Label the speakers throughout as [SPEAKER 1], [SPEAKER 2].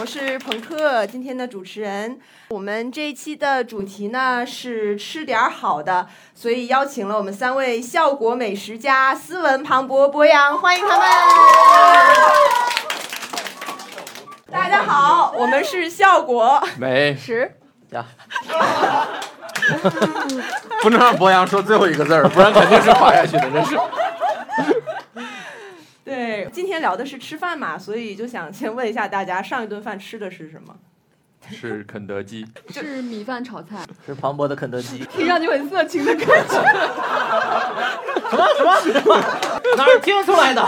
[SPEAKER 1] 我是朋克，今天的主持人。我们这一期的主题呢是吃点儿好的，所以邀请了我们三位效果美食家斯文、庞博、博洋，欢迎他们。大家好，我们是效果
[SPEAKER 2] 美
[SPEAKER 1] 食。
[SPEAKER 2] 呀， 不能让博洋说最后一个字儿，不然肯定是滑下去的，真是。
[SPEAKER 1] 对，今天聊的是吃饭嘛，所以就想先问一下大家，上一顿饭吃的是什么？
[SPEAKER 2] 是肯德基，
[SPEAKER 3] 是米饭炒菜，
[SPEAKER 4] 是庞博的肯德基。
[SPEAKER 3] 听上去很色情的感觉。
[SPEAKER 4] 什么什么什么？哪儿听出来的？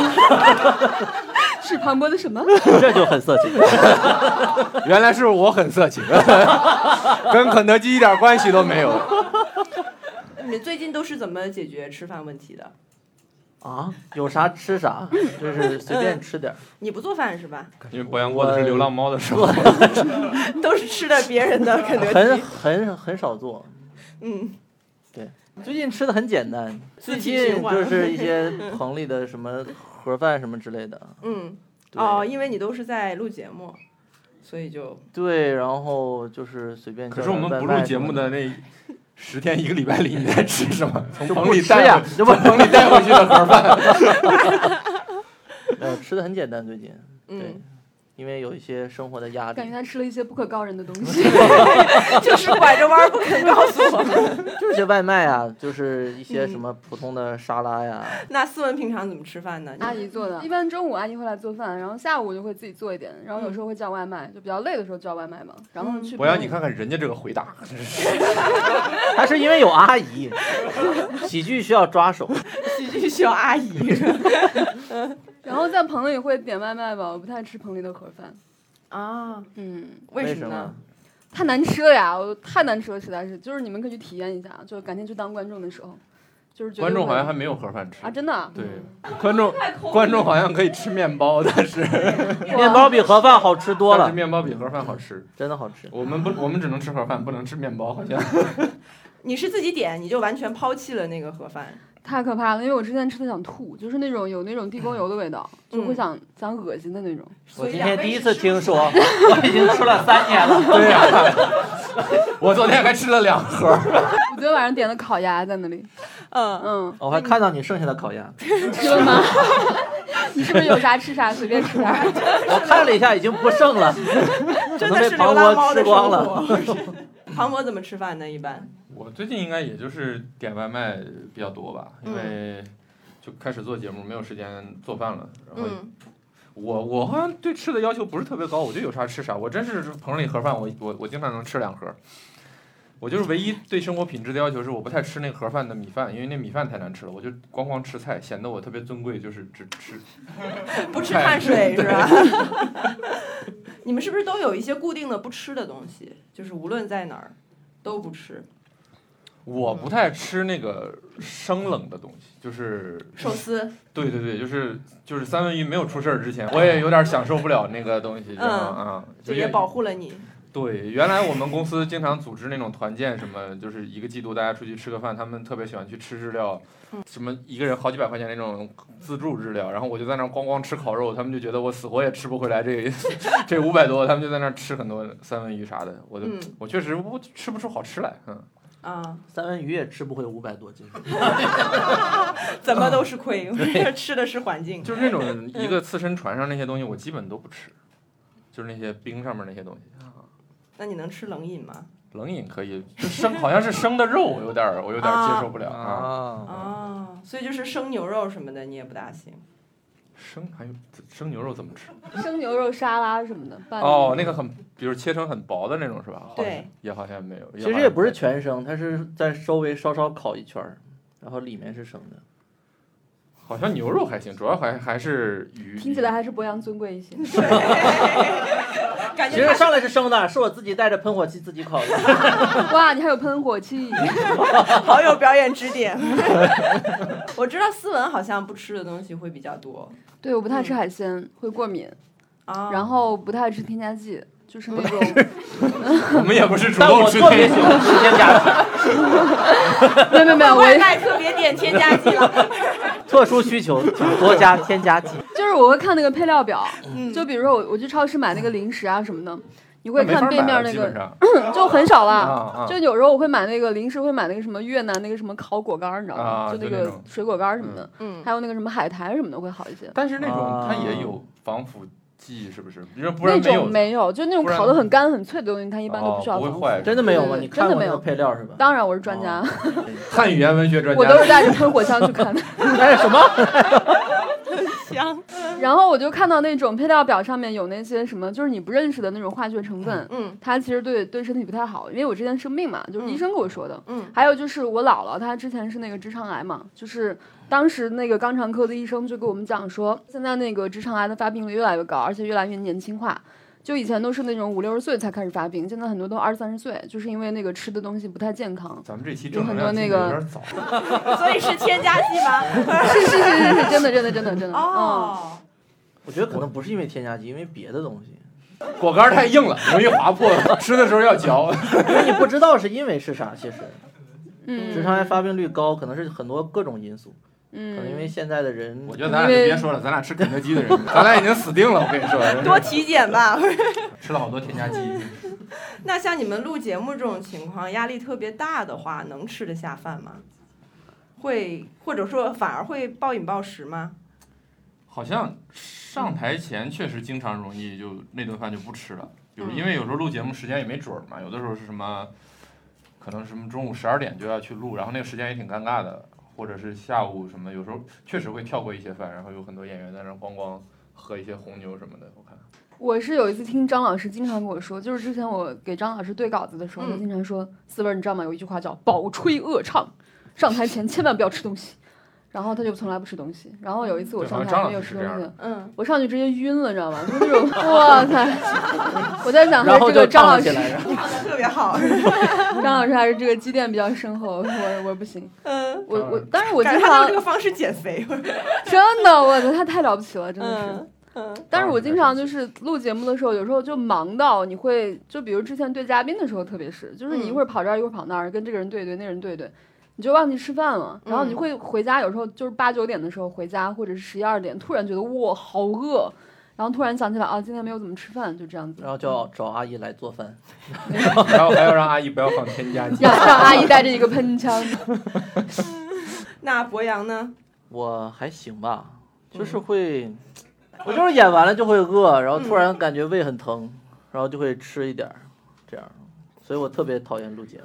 [SPEAKER 3] 是庞博的 什么？
[SPEAKER 4] 这就很色情。
[SPEAKER 2] 原来是我很色情， 跟肯德基一点关系都没有。
[SPEAKER 1] 你们最近都是怎么解决吃饭问题的？
[SPEAKER 4] 啊，有啥吃啥，就是随便吃点儿。
[SPEAKER 1] 你不做饭是吧？
[SPEAKER 2] 因为博洋过的是流浪猫的生活，
[SPEAKER 1] 都是吃的别人的
[SPEAKER 3] 嗯
[SPEAKER 1] 肯德
[SPEAKER 4] 很
[SPEAKER 1] 基。
[SPEAKER 4] 很很少做。
[SPEAKER 1] 嗯，
[SPEAKER 4] 最近吃的很简单，
[SPEAKER 1] 自
[SPEAKER 4] 最
[SPEAKER 1] 体
[SPEAKER 4] 近
[SPEAKER 1] 循环
[SPEAKER 4] 就是一 些棚里的什么盒饭什么之类的。
[SPEAKER 1] 嗯，
[SPEAKER 4] 对
[SPEAKER 1] 哦，因为你都是在录节目，所以就
[SPEAKER 4] 对，然后就是随便。
[SPEAKER 2] 可是我们不录节目的。那十天一个礼拜里，你在吃什么？从
[SPEAKER 4] 就
[SPEAKER 2] 棚
[SPEAKER 4] 不
[SPEAKER 2] 里
[SPEAKER 4] 吃
[SPEAKER 2] 带
[SPEAKER 4] 呀
[SPEAKER 2] 回，
[SPEAKER 4] 啊就不
[SPEAKER 2] 棚里带回去的盒饭。
[SPEAKER 4] 呃吃的很简单，最近对
[SPEAKER 1] 嗯，，
[SPEAKER 4] 因为有一些生活的压
[SPEAKER 3] 感觉
[SPEAKER 4] 力，
[SPEAKER 3] 他吃了一些不可告人的东 西。
[SPEAKER 1] 就是拐着弯儿不肯告诉我 们。
[SPEAKER 4] 就是一些外卖啊，就是一些
[SPEAKER 1] 嗯
[SPEAKER 4] 什么普通的沙拉呀，
[SPEAKER 1] 那思文平常怎么吃饭呢？
[SPEAKER 3] 阿姨做的，一般中午阿姨会来做饭，然后下午就会自己做一点，然后有时候会叫外卖，就比较累的时候叫外卖嘛。然后去
[SPEAKER 2] 博洋，你看看人家这个回 答，真是
[SPEAKER 4] 还是因为有阿姨，喜剧需要抓手。
[SPEAKER 1] 喜剧需要阿姨。
[SPEAKER 3] 然后在棚里会点外卖吧，我不太吃棚里的盒饭，
[SPEAKER 1] 啊，
[SPEAKER 3] 嗯，
[SPEAKER 1] 为
[SPEAKER 4] 什
[SPEAKER 1] 呢
[SPEAKER 4] 么？？
[SPEAKER 3] 太难吃了呀，我太难吃了，实在是。就是你们可以去体验一下，就改天去当观众的时候，就是觉得
[SPEAKER 2] 观众好像还
[SPEAKER 3] 会
[SPEAKER 2] 没有盒饭吃
[SPEAKER 3] 啊，。真 的啊
[SPEAKER 2] 对，观众观众好像可以吃面包，但是
[SPEAKER 4] 面包比盒饭好吃多
[SPEAKER 2] 但是
[SPEAKER 4] 了，
[SPEAKER 2] 面包比盒饭好吃。
[SPEAKER 4] 真的好吃。
[SPEAKER 2] 我们不，我们只能吃盒饭，不能吃面包，好像。
[SPEAKER 1] 你是自己点，你就完全抛弃了那个盒饭。
[SPEAKER 3] 太可怕了，因为我之前吃的想吐，就是那种有那种地沟油的味道，就会想想恶心的那种。
[SPEAKER 4] 我
[SPEAKER 1] 所以
[SPEAKER 4] 今
[SPEAKER 1] 两
[SPEAKER 4] 天
[SPEAKER 1] 位
[SPEAKER 4] 第一
[SPEAKER 1] 是
[SPEAKER 4] 次
[SPEAKER 1] 吃
[SPEAKER 4] 听说，我已经吃了三年了。
[SPEAKER 2] 对呀、 我昨天还吃了两盒。
[SPEAKER 3] 我昨天晚上点的烤鸭在那里，
[SPEAKER 1] 嗯，
[SPEAKER 3] 嗯，
[SPEAKER 4] 我还看到你剩下的烤鸭，
[SPEAKER 3] 吃了吗？ 你是不是有啥吃啥，随便吃点儿？
[SPEAKER 4] 我看了一下，已经不剩了，可
[SPEAKER 1] 真
[SPEAKER 4] 能
[SPEAKER 1] 的
[SPEAKER 4] 被
[SPEAKER 1] 是流
[SPEAKER 4] 庞
[SPEAKER 1] 浪猫的
[SPEAKER 4] 博吃
[SPEAKER 1] 生
[SPEAKER 4] 光了。
[SPEAKER 1] 活。庞博怎么吃饭呢？一般，
[SPEAKER 2] 我最近应该也就是点外卖比较多吧，因为就开始做节目，没有时间做饭了。然后
[SPEAKER 1] 嗯，
[SPEAKER 2] 我我好像对吃的要求不是特别高，我就有啥吃啥。我真是棚里盒饭，我我我经常能吃两盒。我就是唯一对生活品质的要求是，我不太吃那盒饭的米饭，因为那米饭太难吃了，我就光光吃菜，显得我特别尊贵，就是只吃
[SPEAKER 1] 不吃
[SPEAKER 2] 菜
[SPEAKER 1] 碳 水是吧？ 你们是不是都有一些固定的不吃的东西？就是无论在哪儿都不吃。
[SPEAKER 2] 我不太吃那个生冷的东西，就是
[SPEAKER 1] 寿司，
[SPEAKER 2] 对对对，就是就是三文鱼没有出事儿之前，我也有点享受不了那个东西，
[SPEAKER 1] 嗯
[SPEAKER 2] 知道吗？嗯，
[SPEAKER 1] 这
[SPEAKER 2] 就
[SPEAKER 1] 也
[SPEAKER 2] 原
[SPEAKER 1] 保护了你。
[SPEAKER 2] 对，原来我们公司经常组织那种团建，什么就是一个季度大家出去吃个饭，他们特别喜欢去吃日料，什么一个人好几百块钱那种自助日料，然后我就在那儿咣咣吃烤肉，他们就觉得我死活也吃不回来这 这五百多，他们就在那儿吃很多三文鱼啥的，我就
[SPEAKER 1] 嗯
[SPEAKER 2] 我确实我吃不出好吃来，嗯。
[SPEAKER 1] 啊，
[SPEAKER 4] 三文鱼也吃不回五百多斤，
[SPEAKER 1] 怎么都是
[SPEAKER 4] 嗯
[SPEAKER 1] 亏， 吃的是环境。
[SPEAKER 2] 就是那种一个刺身船上那些东西，我基本都不吃，就是那些冰上面那些东西。
[SPEAKER 1] 那你能吃冷饮吗？
[SPEAKER 2] 冷饮可以，就生好像是生的肉，我有点儿我有点儿接受不了啊。
[SPEAKER 4] 啊，
[SPEAKER 1] 啊，所以就是生牛肉什么的你也不大行。
[SPEAKER 2] 生还有生牛肉怎么吃？
[SPEAKER 3] 生牛肉沙拉什么的，拌的
[SPEAKER 2] 哦，那个很，比如切成很薄的那种是吧？好像
[SPEAKER 1] 对，
[SPEAKER 2] 也好像没有。
[SPEAKER 4] 其实也不是全生，它是在稍微稍稍烤一圈儿，然后里面是生的。
[SPEAKER 2] 好像牛肉还行，主要还还是鱼。
[SPEAKER 3] 听起来还是博洋尊贵一些。
[SPEAKER 4] 其实上来是生的，是我自己带着喷火器自己烤的。
[SPEAKER 3] 哇，你还有喷火器，
[SPEAKER 1] 好有表演指点。 我知道思文好像不吃的东西会比较多
[SPEAKER 3] 对，我不太吃海鲜，会过敏，
[SPEAKER 1] 啊，
[SPEAKER 3] 然后不太吃添加剂，就是那种
[SPEAKER 2] 我们也不是主
[SPEAKER 4] 但
[SPEAKER 2] 动
[SPEAKER 4] 我
[SPEAKER 2] 吃
[SPEAKER 4] 特别
[SPEAKER 2] 的
[SPEAKER 4] 喜。欢吃添加剂，
[SPEAKER 3] 没有没有没有，我
[SPEAKER 1] 外
[SPEAKER 3] 也
[SPEAKER 1] 卖特别点添加剂 了，
[SPEAKER 4] 特殊需求请多加添加剂。
[SPEAKER 3] 就是我会看那个配料表，
[SPEAKER 1] 嗯
[SPEAKER 3] 就比如说我我去超市买那个零食啊什么的，你会
[SPEAKER 2] 没法
[SPEAKER 3] 看背
[SPEAKER 2] 买
[SPEAKER 3] 面
[SPEAKER 2] 了，
[SPEAKER 3] 那
[SPEAKER 2] 基本
[SPEAKER 3] 个，
[SPEAKER 2] 上
[SPEAKER 3] 就很少
[SPEAKER 2] 啊
[SPEAKER 3] 啦。
[SPEAKER 2] 啊
[SPEAKER 3] 就有时候我会买那个零食，会买那个什么越南那个什么烤果干儿，你知道吗？
[SPEAKER 2] 啊
[SPEAKER 3] 就那
[SPEAKER 2] 就那
[SPEAKER 3] 个
[SPEAKER 2] 种
[SPEAKER 3] 水果干儿什么的，
[SPEAKER 1] 嗯，
[SPEAKER 3] 还有那个什么海苔什么的会好一些。
[SPEAKER 2] 但是那种它也有防腐剂，是不是？你说不然
[SPEAKER 3] 那
[SPEAKER 2] 没有
[SPEAKER 3] 种没有，就那种
[SPEAKER 2] 不然嗯
[SPEAKER 3] 烤的很干很脆的东西，它一般都
[SPEAKER 2] 哦
[SPEAKER 3] 需要
[SPEAKER 2] 不会
[SPEAKER 3] 防腐。
[SPEAKER 2] 坏
[SPEAKER 4] 真的没有吗？
[SPEAKER 3] 对
[SPEAKER 4] 你看
[SPEAKER 3] 真
[SPEAKER 4] 过
[SPEAKER 3] 的没
[SPEAKER 4] 那
[SPEAKER 3] 有
[SPEAKER 4] 个配料是吧？哦
[SPEAKER 3] 当然我是专 家，
[SPEAKER 2] 汉语言文学专
[SPEAKER 3] 我都
[SPEAKER 2] 家
[SPEAKER 3] 是带着喷火枪去看的。
[SPEAKER 4] 哎，什么？
[SPEAKER 1] 香，
[SPEAKER 3] 然后我就看到那种配料表上面有那些什么，就是你不认识的那种化学成分，
[SPEAKER 1] 嗯
[SPEAKER 3] 它其实对对身体不太好。因为我之前生病嘛，就是医生跟我说的。
[SPEAKER 1] 嗯
[SPEAKER 3] 还有就是我姥姥，她之前是那个直肠癌嘛，就是当时那个肛肠科的医生就给我们讲说，现在那个直肠癌的发病率越来越高，而且越来越年轻化。就以前都是那种五六十岁才开始发病，现在很多都二三十岁，就是因为那个吃的东西不太健康。
[SPEAKER 2] 咱们这期
[SPEAKER 3] 有
[SPEAKER 2] 正
[SPEAKER 3] 很
[SPEAKER 2] 能
[SPEAKER 3] 多
[SPEAKER 2] 量
[SPEAKER 3] 那
[SPEAKER 2] 听
[SPEAKER 3] 个
[SPEAKER 2] 着有点早，
[SPEAKER 1] 嗯所以是添加剂吗？
[SPEAKER 3] 是是是是是，真的真的真的真的。嗯，
[SPEAKER 1] 哦，
[SPEAKER 4] 我觉得可能不是因为添加剂，因为别的东西。
[SPEAKER 2] 果干太硬了，容易划破，吃的时候要嚼。
[SPEAKER 4] 因为你不知道是因为是啥，其实
[SPEAKER 3] 嗯，
[SPEAKER 4] 直肠癌发病率高，可能是很多各种因素，可能因为
[SPEAKER 3] 嗯，
[SPEAKER 4] 现在的人，
[SPEAKER 2] 我觉得咱俩就别说了，咱俩吃肯德基的 人，咱俩已经死定了。我跟你说，
[SPEAKER 1] 多体检吧。
[SPEAKER 2] 吃了好多添加剂，
[SPEAKER 1] 那像你们录节目这种情况，压力特别大的话，能吃得下饭吗？会或者说反而会暴饮暴食吗？
[SPEAKER 2] 好像上台前确实经常容易就那顿饭就不吃了，比如
[SPEAKER 1] 嗯
[SPEAKER 2] 因为有时候录节目时间也没准儿嘛，有的时候是什么，可能什么中午十二点就要去录，然后那个时间也挺尴尬的，或者是下午什么，有时候确实会跳过一些饭，然后有很多演员在那儿咣咣喝一些红牛什么的，我 看。
[SPEAKER 3] 我是有一次听张老师经常跟我说，就是之前我给张老师对稿子的时候，
[SPEAKER 1] 嗯
[SPEAKER 3] 他经常说：“思文，你知道吗？有一句话叫‘饱吹恶唱’，上台前千万不要吃东西。”然后他就从来不吃东西。然后有一次我
[SPEAKER 2] 对
[SPEAKER 3] 上
[SPEAKER 2] 好像
[SPEAKER 3] 台
[SPEAKER 2] 张
[SPEAKER 3] 没有
[SPEAKER 2] 老师
[SPEAKER 3] 吃
[SPEAKER 2] 是这样
[SPEAKER 3] 东西
[SPEAKER 2] 的，
[SPEAKER 1] 嗯，
[SPEAKER 3] 我上去直接晕了，你知道吗？就是那种哇塞！我在想，还
[SPEAKER 4] 然
[SPEAKER 3] 是
[SPEAKER 4] 后
[SPEAKER 3] 这
[SPEAKER 4] 就
[SPEAKER 3] 个张
[SPEAKER 4] 唱
[SPEAKER 3] 老
[SPEAKER 4] 了
[SPEAKER 3] 师
[SPEAKER 4] 起，来，然 后
[SPEAKER 1] 唱的特别好。
[SPEAKER 3] 张老师还是这个积淀比较深厚，我我不行，
[SPEAKER 1] 嗯，
[SPEAKER 3] 我
[SPEAKER 2] 张老
[SPEAKER 3] 我
[SPEAKER 2] 师
[SPEAKER 3] 当然我
[SPEAKER 1] 感
[SPEAKER 3] 经
[SPEAKER 1] 觉他用
[SPEAKER 3] 常
[SPEAKER 1] 这个方式减肥。
[SPEAKER 3] 真的，我他太了不起了，真的是。
[SPEAKER 1] 嗯嗯
[SPEAKER 3] 但是我经常就是录节目的时候，有时候就忙到你会，就比如之前对嘉宾的时候，特别是，就是你一会儿跑这儿，一会儿跑那儿，跟这个人对一对，那人对一对，你就忘记吃饭了。然后你
[SPEAKER 1] 嗯
[SPEAKER 3] 会回家，有时候就是八九点的时候回家，或者是十一二点，突然觉得哇好饿，然后突然想起来啊，今天没有怎么吃饭，就这样子。
[SPEAKER 4] 然后就要找阿姨来做饭。
[SPEAKER 2] 然后还要让阿姨不要放添加剂
[SPEAKER 3] 让。让阿姨带着一个喷枪，
[SPEAKER 1] 那博洋呢？
[SPEAKER 4] 我还行吧，就是会，我就是演完了就会饿，然后突然感觉胃很疼，然后就会吃一点儿，这样，所以我特别讨厌录节目。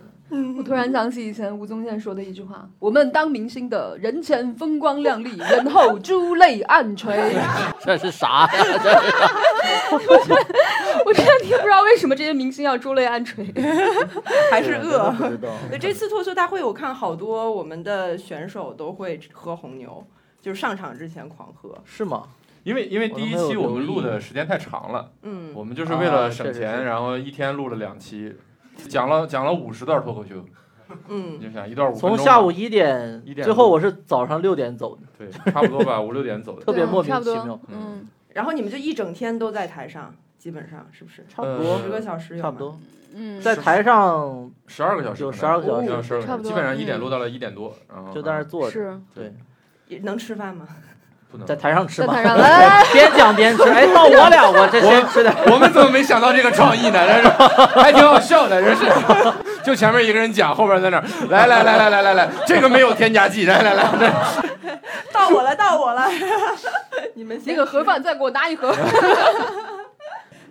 [SPEAKER 3] 我突然想起以前吴宗宪说的一句话：“我们当明星的人前风光亮丽，人后珠泪暗垂。”
[SPEAKER 4] 这是啥呀？
[SPEAKER 3] 我真的也不知道为什么这些明星要珠泪暗垂。
[SPEAKER 1] 还是饿？
[SPEAKER 4] 不知道。
[SPEAKER 1] 对，这次脱口秀大会，我看好多我们的选手都会喝红牛，就是上场之前狂喝。
[SPEAKER 4] 是吗？
[SPEAKER 2] 因为因为第一期我们录的时间太长了，
[SPEAKER 1] 嗯，
[SPEAKER 2] 我们就是为了省
[SPEAKER 4] 啊是是
[SPEAKER 2] 钱，
[SPEAKER 4] 是
[SPEAKER 2] 然后一天录了两期，讲了讲了五十段脱口秀，你
[SPEAKER 1] 嗯，
[SPEAKER 2] 就想一段五分钟
[SPEAKER 4] 从
[SPEAKER 2] 吧，
[SPEAKER 4] 下午一点
[SPEAKER 2] 一，点
[SPEAKER 4] 最后我是早上六点走的，
[SPEAKER 2] 对，差不多吧，五六点走的。
[SPEAKER 4] 特别
[SPEAKER 3] 对
[SPEAKER 4] 莫
[SPEAKER 3] 差
[SPEAKER 4] 名
[SPEAKER 3] 不
[SPEAKER 4] 其
[SPEAKER 3] 多
[SPEAKER 4] 妙，
[SPEAKER 3] 嗯，
[SPEAKER 1] 然后你们就一整天都在台上，基本上是不是？
[SPEAKER 4] 差不
[SPEAKER 2] 呃
[SPEAKER 4] 多
[SPEAKER 1] 十个小时有吗
[SPEAKER 4] 差不。多，
[SPEAKER 3] 嗯，
[SPEAKER 4] 在台上
[SPEAKER 2] 十二个小时可
[SPEAKER 4] 有
[SPEAKER 2] 能，
[SPEAKER 4] 12个小时
[SPEAKER 2] 要12个
[SPEAKER 3] 差
[SPEAKER 2] 小时，
[SPEAKER 3] 不多
[SPEAKER 2] 基本上一
[SPEAKER 3] 嗯
[SPEAKER 2] 点录到了一点多，然后
[SPEAKER 4] 就在那儿坐着，
[SPEAKER 3] 是
[SPEAKER 4] 对，
[SPEAKER 1] 也能吃饭吗？
[SPEAKER 2] 不能
[SPEAKER 4] 在。台上吃
[SPEAKER 3] 在
[SPEAKER 4] 嘛
[SPEAKER 3] 台， 上，哎，
[SPEAKER 4] 边讲 边吃。哎，到我俩，我这先 吃点。
[SPEAKER 2] 我们怎么没想到这个创意呢？真是还挺好笑的，真是。就前面一个人讲，后边在那儿来来来来来来来，这个没有添加剂，来来来，这
[SPEAKER 1] 到我了，到我了。 你们
[SPEAKER 3] 那
[SPEAKER 1] 先
[SPEAKER 3] 个盒饭再给我拿一盒。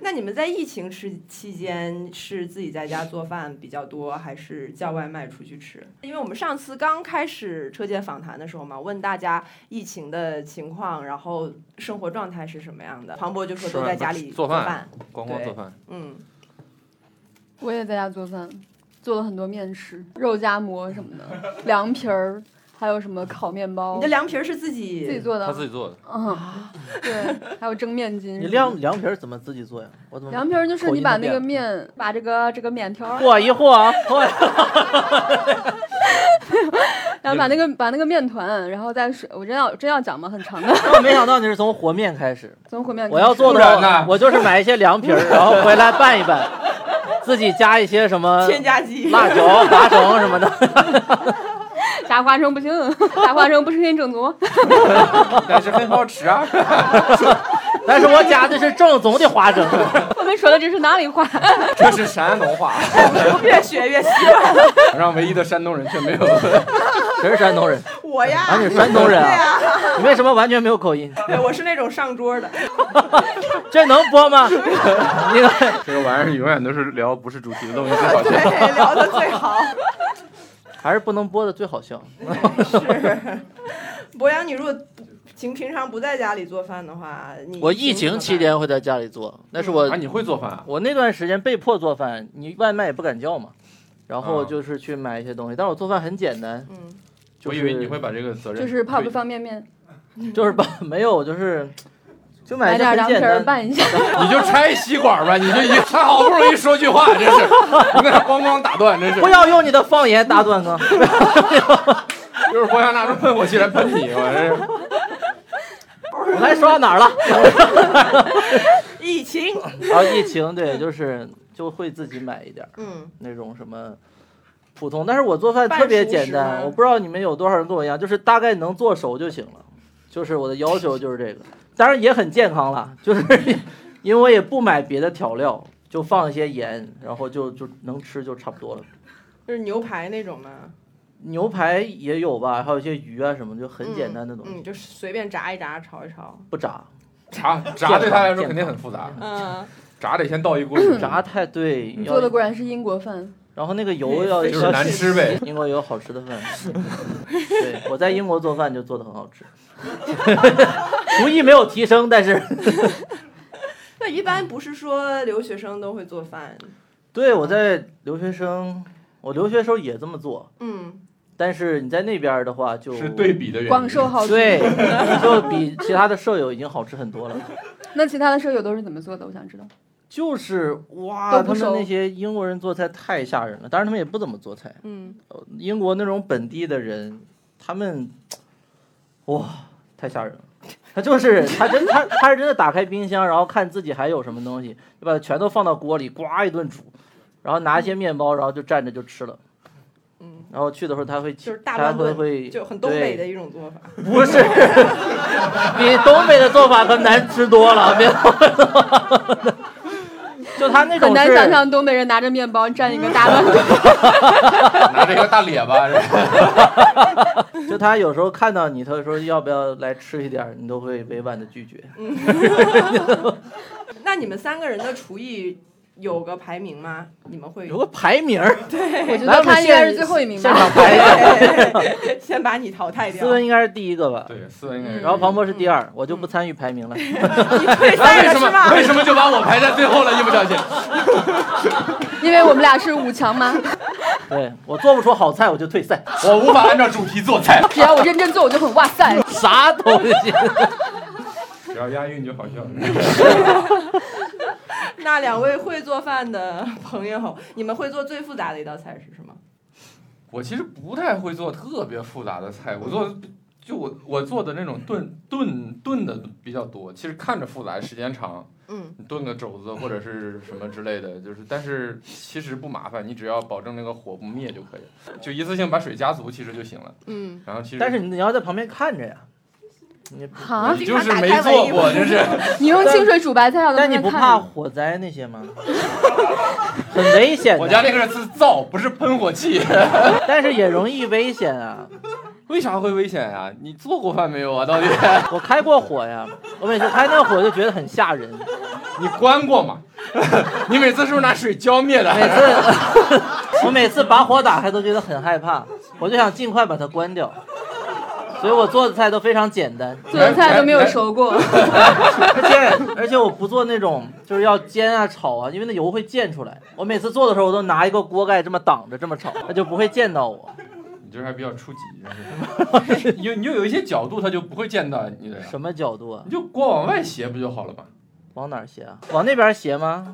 [SPEAKER 1] 那你们在疫情吃期间是自己在家做饭比较多，还是叫外卖出去吃？因为我们上次刚开始车间访谈的时候嘛，问大家疫情的情况，然后生活状态是什么样的，庞博就说都在家里
[SPEAKER 2] 做
[SPEAKER 1] 饭。
[SPEAKER 2] 饭 光光
[SPEAKER 1] 对
[SPEAKER 2] 做饭，
[SPEAKER 1] 嗯，
[SPEAKER 3] 我也在家做饭，做了很多面吃，肉夹馍什么的，凉皮儿，还有什么烤面包，
[SPEAKER 1] 你的凉皮儿是自己
[SPEAKER 3] 自己做
[SPEAKER 2] 他
[SPEAKER 3] 的，
[SPEAKER 2] 自己做的，
[SPEAKER 3] 嗯，对，还有蒸面筋。
[SPEAKER 4] 你凉凉皮儿怎么自己做呀？我怎么
[SPEAKER 3] 凉皮儿就是
[SPEAKER 4] 口
[SPEAKER 3] 你
[SPEAKER 4] 音
[SPEAKER 3] 把
[SPEAKER 4] 都
[SPEAKER 3] 那
[SPEAKER 4] 变
[SPEAKER 3] 个
[SPEAKER 4] 了
[SPEAKER 3] 面，把这个这个面条儿，
[SPEAKER 4] 和一和啊？和 啊
[SPEAKER 3] 然后把那个把那个面团，然后再水，我真要真要讲吗？很长的，
[SPEAKER 4] 我 没想到你是从和面开始。
[SPEAKER 3] 从和面
[SPEAKER 4] 我要
[SPEAKER 3] 开始
[SPEAKER 4] 做的
[SPEAKER 2] 不然呢
[SPEAKER 4] 话，我就是买一些凉皮儿，然后回来拌一拌，自己加一些什么
[SPEAKER 1] 添加剂，
[SPEAKER 4] 辣椒、花生什么的。
[SPEAKER 3] 炸花生不行， 炸花生不是很正宗。
[SPEAKER 2] 但是很好吃啊。
[SPEAKER 4] 但是我加的是正宗的花生，
[SPEAKER 3] 我们说的这是哪里话？
[SPEAKER 2] 这是山东话，
[SPEAKER 1] 越学越细。
[SPEAKER 2] 让唯一的山东人却没有。
[SPEAKER 4] 谁是山东人？
[SPEAKER 1] 我呀，
[SPEAKER 4] 啊，你是山东人
[SPEAKER 1] 对
[SPEAKER 4] 啊？
[SPEAKER 1] 呀、
[SPEAKER 4] 你为什么完全没有口音？
[SPEAKER 1] 对我是那种上桌的。
[SPEAKER 4] 这能播 吗？那个
[SPEAKER 2] 这个玩意儿永远都是聊不是主题的东西最 好
[SPEAKER 1] 对
[SPEAKER 2] 笑。，
[SPEAKER 1] 聊的最好。
[SPEAKER 4] 还是不能播的最好笑。
[SPEAKER 1] 是，博洋，你如果平平常不在家里做饭的话，你
[SPEAKER 4] 我疫情期间会在家里做，那是我
[SPEAKER 2] 啊，你会做饭啊？
[SPEAKER 4] 嗯我那段时间被迫做饭，你外卖也不敢叫嘛，然后
[SPEAKER 2] 啊
[SPEAKER 4] 就是去买一些东西。但我做饭很简单，
[SPEAKER 1] 嗯，
[SPEAKER 4] 就
[SPEAKER 2] 我
[SPEAKER 4] 是
[SPEAKER 2] 以为你会把这个责任
[SPEAKER 3] 就是泡
[SPEAKER 2] 推
[SPEAKER 3] 个方便面，
[SPEAKER 4] 就是把没有就是就
[SPEAKER 3] 来
[SPEAKER 4] 买一些
[SPEAKER 3] 点
[SPEAKER 4] 很
[SPEAKER 3] 凉皮
[SPEAKER 4] 简
[SPEAKER 3] 儿
[SPEAKER 4] 单的。
[SPEAKER 3] 拌一下。
[SPEAKER 2] 你就拆吸管吧，你就一 他好不容易说句话，真是你在那咣咣打断，真是
[SPEAKER 4] 不要用你的方言打断哥，
[SPEAKER 2] 就是我想拿出喷火器来喷你，我这是
[SPEAKER 4] 我来说到哪儿了？
[SPEAKER 1] 疫情，
[SPEAKER 4] 然后疫情对，就是就会自己买一点儿
[SPEAKER 1] 嗯，
[SPEAKER 4] 那种什么普通，但是我做饭特别简
[SPEAKER 1] 半熟食
[SPEAKER 4] 单，
[SPEAKER 1] 吗
[SPEAKER 4] 我不知道你们有多少人跟我一样，就是大概能做熟就行了，就是我的要求就是这个，当然也很健康啦，就是 因为我也不买别的调料，就放一些盐，然后就就能吃就差不多了。
[SPEAKER 1] 就是牛排那种吗？
[SPEAKER 4] 牛排也有吧，还有一些鱼啊什么，就很简单的东西，
[SPEAKER 1] 嗯，嗯就是随便炸一炸，炒一炒。
[SPEAKER 4] 不炸，
[SPEAKER 2] 炸炸对他来说肯定很复杂，
[SPEAKER 1] 嗯，
[SPEAKER 2] 炸得先倒一锅水，
[SPEAKER 4] 炸太对，
[SPEAKER 3] 你
[SPEAKER 4] 要
[SPEAKER 3] 做的果然是英国饭，
[SPEAKER 4] 然后那个油要
[SPEAKER 2] 就是难吃呗。
[SPEAKER 4] 英国有好吃的饭，对我在英国做饭就做的很好吃， 厨艺没有提升，但是
[SPEAKER 1] 那一般不是说留学生都会做饭，
[SPEAKER 4] 对我在留学生，我留学时候也这么做，
[SPEAKER 1] 嗯，
[SPEAKER 4] 但是你在那边儿的话就是
[SPEAKER 2] 对比的原因。
[SPEAKER 3] 广受好评。
[SPEAKER 4] 对， 就比其他的舍友已经好吃很多了。
[SPEAKER 3] 那其他的舍友都是怎么做的？我想知道。
[SPEAKER 4] 就是
[SPEAKER 3] 都
[SPEAKER 4] 哇，
[SPEAKER 3] 不
[SPEAKER 4] 他
[SPEAKER 3] 熟
[SPEAKER 4] 们那些英国人做菜太吓人了，当然他们也不怎么做菜。
[SPEAKER 1] 嗯，
[SPEAKER 4] 呃英国那种本地的人，他们哇太吓人了。他就是他真他他是真的打开冰箱，然后看自己还有什么东西，就把它全都放到锅里，呱一顿煮，然后拿一些面包，然后就蘸着就吃了。
[SPEAKER 1] 嗯，
[SPEAKER 4] 然后去的时候他会起
[SPEAKER 1] 就是大
[SPEAKER 4] 他
[SPEAKER 1] 乱
[SPEAKER 4] 会
[SPEAKER 1] 炖
[SPEAKER 4] 会
[SPEAKER 1] 就很东北的
[SPEAKER 4] 对
[SPEAKER 1] 一种做法。
[SPEAKER 4] 不是比东北的做法可难吃多了，别就他那种
[SPEAKER 3] 很难
[SPEAKER 4] 是
[SPEAKER 3] 想象东北人拿着面包蘸一个大 乱炖。
[SPEAKER 2] 拿着一个大咧巴，这是
[SPEAKER 4] 就他有时候看到你，他就说要不要来吃一点儿，你都会委婉的拒绝。
[SPEAKER 1] 那你们三个人的厨艺有个排名吗？你们会
[SPEAKER 4] 有啊个排名儿，
[SPEAKER 3] 我觉
[SPEAKER 4] 来
[SPEAKER 3] 得
[SPEAKER 4] 我们
[SPEAKER 3] 他应该
[SPEAKER 4] 现
[SPEAKER 3] 是最后一名
[SPEAKER 4] 现
[SPEAKER 3] 吧。
[SPEAKER 4] 场排一下，
[SPEAKER 1] 先把你淘汰掉
[SPEAKER 4] 思？文应该是第一个吧，
[SPEAKER 2] 对斯文应该是。
[SPEAKER 4] 然后庞博是第二，我就不参与排名了。
[SPEAKER 1] 你退
[SPEAKER 2] 哎
[SPEAKER 1] 赛
[SPEAKER 2] 为
[SPEAKER 1] 了是
[SPEAKER 2] 什么为
[SPEAKER 1] 吧？
[SPEAKER 2] 什么就把我排在最后了？一不小心，
[SPEAKER 3] 因为我们俩是五强嘛，
[SPEAKER 4] 对我做不出好菜，我就退赛，
[SPEAKER 2] 我无法按照主题做菜。
[SPEAKER 3] 只要我认真做，我就很哇 塞。
[SPEAKER 4] 啥东西？
[SPEAKER 2] 只要押韵就好笑。
[SPEAKER 1] 那两位会做饭的朋友，你们会做最复杂的一道菜是什么？
[SPEAKER 2] 我其实不太会做特别复杂的菜，我做就我我做的那种炖炖炖的比较多，其实看着复杂，时间长，
[SPEAKER 1] 嗯，
[SPEAKER 2] 你炖个肘子或者是什么之类的，就是但是其实不麻烦，你只要保证那个火不灭就可以了，就一次性把水加足其实就行了。
[SPEAKER 1] 嗯，
[SPEAKER 2] 然后其实
[SPEAKER 4] 但是你要在旁边看着呀，你
[SPEAKER 3] 哈，
[SPEAKER 2] 你就是没做过，真是
[SPEAKER 3] 啊你用清水煮白菜啊让他
[SPEAKER 4] 但你
[SPEAKER 3] 们
[SPEAKER 4] 不
[SPEAKER 3] 看
[SPEAKER 4] 怕火灾那些吗？ 很危险
[SPEAKER 2] 我家
[SPEAKER 4] 的，
[SPEAKER 2] 那个是灶，不是喷火器。
[SPEAKER 4] 但是也容易危险啊！
[SPEAKER 2] 为啥会危险呀、你做过饭没有啊？到底
[SPEAKER 4] 我开过火呀，我每次开那火就觉得很吓人。
[SPEAKER 2] 你关过吗？ 你每次是不是拿水浇灭的？
[SPEAKER 4] 每次 我每次把火打开都觉得很害怕，我就想尽快把它关掉。所以我做的菜都非常简单，
[SPEAKER 3] 做的菜都没有熟过。
[SPEAKER 4] 而且而且我不做那种就是要煎啊炒啊，因为那油会溅出来。我每次做的时候，我都拿一个锅盖这么挡着这么炒，它就不会溅到我。
[SPEAKER 2] 这还比较初级，就是 你就你就有一些角度，他就不会见到你的呀，
[SPEAKER 4] 什么角度啊
[SPEAKER 2] 你？就锅往外斜不就好了吗？
[SPEAKER 4] 往哪儿斜啊？往那边斜吗？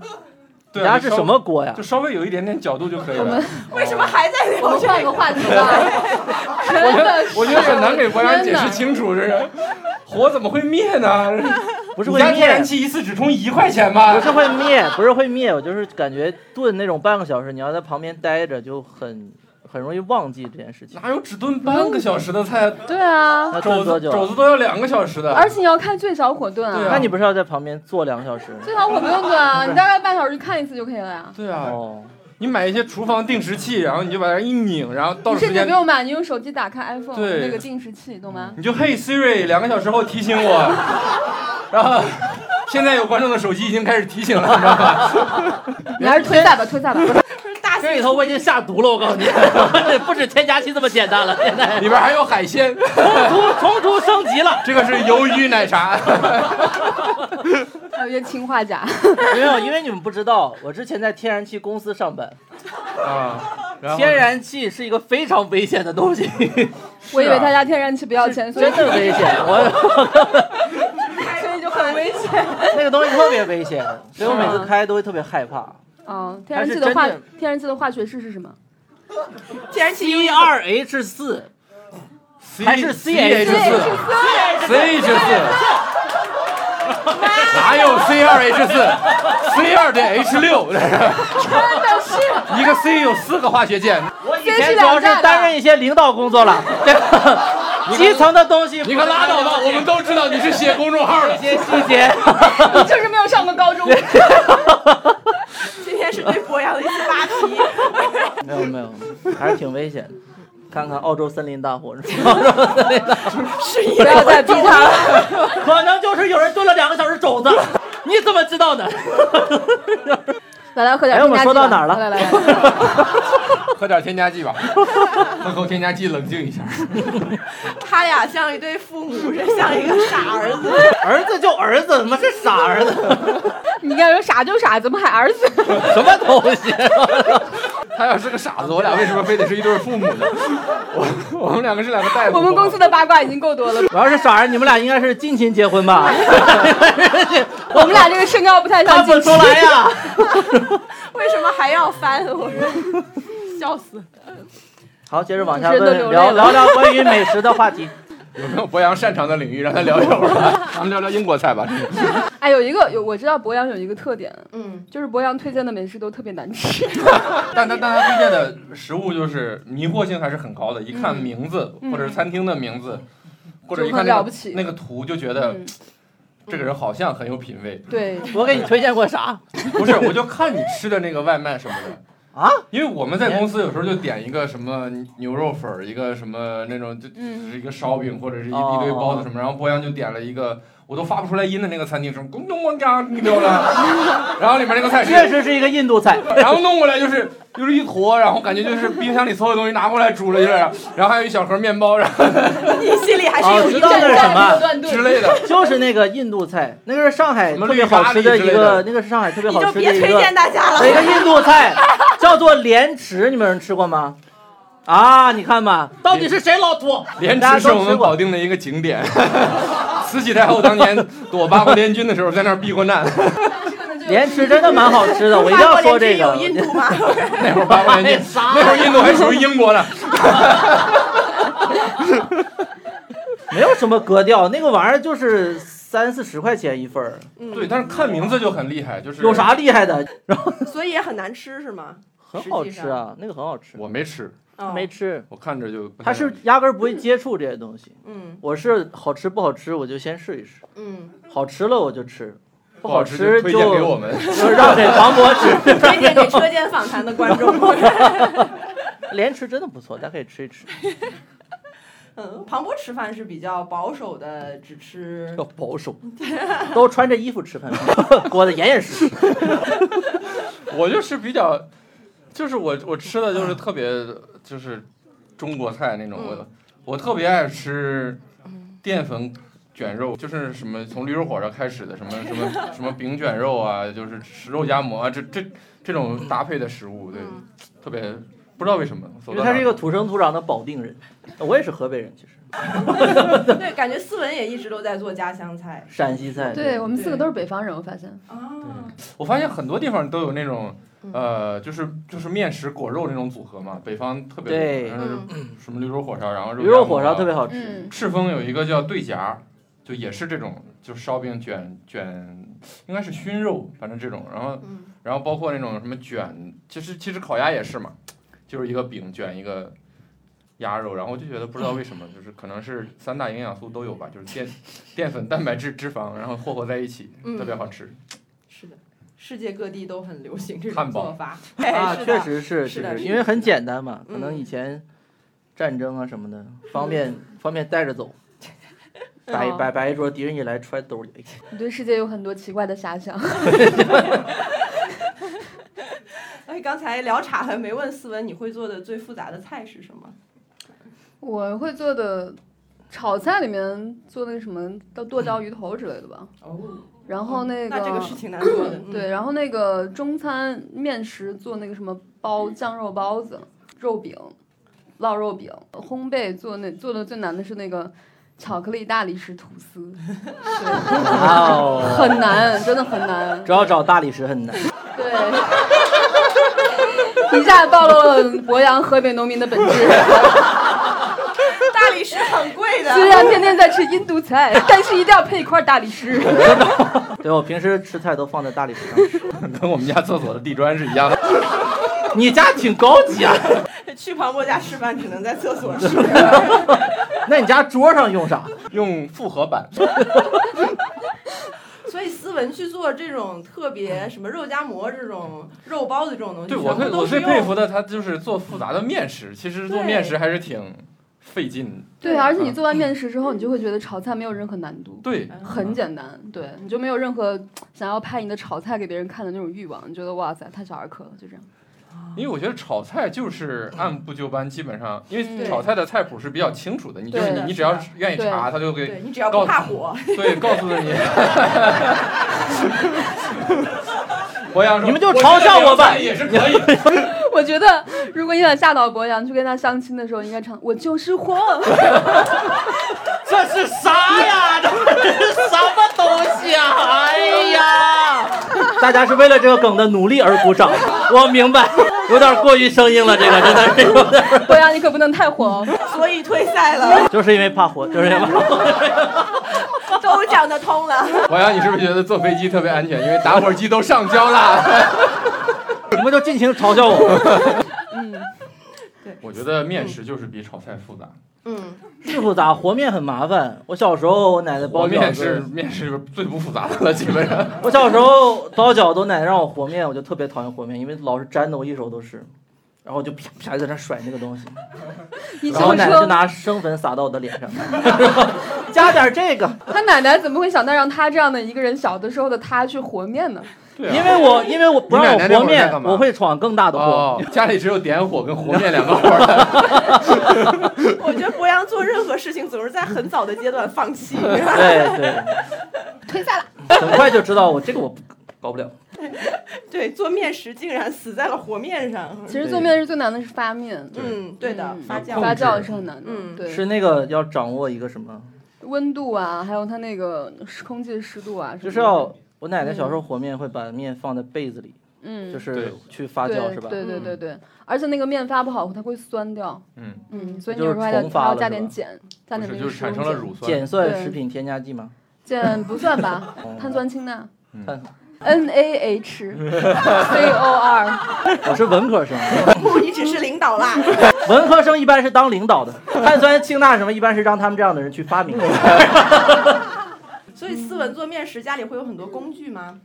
[SPEAKER 2] 对
[SPEAKER 4] 你
[SPEAKER 2] 啊，
[SPEAKER 4] 家
[SPEAKER 2] 就是稍
[SPEAKER 4] 什么锅呀
[SPEAKER 2] 就？稍微有一点点角度就可以了。
[SPEAKER 1] 为什么还在聊
[SPEAKER 3] 我们
[SPEAKER 1] 这
[SPEAKER 3] 换
[SPEAKER 1] 个？
[SPEAKER 3] 个话题吧，真 的是，
[SPEAKER 2] 我觉得很难给博洋解
[SPEAKER 3] 天
[SPEAKER 2] 释
[SPEAKER 3] 哪
[SPEAKER 2] 清楚，这个火怎么会灭呢？
[SPEAKER 4] 不是
[SPEAKER 2] 你
[SPEAKER 4] 会
[SPEAKER 2] 家天
[SPEAKER 4] 灭
[SPEAKER 2] 然，气啊一次只充一块钱吗
[SPEAKER 4] 不？是会灭，不是会灭。我就是感觉炖那种半个小时，你要在旁边待着，就很很容易忘记这件事情。
[SPEAKER 2] 哪有只炖半个小时的菜？
[SPEAKER 3] 对啊，
[SPEAKER 4] 那
[SPEAKER 2] 肘
[SPEAKER 4] 炖多
[SPEAKER 2] 子
[SPEAKER 4] 久
[SPEAKER 2] 肘
[SPEAKER 4] 啊？
[SPEAKER 2] 子都要两个小时的，
[SPEAKER 3] 而且你要看最小火炖
[SPEAKER 2] 对
[SPEAKER 3] 啊
[SPEAKER 2] 啊，
[SPEAKER 4] 那你不是要在旁边坐两个小时吗？
[SPEAKER 3] 最小火不用炖啊，你大概半小时看一次就可以了呀。
[SPEAKER 2] 对啊，
[SPEAKER 4] 哦，
[SPEAKER 2] 你买一些厨房定时器，然后你就把它一拧，然后到了
[SPEAKER 3] 你
[SPEAKER 2] 时
[SPEAKER 3] 甚至
[SPEAKER 2] 间
[SPEAKER 3] 不用买，你用手机打开 iPhone
[SPEAKER 2] 对
[SPEAKER 3] 那个定时器，懂吗？
[SPEAKER 2] 你就嘿 Siri，两个小时后提醒我，然后现在有观众的手机已经开始提醒了，你知道吗？
[SPEAKER 4] 嗯
[SPEAKER 3] 你还是退赛吧，退赛吧。
[SPEAKER 1] 大
[SPEAKER 4] 这里头我已经下毒了，我告诉你， 不止添加剂这么简单了，现在
[SPEAKER 2] 里边还有海鲜，
[SPEAKER 4] 冲突冲突升级了。
[SPEAKER 2] 这个是鱿鱼奶茶，
[SPEAKER 3] 还有一些氰呃化 钾，
[SPEAKER 4] 没有，因为你们不知道，我之前在天然气公司上班，
[SPEAKER 2] 啊，然后
[SPEAKER 4] 天然气是一个非常危险的东西，
[SPEAKER 3] 我以为他家天然气不要钱，所以
[SPEAKER 4] 啊真的危 险。我
[SPEAKER 3] 所以就很危险。
[SPEAKER 4] 那个东西特别危险，所以我每次开都会特别害怕。
[SPEAKER 3] 哦，天然气的化
[SPEAKER 4] 还是真
[SPEAKER 3] 天然气的化学式是什么？
[SPEAKER 1] 天然气
[SPEAKER 4] C E 二 H 四，还是啊
[SPEAKER 2] H 四 C H 四，哪有 C 二 H 四？C 二得 H 六，真的
[SPEAKER 3] 啊
[SPEAKER 2] 是一个 C 有四个化学键，
[SPEAKER 4] 我以前主要是担任一些领导工作 了，对吧？基层的东西
[SPEAKER 2] 你可拉倒吧，我们都知道你是写公众号的
[SPEAKER 4] 一。些细节。
[SPEAKER 3] 你 就是没有上过高中。
[SPEAKER 1] 今天是对博洋的一次 扒皮。
[SPEAKER 4] 没有没有，还是挺危险的。看看澳洲森林大火， 澳洲森林大火，
[SPEAKER 3] 不要再逼他了。
[SPEAKER 4] 可能就是有人炖了两个小时肘子，你怎么知道的？
[SPEAKER 3] 来来，喝点
[SPEAKER 4] 哎
[SPEAKER 3] 添
[SPEAKER 4] 我
[SPEAKER 3] 加
[SPEAKER 4] 们
[SPEAKER 3] 剂吧。
[SPEAKER 4] 说到哪儿了
[SPEAKER 3] 来来来，
[SPEAKER 2] 喝点添加剂吧，喝口添加剂冷静一下。
[SPEAKER 1] 他俩像一对父母，这像一个傻儿子。
[SPEAKER 4] 儿子就儿子，怎么是傻儿子？
[SPEAKER 3] 你该说傻就傻，怎么还儿子？
[SPEAKER 4] 什么东西？
[SPEAKER 3] 啊
[SPEAKER 2] 他要是个傻子，我俩为什么非得是一对父母呢？我我们两个是两个大夫。
[SPEAKER 3] 我们公司的八卦已经够多了。
[SPEAKER 4] 我要是傻儿，你们俩应该是近亲结婚吧？
[SPEAKER 3] 我们俩这个身高不太
[SPEAKER 4] 看
[SPEAKER 3] 像
[SPEAKER 4] 不
[SPEAKER 3] 近
[SPEAKER 4] 出
[SPEAKER 3] 亲。
[SPEAKER 4] 来呀、
[SPEAKER 1] 为什么还要翻？我说，笑死！
[SPEAKER 4] 好，接着往下
[SPEAKER 3] 真的
[SPEAKER 4] 问，
[SPEAKER 3] 流
[SPEAKER 4] 聊
[SPEAKER 3] 泪了
[SPEAKER 4] 聊聊关于美食的话 题。
[SPEAKER 2] 有没有博洋擅长的领域，让他聊一会儿？啊咱们聊聊英国菜吧。
[SPEAKER 3] 哎，有一个有我知道博洋有一个特点，
[SPEAKER 1] 嗯，
[SPEAKER 3] 就是博洋推荐的美食都特别难吃。
[SPEAKER 2] 但他但他推荐的食物就是迷惑性还是很高的，一看名字、或者是餐厅的名字，或者一看那
[SPEAKER 3] 嗯就
[SPEAKER 2] 个
[SPEAKER 3] 很了不起
[SPEAKER 2] 那个图就觉得、
[SPEAKER 3] 嗯
[SPEAKER 2] 这个人好像很有品味。
[SPEAKER 3] 对，
[SPEAKER 4] 我给你推荐过啥？
[SPEAKER 2] 不是，我就看你吃的那个外卖什么的。
[SPEAKER 4] 啊，
[SPEAKER 2] 因为我们在公司有时候就点一个什么牛肉粉儿，一个什么那种就
[SPEAKER 3] 嗯
[SPEAKER 2] 只是一个烧饼或者是一
[SPEAKER 4] 哦
[SPEAKER 2] 一堆包子什么，然后博洋就点了一个我都发不出来音的那个餐厅，什么咚咚咣当，你丢了， 然后里面那个菜是
[SPEAKER 4] 确实是一个印度菜，
[SPEAKER 2] 然后弄过来就是就是一坨，然后感觉就是冰箱里所有东西拿过来煮了一下，然后还有一小盒面包，然后
[SPEAKER 1] 你心里还是
[SPEAKER 4] 哦
[SPEAKER 1] 有
[SPEAKER 4] 知
[SPEAKER 1] 一
[SPEAKER 4] 道
[SPEAKER 1] 个
[SPEAKER 4] 那是什么
[SPEAKER 3] 乱
[SPEAKER 2] 之类 的。
[SPEAKER 4] 就是那个印度菜，那个是上海
[SPEAKER 2] 什么
[SPEAKER 4] 特
[SPEAKER 2] 绿
[SPEAKER 4] 别好吃
[SPEAKER 2] 咖喱之
[SPEAKER 4] 一
[SPEAKER 2] 类
[SPEAKER 4] 个
[SPEAKER 2] 的，
[SPEAKER 4] 那个是上海特别
[SPEAKER 1] 你
[SPEAKER 4] 好
[SPEAKER 1] 就
[SPEAKER 4] 吃的
[SPEAKER 1] 别
[SPEAKER 4] 一
[SPEAKER 1] 推
[SPEAKER 4] 个
[SPEAKER 1] 荐大家
[SPEAKER 4] 有一
[SPEAKER 1] 了。
[SPEAKER 4] 个印度菜叫做莲池，你们有人吃过吗？啊，你看吧，到底是谁老土？
[SPEAKER 2] 莲
[SPEAKER 4] 大
[SPEAKER 2] 池是
[SPEAKER 4] 家
[SPEAKER 2] 我
[SPEAKER 4] 都吃
[SPEAKER 2] 们保
[SPEAKER 4] 过。
[SPEAKER 2] 定的一个景点， 慈禧太后当年躲八国联军的时候在那儿避过难，
[SPEAKER 4] 莲池真的蛮好吃 的，我一定要
[SPEAKER 1] 法国
[SPEAKER 4] 说
[SPEAKER 1] 人
[SPEAKER 4] 这
[SPEAKER 1] 有
[SPEAKER 4] 个。
[SPEAKER 1] 印度吗？
[SPEAKER 2] 那会儿八国
[SPEAKER 4] 哎
[SPEAKER 2] 联军，那会儿印度还属于英国呢。
[SPEAKER 4] 没有什么格调，那个玩意儿就是三四十块钱一份儿，
[SPEAKER 2] 对，但是看名字就很厉害，就是
[SPEAKER 4] 有？啥厉害的？然后
[SPEAKER 1] 所以也很难吃是 吗？
[SPEAKER 4] 很好吃啊，那个很好吃，
[SPEAKER 2] 我没吃，
[SPEAKER 1] 哦
[SPEAKER 4] 没吃。
[SPEAKER 2] 我看着就不太
[SPEAKER 4] 他是压根儿不会接触这些东西，
[SPEAKER 1] 嗯
[SPEAKER 4] 我是好吃不好吃我就先试一试，
[SPEAKER 1] 嗯，
[SPEAKER 4] 好吃了我就吃，不
[SPEAKER 2] 不好
[SPEAKER 4] 好
[SPEAKER 2] 吃
[SPEAKER 4] 吃
[SPEAKER 2] 就
[SPEAKER 4] 就
[SPEAKER 2] 推荐给我们。
[SPEAKER 4] 就让给庞博吃。
[SPEAKER 1] 推 荐给车间访谈的观 众。
[SPEAKER 4] 连吃真的不错，大家可以吃一吃。
[SPEAKER 1] 嗯，庞博吃饭是比较保守的，只吃
[SPEAKER 4] 要保守， 都穿着衣服吃饭， 裹得严严 实实。
[SPEAKER 2] 我就是比较，就是我我吃的就是特别就是中国菜那种，
[SPEAKER 4] 嗯
[SPEAKER 2] 我我特别爱吃淀粉卷肉，就是什么从驴肉火烧开始的什么什么什么饼卷
[SPEAKER 1] 嗯
[SPEAKER 2] 肉啊，就是吃肉夹馍啊，这这这种搭配的食物，对，特别不知道为什么。走
[SPEAKER 4] 嗯因
[SPEAKER 2] 到
[SPEAKER 4] 为他是一
[SPEAKER 2] 哪
[SPEAKER 4] 个
[SPEAKER 2] 儿
[SPEAKER 4] 土生土长的保定人。我也是河北人，其实
[SPEAKER 1] 对，感觉思文也一直都在做家乡菜
[SPEAKER 4] 陕西菜。
[SPEAKER 3] 对我们四个都是北方人，我发现。
[SPEAKER 1] 啊。
[SPEAKER 2] 我发现很多地方都有那种
[SPEAKER 1] 嗯。
[SPEAKER 2] 呃，就是就是面食果肉那种组合嘛，北方特别多
[SPEAKER 4] 对
[SPEAKER 2] 然后
[SPEAKER 1] 嗯
[SPEAKER 2] 就是嗯什么驴肉火烧，然后
[SPEAKER 4] 驴肉火烧
[SPEAKER 2] 夹馍
[SPEAKER 4] 特别好吃。
[SPEAKER 3] 嗯，
[SPEAKER 2] 赤峰有一个叫对夹，就也是这种，就是烧饼卷卷，应该是熏肉，反正这种。然后
[SPEAKER 1] 嗯
[SPEAKER 2] 然后包括那种什么卷，其实其实烤鸭也是嘛，就是一个饼卷一个鸭肉。然后我就觉得不知道为什么，就是可能是三大营养素都有吧，就是淀淀粉、蛋白质、脂肪，然后混合在一起，
[SPEAKER 1] 嗯
[SPEAKER 2] 特别好吃。
[SPEAKER 1] 是的，世界各地都很流行这种
[SPEAKER 2] 汉堡
[SPEAKER 1] 做 法。
[SPEAKER 4] 啊，
[SPEAKER 1] 哎，是的
[SPEAKER 4] 确实是，
[SPEAKER 1] 是
[SPEAKER 4] 确
[SPEAKER 1] 的是
[SPEAKER 4] 实是
[SPEAKER 1] 的
[SPEAKER 4] 因为很简单嘛，可能
[SPEAKER 1] 嗯
[SPEAKER 4] 以前战争啊什么的，方便方便带着 走，
[SPEAKER 3] 嗯
[SPEAKER 4] 摆摆摆一桌，敌人一来揣兜里。
[SPEAKER 3] 你对世界有很多奇怪的遐想。
[SPEAKER 1] 哎，刚才聊岔了，没问思文你会做的最复杂的菜是什么？
[SPEAKER 3] 我会做的炒菜里面做那个什么叫剁椒鱼头之类的吧，
[SPEAKER 1] 哦，
[SPEAKER 3] 然后那个、
[SPEAKER 1] 那这个是挺难做 的。嗯
[SPEAKER 3] 对，，然后那个中餐面食做那个什么包酱肉包子、肉饼、烙肉饼，烘焙做那做的最难的是那个巧克力大理石吐司，是
[SPEAKER 4] 哇哦，
[SPEAKER 3] 很难，真的很难。
[SPEAKER 4] 主要找大理石很难。
[SPEAKER 3] 对， 一下暴露了博阳河北农民的本 质。
[SPEAKER 1] 大理石很贵的。
[SPEAKER 3] 虽然天天在吃印度 菜，但是一定要配一块大理石。
[SPEAKER 4] 对我平时吃菜都放在大理石上 吃。
[SPEAKER 2] 跟我们家厕所的地砖是一样的。
[SPEAKER 4] 你家挺高级啊，
[SPEAKER 1] 去庞博家吃饭只能在厕所吃。
[SPEAKER 4] 那你家桌上用啥？
[SPEAKER 2] 用复合板，
[SPEAKER 1] 所以思文去做这种特别什么肉夹馍这种肉包子这种东西，
[SPEAKER 2] 嗯对我
[SPEAKER 1] 全
[SPEAKER 2] 最
[SPEAKER 1] 部
[SPEAKER 2] 我
[SPEAKER 1] 都
[SPEAKER 2] 最
[SPEAKER 1] 是
[SPEAKER 2] 佩
[SPEAKER 1] 用
[SPEAKER 2] 服的，他就是做复杂的面食。其实做
[SPEAKER 1] 对
[SPEAKER 2] 面食还是挺费劲的。
[SPEAKER 3] 对，啊而且你做完面食之后，你就会觉得炒菜没有任何难度，
[SPEAKER 2] 对，
[SPEAKER 3] 很简单。对，你就没有任何想要拍你的炒菜给别人看的那种欲望，你觉得哇塞，太小儿科了，就这样。
[SPEAKER 2] 因为我觉得炒菜就是按部就班，基本上，因为
[SPEAKER 3] 嗯
[SPEAKER 2] 炒菜的菜谱是比较清楚的，你就是
[SPEAKER 3] 对
[SPEAKER 2] 你，
[SPEAKER 1] 的
[SPEAKER 2] 你
[SPEAKER 1] 是
[SPEAKER 2] 只要
[SPEAKER 1] 的
[SPEAKER 2] 愿意
[SPEAKER 3] 对
[SPEAKER 2] 查，他就会
[SPEAKER 1] 对你只要不怕火，
[SPEAKER 2] 对告诉你。博洋说，
[SPEAKER 4] 你们就嘲笑我
[SPEAKER 2] 我觉得凉
[SPEAKER 4] 吧
[SPEAKER 2] 菜也是可以的。
[SPEAKER 3] 我觉得，如果你想吓倒博洋，去跟他相亲的时候，应该唱《我就是 火》。
[SPEAKER 4] 这是啥呀？这是什么东西啊？哎呀！大家是为了这个梗的努力而鼓掌，我明白，有点过于生硬了，这个真的是有点。
[SPEAKER 3] 博洋，你可不能太火哦。
[SPEAKER 1] 所以退赛了，
[SPEAKER 4] 就是因为怕火，就是因为怕火。
[SPEAKER 1] 都讲得通了。
[SPEAKER 2] 博洋，你是不是觉得坐飞机特别安全？因为打火机都上交了。
[SPEAKER 4] 你们就尽情嘲笑我，
[SPEAKER 2] 我觉得面食就是比炒菜复杂，
[SPEAKER 1] 嗯，
[SPEAKER 4] 是复杂，和面很麻烦。我小时候，我奶奶包
[SPEAKER 2] 我
[SPEAKER 4] 饺
[SPEAKER 2] 面是
[SPEAKER 4] 子，
[SPEAKER 2] 面是最不复杂的了，基本上。
[SPEAKER 4] 我小时候包饺子，我奶奶让我和面，我就特别讨厌和面，因为老是粘的我一手都是，然后我就啪啪在那甩那个东西，
[SPEAKER 3] 你这
[SPEAKER 4] 然后
[SPEAKER 3] 么
[SPEAKER 4] 奶奶就
[SPEAKER 3] 说，
[SPEAKER 4] 拿生粉撒到我的脸上，加点这个，
[SPEAKER 3] 他奶奶怎么会想到让他这样的一个人，小的时候的他去和面呢？
[SPEAKER 2] 对啊
[SPEAKER 4] 因为我因为我不让
[SPEAKER 2] 你奶奶那
[SPEAKER 4] 我和
[SPEAKER 2] 会儿在
[SPEAKER 4] 面
[SPEAKER 2] 干，嘛
[SPEAKER 4] 我会闯更大的祸。
[SPEAKER 2] 哦，家里只有点火跟和面两个活儿 了。
[SPEAKER 1] 我觉得博洋做任何事情总是在很早的阶段放弃。
[SPEAKER 4] 对对，
[SPEAKER 3] 退赛了。
[SPEAKER 4] 很快就知道我这个我不搞不了。
[SPEAKER 1] 对，做面食竟然死在了和面上。
[SPEAKER 3] 其实做面是最难的是发面，
[SPEAKER 1] 嗯，对的，
[SPEAKER 3] 嗯
[SPEAKER 1] 发
[SPEAKER 2] 控
[SPEAKER 1] 酵。
[SPEAKER 3] 发
[SPEAKER 2] 制
[SPEAKER 3] 酵是很难的。
[SPEAKER 1] 嗯
[SPEAKER 3] 对，
[SPEAKER 4] 是那个要掌握一个什么，
[SPEAKER 3] 温度啊，还有它那个湿空气的湿度啊，
[SPEAKER 4] 就是要我奶奶小时候和面会把面放在被子里，
[SPEAKER 3] 嗯，
[SPEAKER 4] 就
[SPEAKER 2] 对
[SPEAKER 4] 是去发酵
[SPEAKER 3] 对
[SPEAKER 4] 是吧？
[SPEAKER 3] 对对
[SPEAKER 1] 嗯
[SPEAKER 3] 对对，而且那个面发不好，它会酸掉。
[SPEAKER 2] 嗯
[SPEAKER 3] 嗯，所以你
[SPEAKER 4] 就
[SPEAKER 3] 有时
[SPEAKER 4] 是
[SPEAKER 3] 候还得
[SPEAKER 4] 重
[SPEAKER 3] 还
[SPEAKER 4] 发
[SPEAKER 3] 要
[SPEAKER 4] 了
[SPEAKER 3] 加
[SPEAKER 4] 是
[SPEAKER 3] 点
[SPEAKER 4] 吧
[SPEAKER 3] 碱，
[SPEAKER 2] 不
[SPEAKER 3] 加点
[SPEAKER 2] 是，
[SPEAKER 3] 那
[SPEAKER 2] 就
[SPEAKER 3] 个
[SPEAKER 2] 是
[SPEAKER 3] 食
[SPEAKER 2] 产
[SPEAKER 3] 用碱，
[SPEAKER 2] 生了乳酸。
[SPEAKER 4] 碱算
[SPEAKER 3] 对
[SPEAKER 4] 食品添加剂吗？，
[SPEAKER 3] 碱不算吧
[SPEAKER 4] 哦
[SPEAKER 3] 碳酸氢钠
[SPEAKER 2] 嗯。
[SPEAKER 3] N A H C O R，
[SPEAKER 4] 我是文科生，
[SPEAKER 1] 不，你只是领导 啦。
[SPEAKER 4] 文科生一般是当领导的，碳酸氢钠什么一般是让他们这样的人去发明。
[SPEAKER 1] 所以思文做面食家里会有很多工具吗？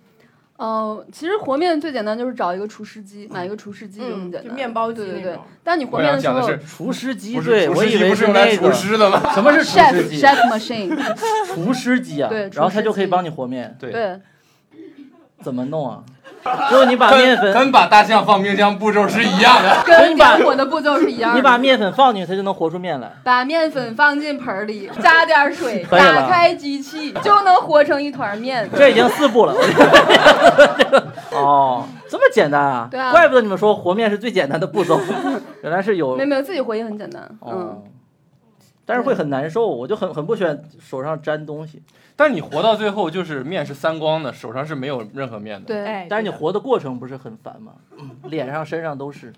[SPEAKER 3] 哦，其实和面最简单就是找一个厨师机，买一个厨师机就很简
[SPEAKER 1] 嗯就
[SPEAKER 3] 单。
[SPEAKER 1] 面包机
[SPEAKER 3] 嗯对对
[SPEAKER 1] 那
[SPEAKER 3] 对
[SPEAKER 1] 种。，
[SPEAKER 3] 但你和
[SPEAKER 2] 我
[SPEAKER 3] 面
[SPEAKER 2] 想
[SPEAKER 3] 的时
[SPEAKER 2] 讲的
[SPEAKER 3] 候
[SPEAKER 2] 是，
[SPEAKER 4] 厨师机，
[SPEAKER 2] 不是
[SPEAKER 4] 对
[SPEAKER 2] 厨
[SPEAKER 4] 我
[SPEAKER 2] 师
[SPEAKER 4] 以
[SPEAKER 2] 机
[SPEAKER 4] 为
[SPEAKER 2] 不是用来
[SPEAKER 4] 那
[SPEAKER 2] 除
[SPEAKER 4] 个。
[SPEAKER 2] 湿的吗？
[SPEAKER 4] 什么是厨师
[SPEAKER 3] chef
[SPEAKER 4] 机？
[SPEAKER 3] chef machine，
[SPEAKER 4] 厨师机啊，
[SPEAKER 3] 对厨师机
[SPEAKER 4] 然后他就可以帮你和面，
[SPEAKER 2] 对
[SPEAKER 3] 对，
[SPEAKER 4] 怎么弄啊？就是你把面粉，
[SPEAKER 2] 跟把大象放冰箱步骤是一样的。
[SPEAKER 3] 跟
[SPEAKER 4] 你把
[SPEAKER 3] 点火的步骤是一样的。
[SPEAKER 4] 你把面粉放进去，它就能和出面来。
[SPEAKER 3] 把面粉放进盆儿里，加点儿水，
[SPEAKER 4] 可以了
[SPEAKER 3] 打开机器就能和成一团面。
[SPEAKER 4] 这已经四步了。我觉得哦，这么简单啊！
[SPEAKER 3] 对啊
[SPEAKER 4] 怪不得你们说和面是最简单的步骤， 原来是有
[SPEAKER 3] 没有没有，自己回忆很简单。嗯，
[SPEAKER 4] 哦，但是会很难受，我就很很不喜欢手上沾东西。
[SPEAKER 2] 但是你活到最后，就是面是三光的，手上是没有任何面的。
[SPEAKER 3] 对，
[SPEAKER 1] 哎，
[SPEAKER 4] 但是你
[SPEAKER 1] 对的
[SPEAKER 4] 活的过程不是很烦吗？嗯脸上、身上都是。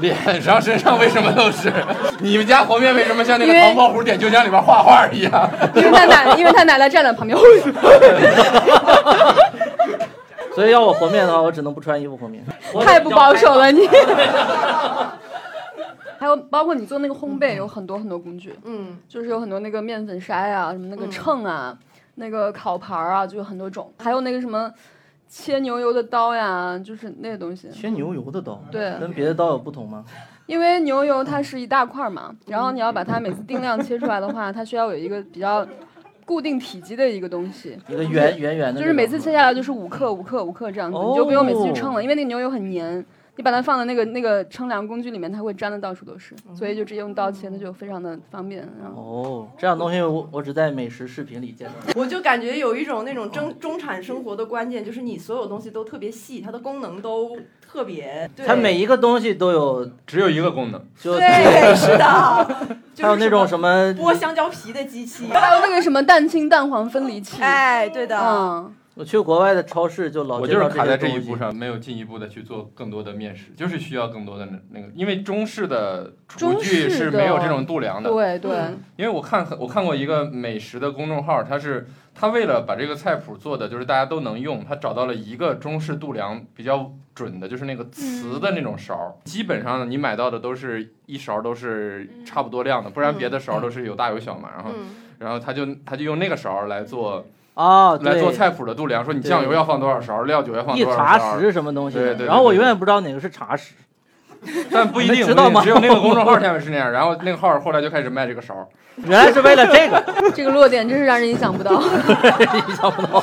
[SPEAKER 2] 脸上、身上为什么都是？你们家和面为什么像那个
[SPEAKER 3] 因为
[SPEAKER 2] 唐伯虎点秋香里边画画一样？
[SPEAKER 3] 因为他奶， 因为他奶奶站在旁边。
[SPEAKER 4] 所以要我和面的话，我只能不穿衣服和面。
[SPEAKER 3] 太不保守了你。 还有包括你做那个烘焙，有很多很多工具，
[SPEAKER 1] 嗯，
[SPEAKER 3] 就是有很多那个面粉筛啊，什么那
[SPEAKER 4] 嗯
[SPEAKER 3] 个秤啊，那个烤盘儿啊，就有很多种。还有那个什么切牛油的刀呀，就是那个东西。
[SPEAKER 4] 切牛油的刀，
[SPEAKER 3] 对
[SPEAKER 4] 跟别的刀有不同吗？
[SPEAKER 3] 因为牛油它是一大块儿嘛，然后你要把它每次定量切出来的话，它需要有一个比较固定体积的一个东西。
[SPEAKER 4] 一个圆圆圆的那种，
[SPEAKER 3] 就是每次切下来就是五克、五克、五克这样子，你就不用每次去称了，因为那个牛油很粘，你把它放到那个那个称量工具里面，它会粘的到处都是，所以就直接用刀切，那就非常的方便。然后
[SPEAKER 4] 哦，这样东西我我只在美食视频里见到。
[SPEAKER 1] 我就感觉有一种那种中中产生活的关键，就是你所有东西都特别细，它的功能都特别。对
[SPEAKER 4] 它每一个东西都有，
[SPEAKER 2] 只有一个功能，
[SPEAKER 4] 就
[SPEAKER 1] 对，是的，就是
[SPEAKER 4] 还有那种什么
[SPEAKER 1] 剥香蕉皮的机器。
[SPEAKER 3] 还有那个什么蛋清蛋黄分离器，
[SPEAKER 1] 哎，对的，
[SPEAKER 3] 嗯，
[SPEAKER 4] 我去国外的超市就老
[SPEAKER 2] 我
[SPEAKER 4] 见
[SPEAKER 2] 就是
[SPEAKER 4] 到
[SPEAKER 2] 卡在这
[SPEAKER 4] 这
[SPEAKER 2] 一步上，没有进一步的去做更多的面食，就是需要更多的那那个，因为中式的厨
[SPEAKER 3] 中
[SPEAKER 2] 具
[SPEAKER 3] 式的
[SPEAKER 2] 是没有这种度量的。
[SPEAKER 3] 对对，
[SPEAKER 1] 嗯
[SPEAKER 2] 因为我看很我看过一个美食的公众号，它是它为了把这个菜谱做的就是大家都能用，它找到了一个中式度量比较准的，就是那个
[SPEAKER 3] 嗯
[SPEAKER 2] 瓷的那种勺儿。基本上呢你买到的都是一勺都是
[SPEAKER 3] 嗯
[SPEAKER 2] 差不多量的，不然别的勺儿都是有大有小嘛。然后
[SPEAKER 1] 嗯，
[SPEAKER 2] 然后他就他就用那个勺儿来做
[SPEAKER 4] 啊，对
[SPEAKER 2] 来做菜谱的度量，说你酱油要放多少勺儿，料酒要放
[SPEAKER 4] 一
[SPEAKER 2] 多少勺
[SPEAKER 4] 茶
[SPEAKER 2] 儿。
[SPEAKER 4] 匙什么东西的，
[SPEAKER 2] 对对对
[SPEAKER 4] 然后我
[SPEAKER 2] 对
[SPEAKER 4] 永远不知道哪个是茶匙。
[SPEAKER 2] 但不一定，
[SPEAKER 4] 你知道吗
[SPEAKER 2] 只有那个公众号下面是那样，然后那个号儿后来就开始卖这个勺儿。
[SPEAKER 4] 原来是为了 这个，
[SPEAKER 3] 这个落点真是让人意想不到。
[SPEAKER 4] 意想不到。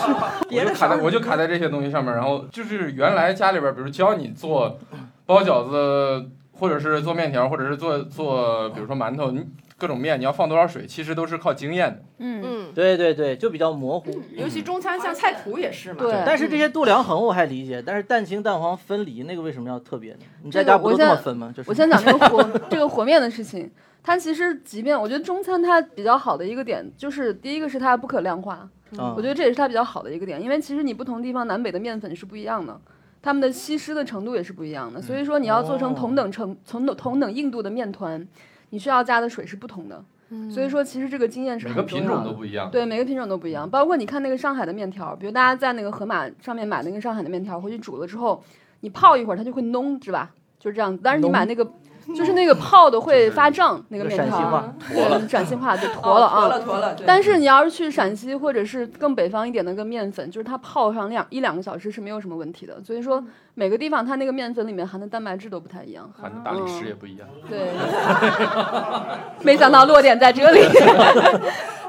[SPEAKER 2] 我就卡在我就卡在这些东西上面，然后就是原来家里边儿，比如教你做包饺子，或者是做面条，或者是做做比如说馒头，你各种面你要放多少水，其实都是靠经验的。
[SPEAKER 3] 嗯，
[SPEAKER 1] 嗯，
[SPEAKER 4] 对对对，就比较模糊。
[SPEAKER 1] 尤其中餐像菜谱也是嘛。
[SPEAKER 3] 对
[SPEAKER 4] 但是这些度量衡我还理解，但是蛋清蛋黄分离那个为什么要特别呢？你在
[SPEAKER 3] 这个
[SPEAKER 4] 家不
[SPEAKER 3] 我
[SPEAKER 4] 都这么
[SPEAKER 3] 现在
[SPEAKER 4] 分吗？就是
[SPEAKER 3] 我先讲这个和 这个和面的事情。它其实，即便我觉得中餐它比较好的一个点，就是第一个是它不可量化，
[SPEAKER 4] 啊
[SPEAKER 3] 我觉得这也是它比较好的一个点，因为其实你不同地方南北的面粉是不一样的，它们的吸湿的程度也是不一样的，所以说你要做成同等程、同等同等硬度的面团，你需要加的水是不同的，
[SPEAKER 1] 嗯
[SPEAKER 3] 所以说其实这个经验是
[SPEAKER 2] 每
[SPEAKER 3] 很
[SPEAKER 2] 个
[SPEAKER 3] 重
[SPEAKER 2] 品
[SPEAKER 3] 要
[SPEAKER 2] 种
[SPEAKER 3] 的
[SPEAKER 2] 都。不一样。
[SPEAKER 3] 对，每个品种都不一样，包括你看那个上海的面条，比如大家在那个盒马上面买那个上海的面条，回去煮了之后，你泡一会儿它就会浓，是吧？就是这样子。但是你
[SPEAKER 4] 浓
[SPEAKER 3] 买那个，就是那个泡的会发胀，那个
[SPEAKER 4] 这
[SPEAKER 3] 面
[SPEAKER 4] 陕西
[SPEAKER 3] 条
[SPEAKER 4] 话
[SPEAKER 3] 儿，对，陕西 话就坨了
[SPEAKER 1] 嗯
[SPEAKER 3] 啊，
[SPEAKER 1] 哦坨了坨了。对
[SPEAKER 3] 但是你要是去陕西或者是更北方一点的那个面粉，就是它泡上两一两个小时是没有什么问题的。所以说每个地方它那个面粉里面含的蛋白质都不太一样。
[SPEAKER 2] 含的大理石也不一样，
[SPEAKER 3] 对，没想到落点在这里。
[SPEAKER 1] 嗯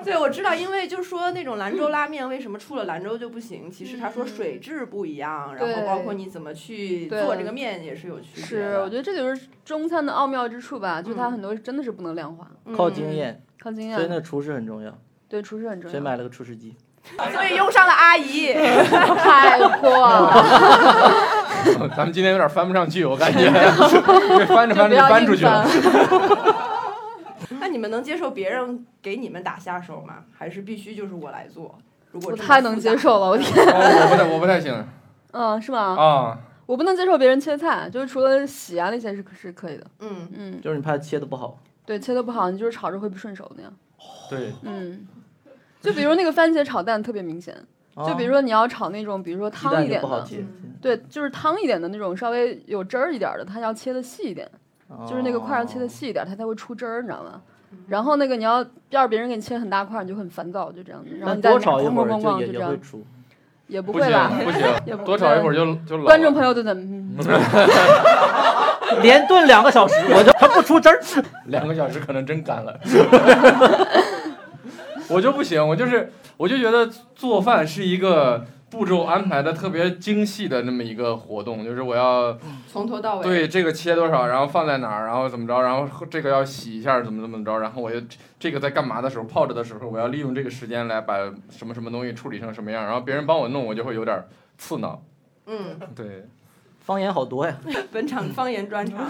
[SPEAKER 1] 对，我知道，因为就是说那种兰州拉面为什么出了兰州就不行？其实他说水质不一样，然后
[SPEAKER 3] 嗯对
[SPEAKER 1] 包括你怎么去
[SPEAKER 3] 对
[SPEAKER 1] 做这个面也是有区别的。
[SPEAKER 3] 是，我觉得这就是中餐的奥妙之处吧，就它
[SPEAKER 1] 嗯
[SPEAKER 3] 很多真的是不能量化，
[SPEAKER 1] 嗯
[SPEAKER 4] 靠经，验，
[SPEAKER 3] 靠经
[SPEAKER 4] 所以那
[SPEAKER 3] 验。
[SPEAKER 4] 个厨师很重要，
[SPEAKER 3] 对，厨师很重
[SPEAKER 4] 所以
[SPEAKER 3] 要。
[SPEAKER 4] 买了个厨师机。
[SPEAKER 1] 所以用上了阿姨。
[SPEAKER 3] 太过了，
[SPEAKER 2] 咱们今天有点翻不上去，我感 觉翻着翻着
[SPEAKER 3] 就不
[SPEAKER 2] 就
[SPEAKER 3] 要
[SPEAKER 2] 翻出
[SPEAKER 3] 硬
[SPEAKER 2] 去了
[SPEAKER 3] 翻。。
[SPEAKER 1] 那你们能接受别人给你们打下手吗？还是必须就是我来做？如果
[SPEAKER 3] 我
[SPEAKER 1] 这么
[SPEAKER 3] 太能
[SPEAKER 1] 复杂
[SPEAKER 3] 接受了，我天。
[SPEAKER 2] 哦我不太我不太行
[SPEAKER 3] 嗯，是吗？
[SPEAKER 2] 啊，
[SPEAKER 3] 我不能接受别人切菜，就是除了洗啊那些是是可以的。
[SPEAKER 1] 嗯，
[SPEAKER 3] 嗯，
[SPEAKER 4] 就是你怕切的不好，
[SPEAKER 3] 对，切的不好，你就是炒着会不顺手那样。
[SPEAKER 2] 对，
[SPEAKER 3] 嗯，就比如那个番茄炒蛋特别明显，
[SPEAKER 4] 啊
[SPEAKER 3] 就比如说你要炒那种，比如说
[SPEAKER 4] 鸡
[SPEAKER 3] 汤
[SPEAKER 4] 蛋
[SPEAKER 3] 一
[SPEAKER 4] 就
[SPEAKER 3] 点
[SPEAKER 4] 不好
[SPEAKER 3] 的，嗯
[SPEAKER 4] 切，
[SPEAKER 3] 对，就是汤一点的那种，稍微有汁儿一点的，它要切的细一点，就是那个块儿要切的
[SPEAKER 4] 哦
[SPEAKER 3] 细一点，它才会出汁儿，你知道吗？然后那个你要要是别人给你切很大块儿，你就很烦躁，就这样子。然后
[SPEAKER 4] 但
[SPEAKER 3] 你再
[SPEAKER 4] 多炒一
[SPEAKER 3] 咣
[SPEAKER 4] 会
[SPEAKER 3] 咣咣
[SPEAKER 4] 儿就
[SPEAKER 3] 咣
[SPEAKER 4] 也
[SPEAKER 3] 就这
[SPEAKER 4] 也
[SPEAKER 3] 样
[SPEAKER 4] 会，出。
[SPEAKER 3] 也不
[SPEAKER 2] 不
[SPEAKER 3] 会
[SPEAKER 2] 行
[SPEAKER 3] 吧？
[SPEAKER 2] 不
[SPEAKER 3] 也不
[SPEAKER 2] 行，
[SPEAKER 3] 会
[SPEAKER 2] 多炒一会儿就就老了。
[SPEAKER 3] 观众朋友都在嗯，
[SPEAKER 4] 连炖两个 小时，我就它不出汁儿。
[SPEAKER 2] 两个小时可能真干了。 我就不行，我就是我就觉得做饭是一个步骤安排的特别精细的那么一个活动，就是我要
[SPEAKER 1] 从头到尾。
[SPEAKER 2] 对这个切多少，然后放在哪儿，然后怎么着，然后这个要洗一下，怎么怎么着，然后我又这个在干嘛的时候泡着的时候，我要利用这个时间来把什么什么东西处理成什么样，然后别人帮我弄，我就会有点儿刺挠。
[SPEAKER 1] 嗯，
[SPEAKER 2] 对，
[SPEAKER 4] 方言好多呀。
[SPEAKER 1] 本场方言专场。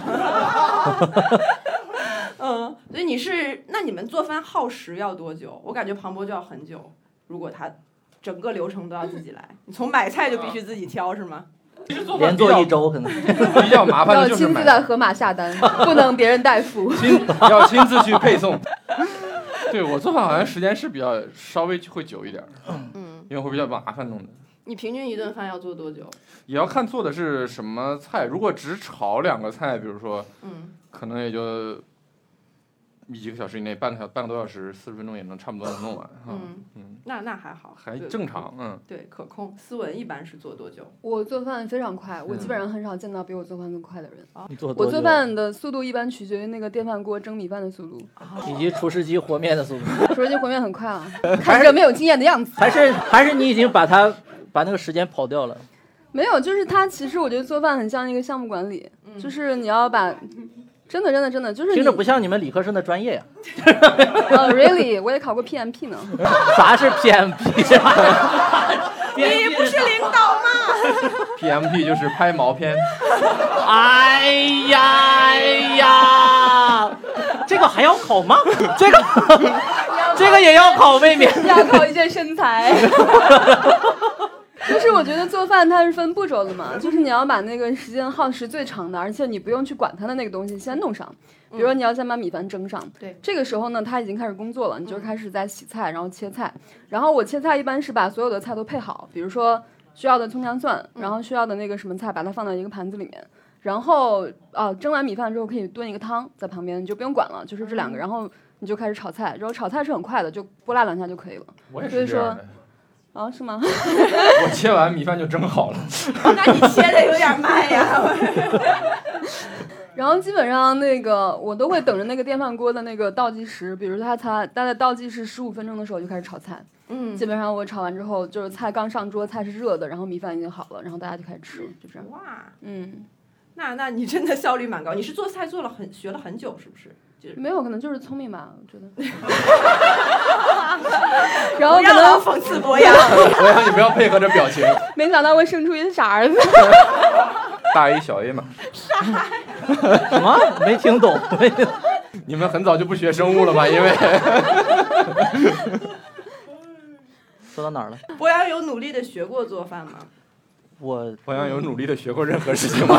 [SPEAKER 1] 嗯，所以你是那你们做饭耗时要多久？我感觉庞博就要很久，如果他整个流程都要自己来，你从买菜就必须自己挑是吗？
[SPEAKER 2] 其实做饭
[SPEAKER 4] 连
[SPEAKER 2] 比较
[SPEAKER 4] 做一周可能。
[SPEAKER 2] 比较麻烦
[SPEAKER 3] 要
[SPEAKER 2] 的就是
[SPEAKER 3] 亲
[SPEAKER 2] 买
[SPEAKER 3] 自在盒马下单，不能别人代付。
[SPEAKER 2] 亲 要亲自去配送。 对我做饭好像时间是比较稍微会久一点儿，
[SPEAKER 1] 嗯，
[SPEAKER 2] 因为会比较麻烦弄的。
[SPEAKER 1] 你平均一顿饭要做多久？
[SPEAKER 2] 也要看做的是什么菜，如果只炒两个菜，比如说
[SPEAKER 1] 嗯，
[SPEAKER 2] 可能也就一个小时以内，半个小半个多小时，四十分钟也能差不多能弄完。
[SPEAKER 1] 嗯
[SPEAKER 2] 嗯，
[SPEAKER 1] 那那还好，
[SPEAKER 2] 还
[SPEAKER 1] 对
[SPEAKER 2] 正。常。嗯，
[SPEAKER 1] 对，可控。思文一般是做多久？
[SPEAKER 3] 我做饭非常快，我基本上很少见到比我做饭更快的人。
[SPEAKER 4] 你做
[SPEAKER 3] 我
[SPEAKER 4] 多久
[SPEAKER 3] 做饭的速度一般取决于那个电饭锅蒸米饭的速度，
[SPEAKER 4] 以及厨师机和面的速度，
[SPEAKER 3] 厨师机和面很快啊，看着没有经验的样子。
[SPEAKER 4] 还是还是你已经把它把那个时间跑掉了。
[SPEAKER 3] 没有，就是它其实我觉得做饭很像一个项目管理，
[SPEAKER 1] 嗯
[SPEAKER 3] 就是你要把，真的真的真的就是你
[SPEAKER 4] 听着不像你们理科生的专业呀、
[SPEAKER 3] 呃 really，我也考过 PMP 呢。
[SPEAKER 4] 啥是 PMP 呀、
[SPEAKER 1] 你不是领导吗？
[SPEAKER 2] PMP 就是拍毛片，
[SPEAKER 4] 哎呀哎呀，这个还要考吗？这个 这个也要考未免。
[SPEAKER 3] 要靠一些身材。就是我觉得做饭它是分步骤的嘛，就是你要把那个时间耗时最长的，而且你不用去管它的那个东西先弄上。比如说你要先把米饭蒸上，
[SPEAKER 1] 对
[SPEAKER 3] 这个时候呢，它已经开始工作了，你就开始在洗菜，然后切菜。然后我切菜一般是把所有的菜都配好，比如说需要的葱姜蒜，然后需要的那个什么菜，把它放到一个盘子里面。然后啊，蒸完米饭之后可以炖一个汤在旁边，你就不用管了，就是这两个。然后你就开始炒菜，然后炒菜是很快的，就拨拉两下就可以了。
[SPEAKER 2] 我也
[SPEAKER 3] 所
[SPEAKER 2] 是
[SPEAKER 3] 以
[SPEAKER 2] 这样的。
[SPEAKER 3] 啊，是吗？
[SPEAKER 2] 我切完米饭就蒸好了。
[SPEAKER 1] 哦那你切的有点慢 呀。
[SPEAKER 3] 然后基本上那个我都会等着那个电饭锅的那个倒计时，比如说它才它在倒计时十五分钟的时候就开始炒菜。
[SPEAKER 1] 嗯
[SPEAKER 3] 基，本上我炒完之后，就是菜刚上桌，菜是热的，然后米饭已经好了，然后大家就开始吃，就这样。
[SPEAKER 1] 哇，
[SPEAKER 3] 嗯，
[SPEAKER 1] 那那你真的效率蛮高。你是做菜做了很学了很久是不是？就是
[SPEAKER 3] 没有可能就是聪明吧，我觉得。 然后
[SPEAKER 1] 不
[SPEAKER 3] 哦可
[SPEAKER 1] 要老
[SPEAKER 3] 能
[SPEAKER 1] 讽刺博洋。
[SPEAKER 2] 我想你不要配合着表情，
[SPEAKER 3] 没想到会生出一个傻儿子。
[SPEAKER 2] 大 A 小 A 嘛，
[SPEAKER 4] 什么？没听懂？没听懂
[SPEAKER 2] 你们很早就不学生物了吧？因为
[SPEAKER 4] 说到哪儿了？
[SPEAKER 1] 博洋有努力的学过做饭吗？
[SPEAKER 4] 我
[SPEAKER 2] 朋友有努力的学过任何事情吗？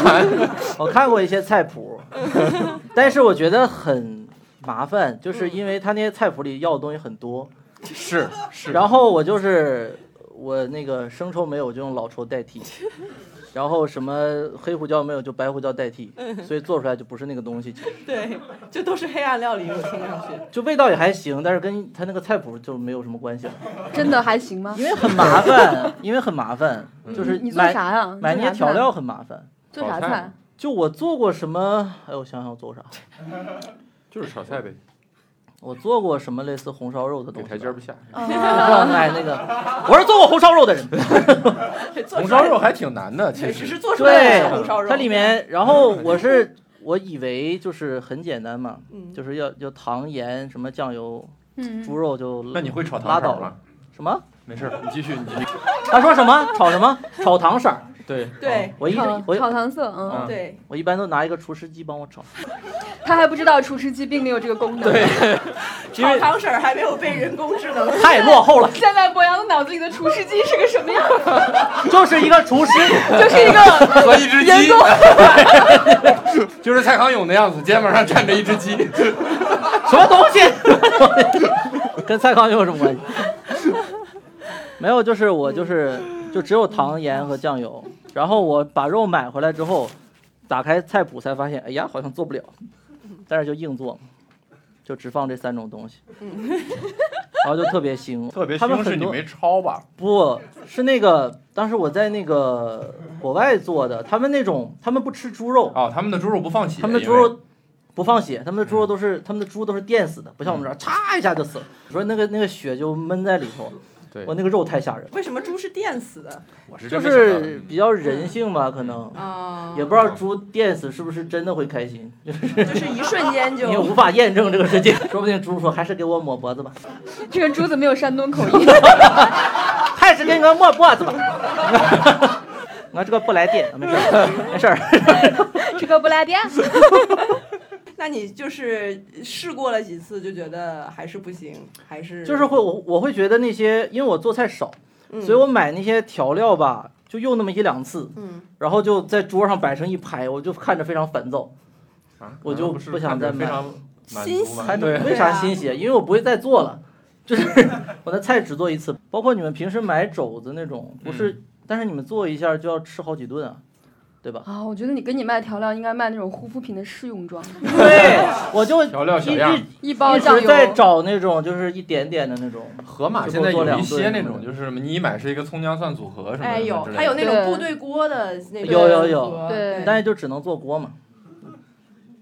[SPEAKER 4] 我看过一些菜 谱，但是我觉得很麻烦，就是因为他那些菜谱里要的东西很多，
[SPEAKER 2] 是是。
[SPEAKER 4] 然后我就是我那个生抽没有就用老抽代替， 然后什么黑胡椒没有就白胡椒代替，所以做出来就不是那个东西，
[SPEAKER 1] 对，这都是黑暗料理，我听上去。
[SPEAKER 4] 就味道也还行，但是跟他那个菜谱就没有什么关系了，
[SPEAKER 3] 真的还行吗？
[SPEAKER 4] 因为很麻烦，因为很麻 烦，就是
[SPEAKER 3] 你做
[SPEAKER 4] 买
[SPEAKER 3] 啥呀？
[SPEAKER 4] 买
[SPEAKER 3] 你
[SPEAKER 4] 那
[SPEAKER 3] 做
[SPEAKER 4] 些
[SPEAKER 3] 啥
[SPEAKER 4] 调
[SPEAKER 3] 菜
[SPEAKER 4] 料很麻烦。
[SPEAKER 3] 做啥
[SPEAKER 2] 炒
[SPEAKER 3] 菜
[SPEAKER 2] 菜？
[SPEAKER 4] 就我做过什么？哎，我想想我做过啥？
[SPEAKER 2] 就是炒菜呗，
[SPEAKER 4] 我做过什么类似红烧肉的东
[SPEAKER 2] 给
[SPEAKER 4] 西吧？
[SPEAKER 2] 台阶儿不下。
[SPEAKER 3] 啊
[SPEAKER 4] 哎，那个，我是做过红烧肉的人，
[SPEAKER 1] 做
[SPEAKER 2] 红
[SPEAKER 1] 出来
[SPEAKER 2] 烧肉还挺难 的，其
[SPEAKER 1] 对，只是
[SPEAKER 2] 实。
[SPEAKER 1] 做出来
[SPEAKER 4] 对
[SPEAKER 1] 的是红烧，肉。
[SPEAKER 4] 它里面，然后我是我以为就是很简单嘛，
[SPEAKER 1] 嗯，
[SPEAKER 4] 就是要要糖盐什么酱油，
[SPEAKER 3] 嗯，
[SPEAKER 4] 猪肉就
[SPEAKER 2] 那你会炒糖
[SPEAKER 4] 拉
[SPEAKER 2] 色
[SPEAKER 4] 倒
[SPEAKER 2] 儿吗？
[SPEAKER 4] 什么？
[SPEAKER 2] 没事儿，你继续，你继续。
[SPEAKER 4] 他说什么炒什么炒糖色儿？
[SPEAKER 2] 对，
[SPEAKER 1] 对
[SPEAKER 4] 我一啊直
[SPEAKER 3] 炒
[SPEAKER 4] 我
[SPEAKER 3] 炒糖色，嗯。
[SPEAKER 2] 嗯
[SPEAKER 1] 对，
[SPEAKER 4] 我一般都拿一个厨师机帮我炒，
[SPEAKER 3] 他还不知道厨师机并没有这个功能。
[SPEAKER 4] 因
[SPEAKER 1] 炒
[SPEAKER 4] 为
[SPEAKER 1] 糖水儿还没有被人工智能。
[SPEAKER 4] 太落后了，
[SPEAKER 3] 现在博洋脑子里的厨师机是个什么样？
[SPEAKER 4] 就是一个厨师，
[SPEAKER 3] 就是 一个
[SPEAKER 2] 和一只
[SPEAKER 3] 人
[SPEAKER 2] 鸡
[SPEAKER 3] 工，
[SPEAKER 2] 就是蔡康永的样子，肩膀上站着一只鸡。
[SPEAKER 4] 什么东西？ 跟蔡康永有什么关系？没有，就是我就是就只有糖盐和酱油，然后我把肉买回来之后，打开菜谱才发现，哎呀，好像做不了，但是就硬做，就只放这三种东西，然后就特别腥，
[SPEAKER 2] 特别
[SPEAKER 4] 他们
[SPEAKER 2] 凶是
[SPEAKER 4] 很
[SPEAKER 2] 你
[SPEAKER 4] 多
[SPEAKER 2] 没抄吧？
[SPEAKER 4] 不是那个，当时我在那个国外做的，他们那种他们不吃猪肉，
[SPEAKER 2] 哦，他们的猪肉不放血，
[SPEAKER 4] 他们的猪
[SPEAKER 2] 因为
[SPEAKER 4] 肉不放血，他们的猪肉
[SPEAKER 2] 嗯
[SPEAKER 4] 都是他们的猪都是电死的，不像我们这儿嚓一下就死了。你说那个那个血就闷在里头，
[SPEAKER 2] 对，
[SPEAKER 4] 我那个肉太吓人了，
[SPEAKER 1] 为什么猪是电死的
[SPEAKER 2] 我是
[SPEAKER 4] 就
[SPEAKER 2] 真没想到嗯
[SPEAKER 4] 是比较人性吧，可能
[SPEAKER 1] 啊？
[SPEAKER 4] 也不知道猪电死是不是真的会开心，
[SPEAKER 1] 就是一瞬间
[SPEAKER 4] 你也
[SPEAKER 1] 就
[SPEAKER 4] 无法验证这个 事情，说不定猪说还是给我抹脖子吧，
[SPEAKER 3] 这个珠子没 有山东口音。
[SPEAKER 4] 还是给我抹脖子吧。那啊这个不来电，没事儿， 没事儿。
[SPEAKER 3] 这个不来电。？
[SPEAKER 1] 那你就是试过了几次，就觉得还是不行，还是
[SPEAKER 4] 就是会我我会觉得那些，因为我做菜少，
[SPEAKER 1] 嗯
[SPEAKER 4] 所以我买那些调料吧，就用那么一两次，
[SPEAKER 1] 嗯，
[SPEAKER 4] 然后就在桌上摆成一排，我就看着非常烦躁。
[SPEAKER 2] 啊
[SPEAKER 4] 我就
[SPEAKER 2] 不是
[SPEAKER 4] 不想
[SPEAKER 2] 看着
[SPEAKER 4] 再
[SPEAKER 2] 非
[SPEAKER 4] 买
[SPEAKER 2] 常满
[SPEAKER 1] 欣
[SPEAKER 2] 足嘛，
[SPEAKER 4] 还
[SPEAKER 2] 对，
[SPEAKER 4] 为啥新鲜？因为我不会再做了，就是 我的菜只做一次。包括你们平时买肘子那种，不是，
[SPEAKER 2] 嗯
[SPEAKER 4] 但是你们做一下就要吃好几顿啊，对吧
[SPEAKER 3] 啊，我觉得你给你卖调料应该卖那种护肤品的试用装，
[SPEAKER 4] 对， 我就一
[SPEAKER 2] 调料小样儿
[SPEAKER 4] 一
[SPEAKER 3] 一包
[SPEAKER 4] 一
[SPEAKER 3] 酱
[SPEAKER 4] 直
[SPEAKER 3] 油。
[SPEAKER 4] 在找那种就是一点点的那种，
[SPEAKER 2] 盒马
[SPEAKER 4] 就
[SPEAKER 2] 现在
[SPEAKER 4] 多
[SPEAKER 2] 有
[SPEAKER 4] 做
[SPEAKER 2] 一
[SPEAKER 4] 两
[SPEAKER 2] 些
[SPEAKER 4] 顿
[SPEAKER 2] 那
[SPEAKER 4] 什么
[SPEAKER 2] 种，
[SPEAKER 4] 的
[SPEAKER 2] 就是你一买是一个葱姜蒜组合什么的，
[SPEAKER 1] 哎有，
[SPEAKER 2] 之类的
[SPEAKER 1] 还有那种
[SPEAKER 3] 对
[SPEAKER 1] 部队锅的那种
[SPEAKER 4] 有有有
[SPEAKER 1] 盒
[SPEAKER 3] 对
[SPEAKER 4] 但是嗯就只能做锅嘛。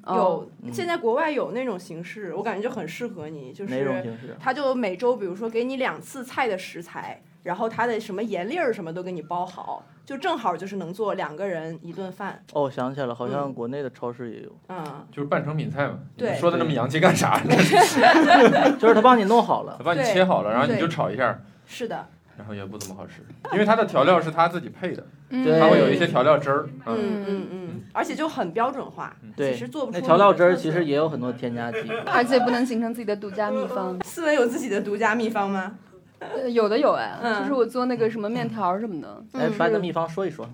[SPEAKER 3] 哦
[SPEAKER 1] 有，现在国外有那种形式，我感觉就很适合你，就
[SPEAKER 4] 哪种
[SPEAKER 1] 是
[SPEAKER 4] 形式？
[SPEAKER 1] 他就每周，比如说给你两次菜的食材，然后它的什么盐粒儿什么都给你包好，就正好就是能做两个人一顿饭，
[SPEAKER 4] 哦，我想起来了，好像国内的超市也有，
[SPEAKER 1] 嗯，
[SPEAKER 2] 就是半成品菜嘛。你
[SPEAKER 1] 对
[SPEAKER 2] 说的那么洋气干啥？ 嗯
[SPEAKER 4] 就是他帮你弄好了
[SPEAKER 2] 他。帮你
[SPEAKER 1] 对
[SPEAKER 2] 切好了，然后你
[SPEAKER 1] 对
[SPEAKER 2] 就炒一下，
[SPEAKER 1] 是的，
[SPEAKER 2] 然后也不怎么好吃，因为它的调料是他自己配的，
[SPEAKER 3] 嗯
[SPEAKER 4] 对
[SPEAKER 2] 它会有一些调料汁儿。
[SPEAKER 1] 嗯
[SPEAKER 2] 嗯，
[SPEAKER 1] 嗯嗯，而且就很标准化，其
[SPEAKER 4] 对
[SPEAKER 1] 实，做不出
[SPEAKER 4] 那调料汁儿
[SPEAKER 1] 你的特色
[SPEAKER 4] 其实也有很多添加剂。
[SPEAKER 3] 而且不能形成自己的独家秘方。
[SPEAKER 1] 思文有自己的独家秘方 吗？
[SPEAKER 3] 呃有的有哎，
[SPEAKER 1] 嗯
[SPEAKER 3] 就是我做那个什么面条什么的，
[SPEAKER 4] 来，
[SPEAKER 1] 嗯
[SPEAKER 4] 把你哎的秘方说一说。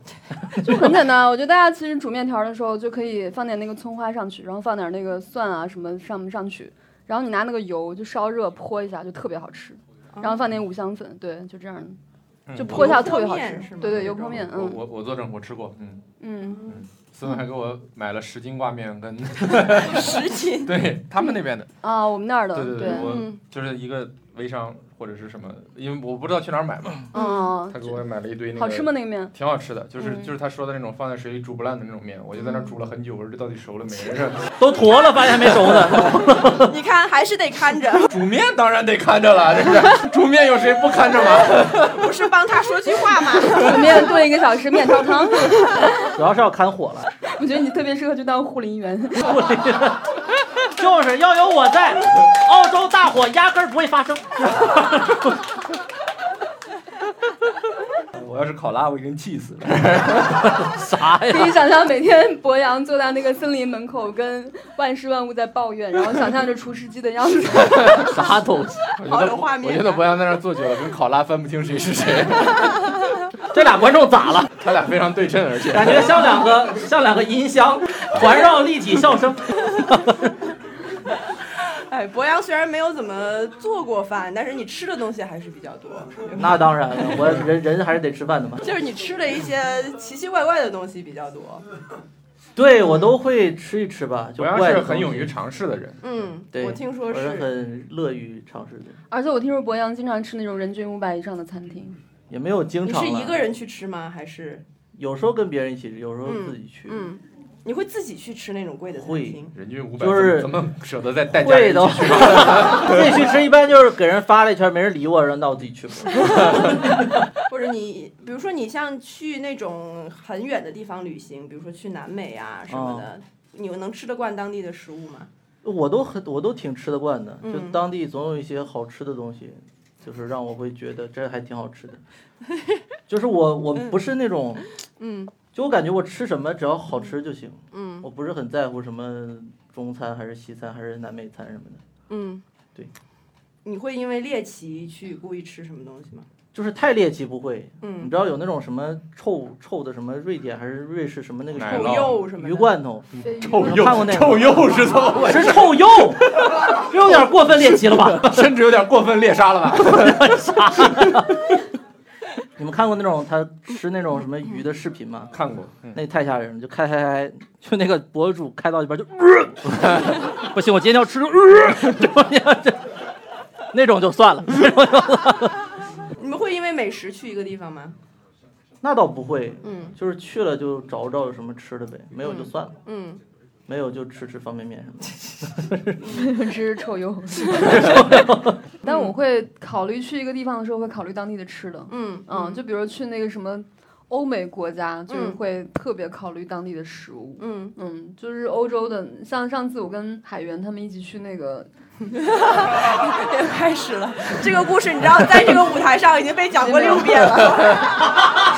[SPEAKER 3] 就很简单。我觉得大家其实煮面条的时候就可以放点那个葱花上去，然后放点那个蒜啊什么上上去，然后你拿那个油就烧热泼一下，就特别好吃。然后放点五香粉，对，就这样，
[SPEAKER 2] 嗯
[SPEAKER 3] 就
[SPEAKER 2] 我
[SPEAKER 3] 泼一下特别好
[SPEAKER 1] 哦油泼面是
[SPEAKER 3] 吃
[SPEAKER 1] 吗。
[SPEAKER 3] 对对，油泼面，
[SPEAKER 2] 我
[SPEAKER 3] 嗯
[SPEAKER 2] 我我做这个我吃过，嗯，
[SPEAKER 3] 嗯，
[SPEAKER 2] 思文还给我买了十斤挂面跟，
[SPEAKER 1] 十斤
[SPEAKER 2] 对他们那边的，
[SPEAKER 3] 啊，我们那儿的，
[SPEAKER 2] 对对
[SPEAKER 3] 对，
[SPEAKER 2] 我
[SPEAKER 3] 嗯
[SPEAKER 2] 就是一个微商或者是什么，因为我不知道去哪儿买嘛，
[SPEAKER 3] 嗯，
[SPEAKER 2] 他给我买了一堆那个。
[SPEAKER 3] 好吃吗？那个 面？
[SPEAKER 2] 挺好吃的，就是
[SPEAKER 3] 嗯
[SPEAKER 2] 就是他说的那种放在水里煮不烂的那种面，我就在那儿煮了很久，我说这到底熟了没？这
[SPEAKER 4] 都坨了，发现还没熟呢。
[SPEAKER 1] 你看还是得看着，
[SPEAKER 2] 煮面当然得看着了，这是 煮面有谁不看着吗？
[SPEAKER 1] 不是帮他说句话吗？
[SPEAKER 3] 煮面炖一个小时，面条汤。
[SPEAKER 4] 主要是要看火了，
[SPEAKER 3] 我觉得你特别适合去当护林员。
[SPEAKER 4] 就是要有我在，澳洲大火压根儿不会发生。
[SPEAKER 2] 我要是考拉，我已经气死了。
[SPEAKER 4] 啥
[SPEAKER 3] 可以？想象每天博洋坐在那个森林门口，跟万事万物在抱怨，然后想象着厨师机的样子。
[SPEAKER 4] 啥东西？
[SPEAKER 2] 我
[SPEAKER 1] 好
[SPEAKER 2] 觉
[SPEAKER 1] 有
[SPEAKER 2] 得
[SPEAKER 1] 画面啊
[SPEAKER 2] 我觉得博洋在那儿坐久了，跟考拉分不清谁是谁，
[SPEAKER 4] 这俩观众咋了？
[SPEAKER 2] 他俩非常对称，而且
[SPEAKER 4] 感觉像两个像两个音 箱环绕立体笑声。
[SPEAKER 1] 哎，博洋虽然没有怎么做过饭，但是你吃的东西还是比较多，
[SPEAKER 4] 那当然了，我人人还是得吃饭的嘛。
[SPEAKER 1] 就是你吃了一些奇奇怪怪的东西比较多。
[SPEAKER 4] 对我都会吃一吃吧，就
[SPEAKER 2] 博洋
[SPEAKER 4] 怪
[SPEAKER 2] 是
[SPEAKER 4] 的东
[SPEAKER 2] 很
[SPEAKER 4] 西
[SPEAKER 2] 勇于。尝试的人。
[SPEAKER 1] 嗯，
[SPEAKER 4] 对，
[SPEAKER 1] 我听说
[SPEAKER 4] 我是
[SPEAKER 1] 是，
[SPEAKER 4] 很乐于尝试的，
[SPEAKER 3] 而且我听说博洋经常吃那种人均五百以上的餐厅。
[SPEAKER 4] 也没有经
[SPEAKER 1] 你
[SPEAKER 4] 常
[SPEAKER 1] 是
[SPEAKER 4] 了。
[SPEAKER 1] 一个人去吃吗？还是
[SPEAKER 4] 有时候跟别人一起吃，有时候自己去。
[SPEAKER 1] 嗯，你会自己去吃那种贵的餐
[SPEAKER 4] 会
[SPEAKER 1] 厅？
[SPEAKER 2] 人均五百，
[SPEAKER 4] 就是
[SPEAKER 2] 怎么舍得再带家
[SPEAKER 4] 会
[SPEAKER 2] 人
[SPEAKER 4] 的，
[SPEAKER 2] 一起去？
[SPEAKER 4] 自己去吃一般就是给人发了一圈，没人理我，然后那我自己去吧。
[SPEAKER 1] 或者你，比如说你像去那种很远的地方旅行，比如说去南美啊什么
[SPEAKER 4] 哦
[SPEAKER 1] 的，你能吃得惯当地的食物吗？
[SPEAKER 4] 我都很我都挺吃得惯的，就
[SPEAKER 1] 嗯
[SPEAKER 4] 当地总有一些好吃的东西，就是让我会觉得这还挺好 吃的。就是我我不是那种，
[SPEAKER 1] 嗯
[SPEAKER 4] 就我感觉我吃什么只要好吃就行，
[SPEAKER 1] 嗯
[SPEAKER 4] 我不是很在乎什么中餐还是西餐还是南美餐什么的。
[SPEAKER 1] 嗯，
[SPEAKER 4] 对。
[SPEAKER 1] 你会因为猎奇去故意吃什么东西吗？
[SPEAKER 4] 就是太猎奇不会，你
[SPEAKER 1] 嗯，
[SPEAKER 4] 知道有那种什么臭臭的什么瑞典还是瑞士什么那个
[SPEAKER 2] 奶
[SPEAKER 1] 狗
[SPEAKER 4] 臭
[SPEAKER 2] 酪
[SPEAKER 1] 肉什么的
[SPEAKER 4] 鱼罐头，
[SPEAKER 1] 嗯
[SPEAKER 2] 臭
[SPEAKER 4] 我看
[SPEAKER 2] 鼬，
[SPEAKER 4] 过那个
[SPEAKER 2] 臭鼬是怎么 回
[SPEAKER 4] 是臭鼬，这有点过分猎奇了吧？
[SPEAKER 2] 事？甚至有点过分猎杀了吧？
[SPEAKER 4] 你们看过那种他吃那种什么鱼的视频吗？
[SPEAKER 2] 看过，嗯
[SPEAKER 4] 那太吓人了，就开开开，就那个博主开到一半 就，不行，我今天要吃肉，就 那种就算了，
[SPEAKER 1] 你们会因为美食去一个地方吗？
[SPEAKER 4] 那倒不会，
[SPEAKER 1] 嗯
[SPEAKER 4] 就是去了就找找有什么吃的呗，没有就算了，
[SPEAKER 1] 嗯，
[SPEAKER 4] 没有就吃吃方便面什么 的。
[SPEAKER 3] 吃 臭鼬。但我会考虑去一个地方的时候，会考虑当地的吃的。
[SPEAKER 1] 嗯
[SPEAKER 3] 嗯，就比如去那个什么欧美国家，就是
[SPEAKER 1] 嗯
[SPEAKER 3] 会特别考虑当地的食物。
[SPEAKER 1] 嗯
[SPEAKER 3] 嗯，就是欧洲的，像上次我跟海源他们一起去那个
[SPEAKER 1] 又开始了。这个故事你知道，在这个舞台上已经被讲过六遍了。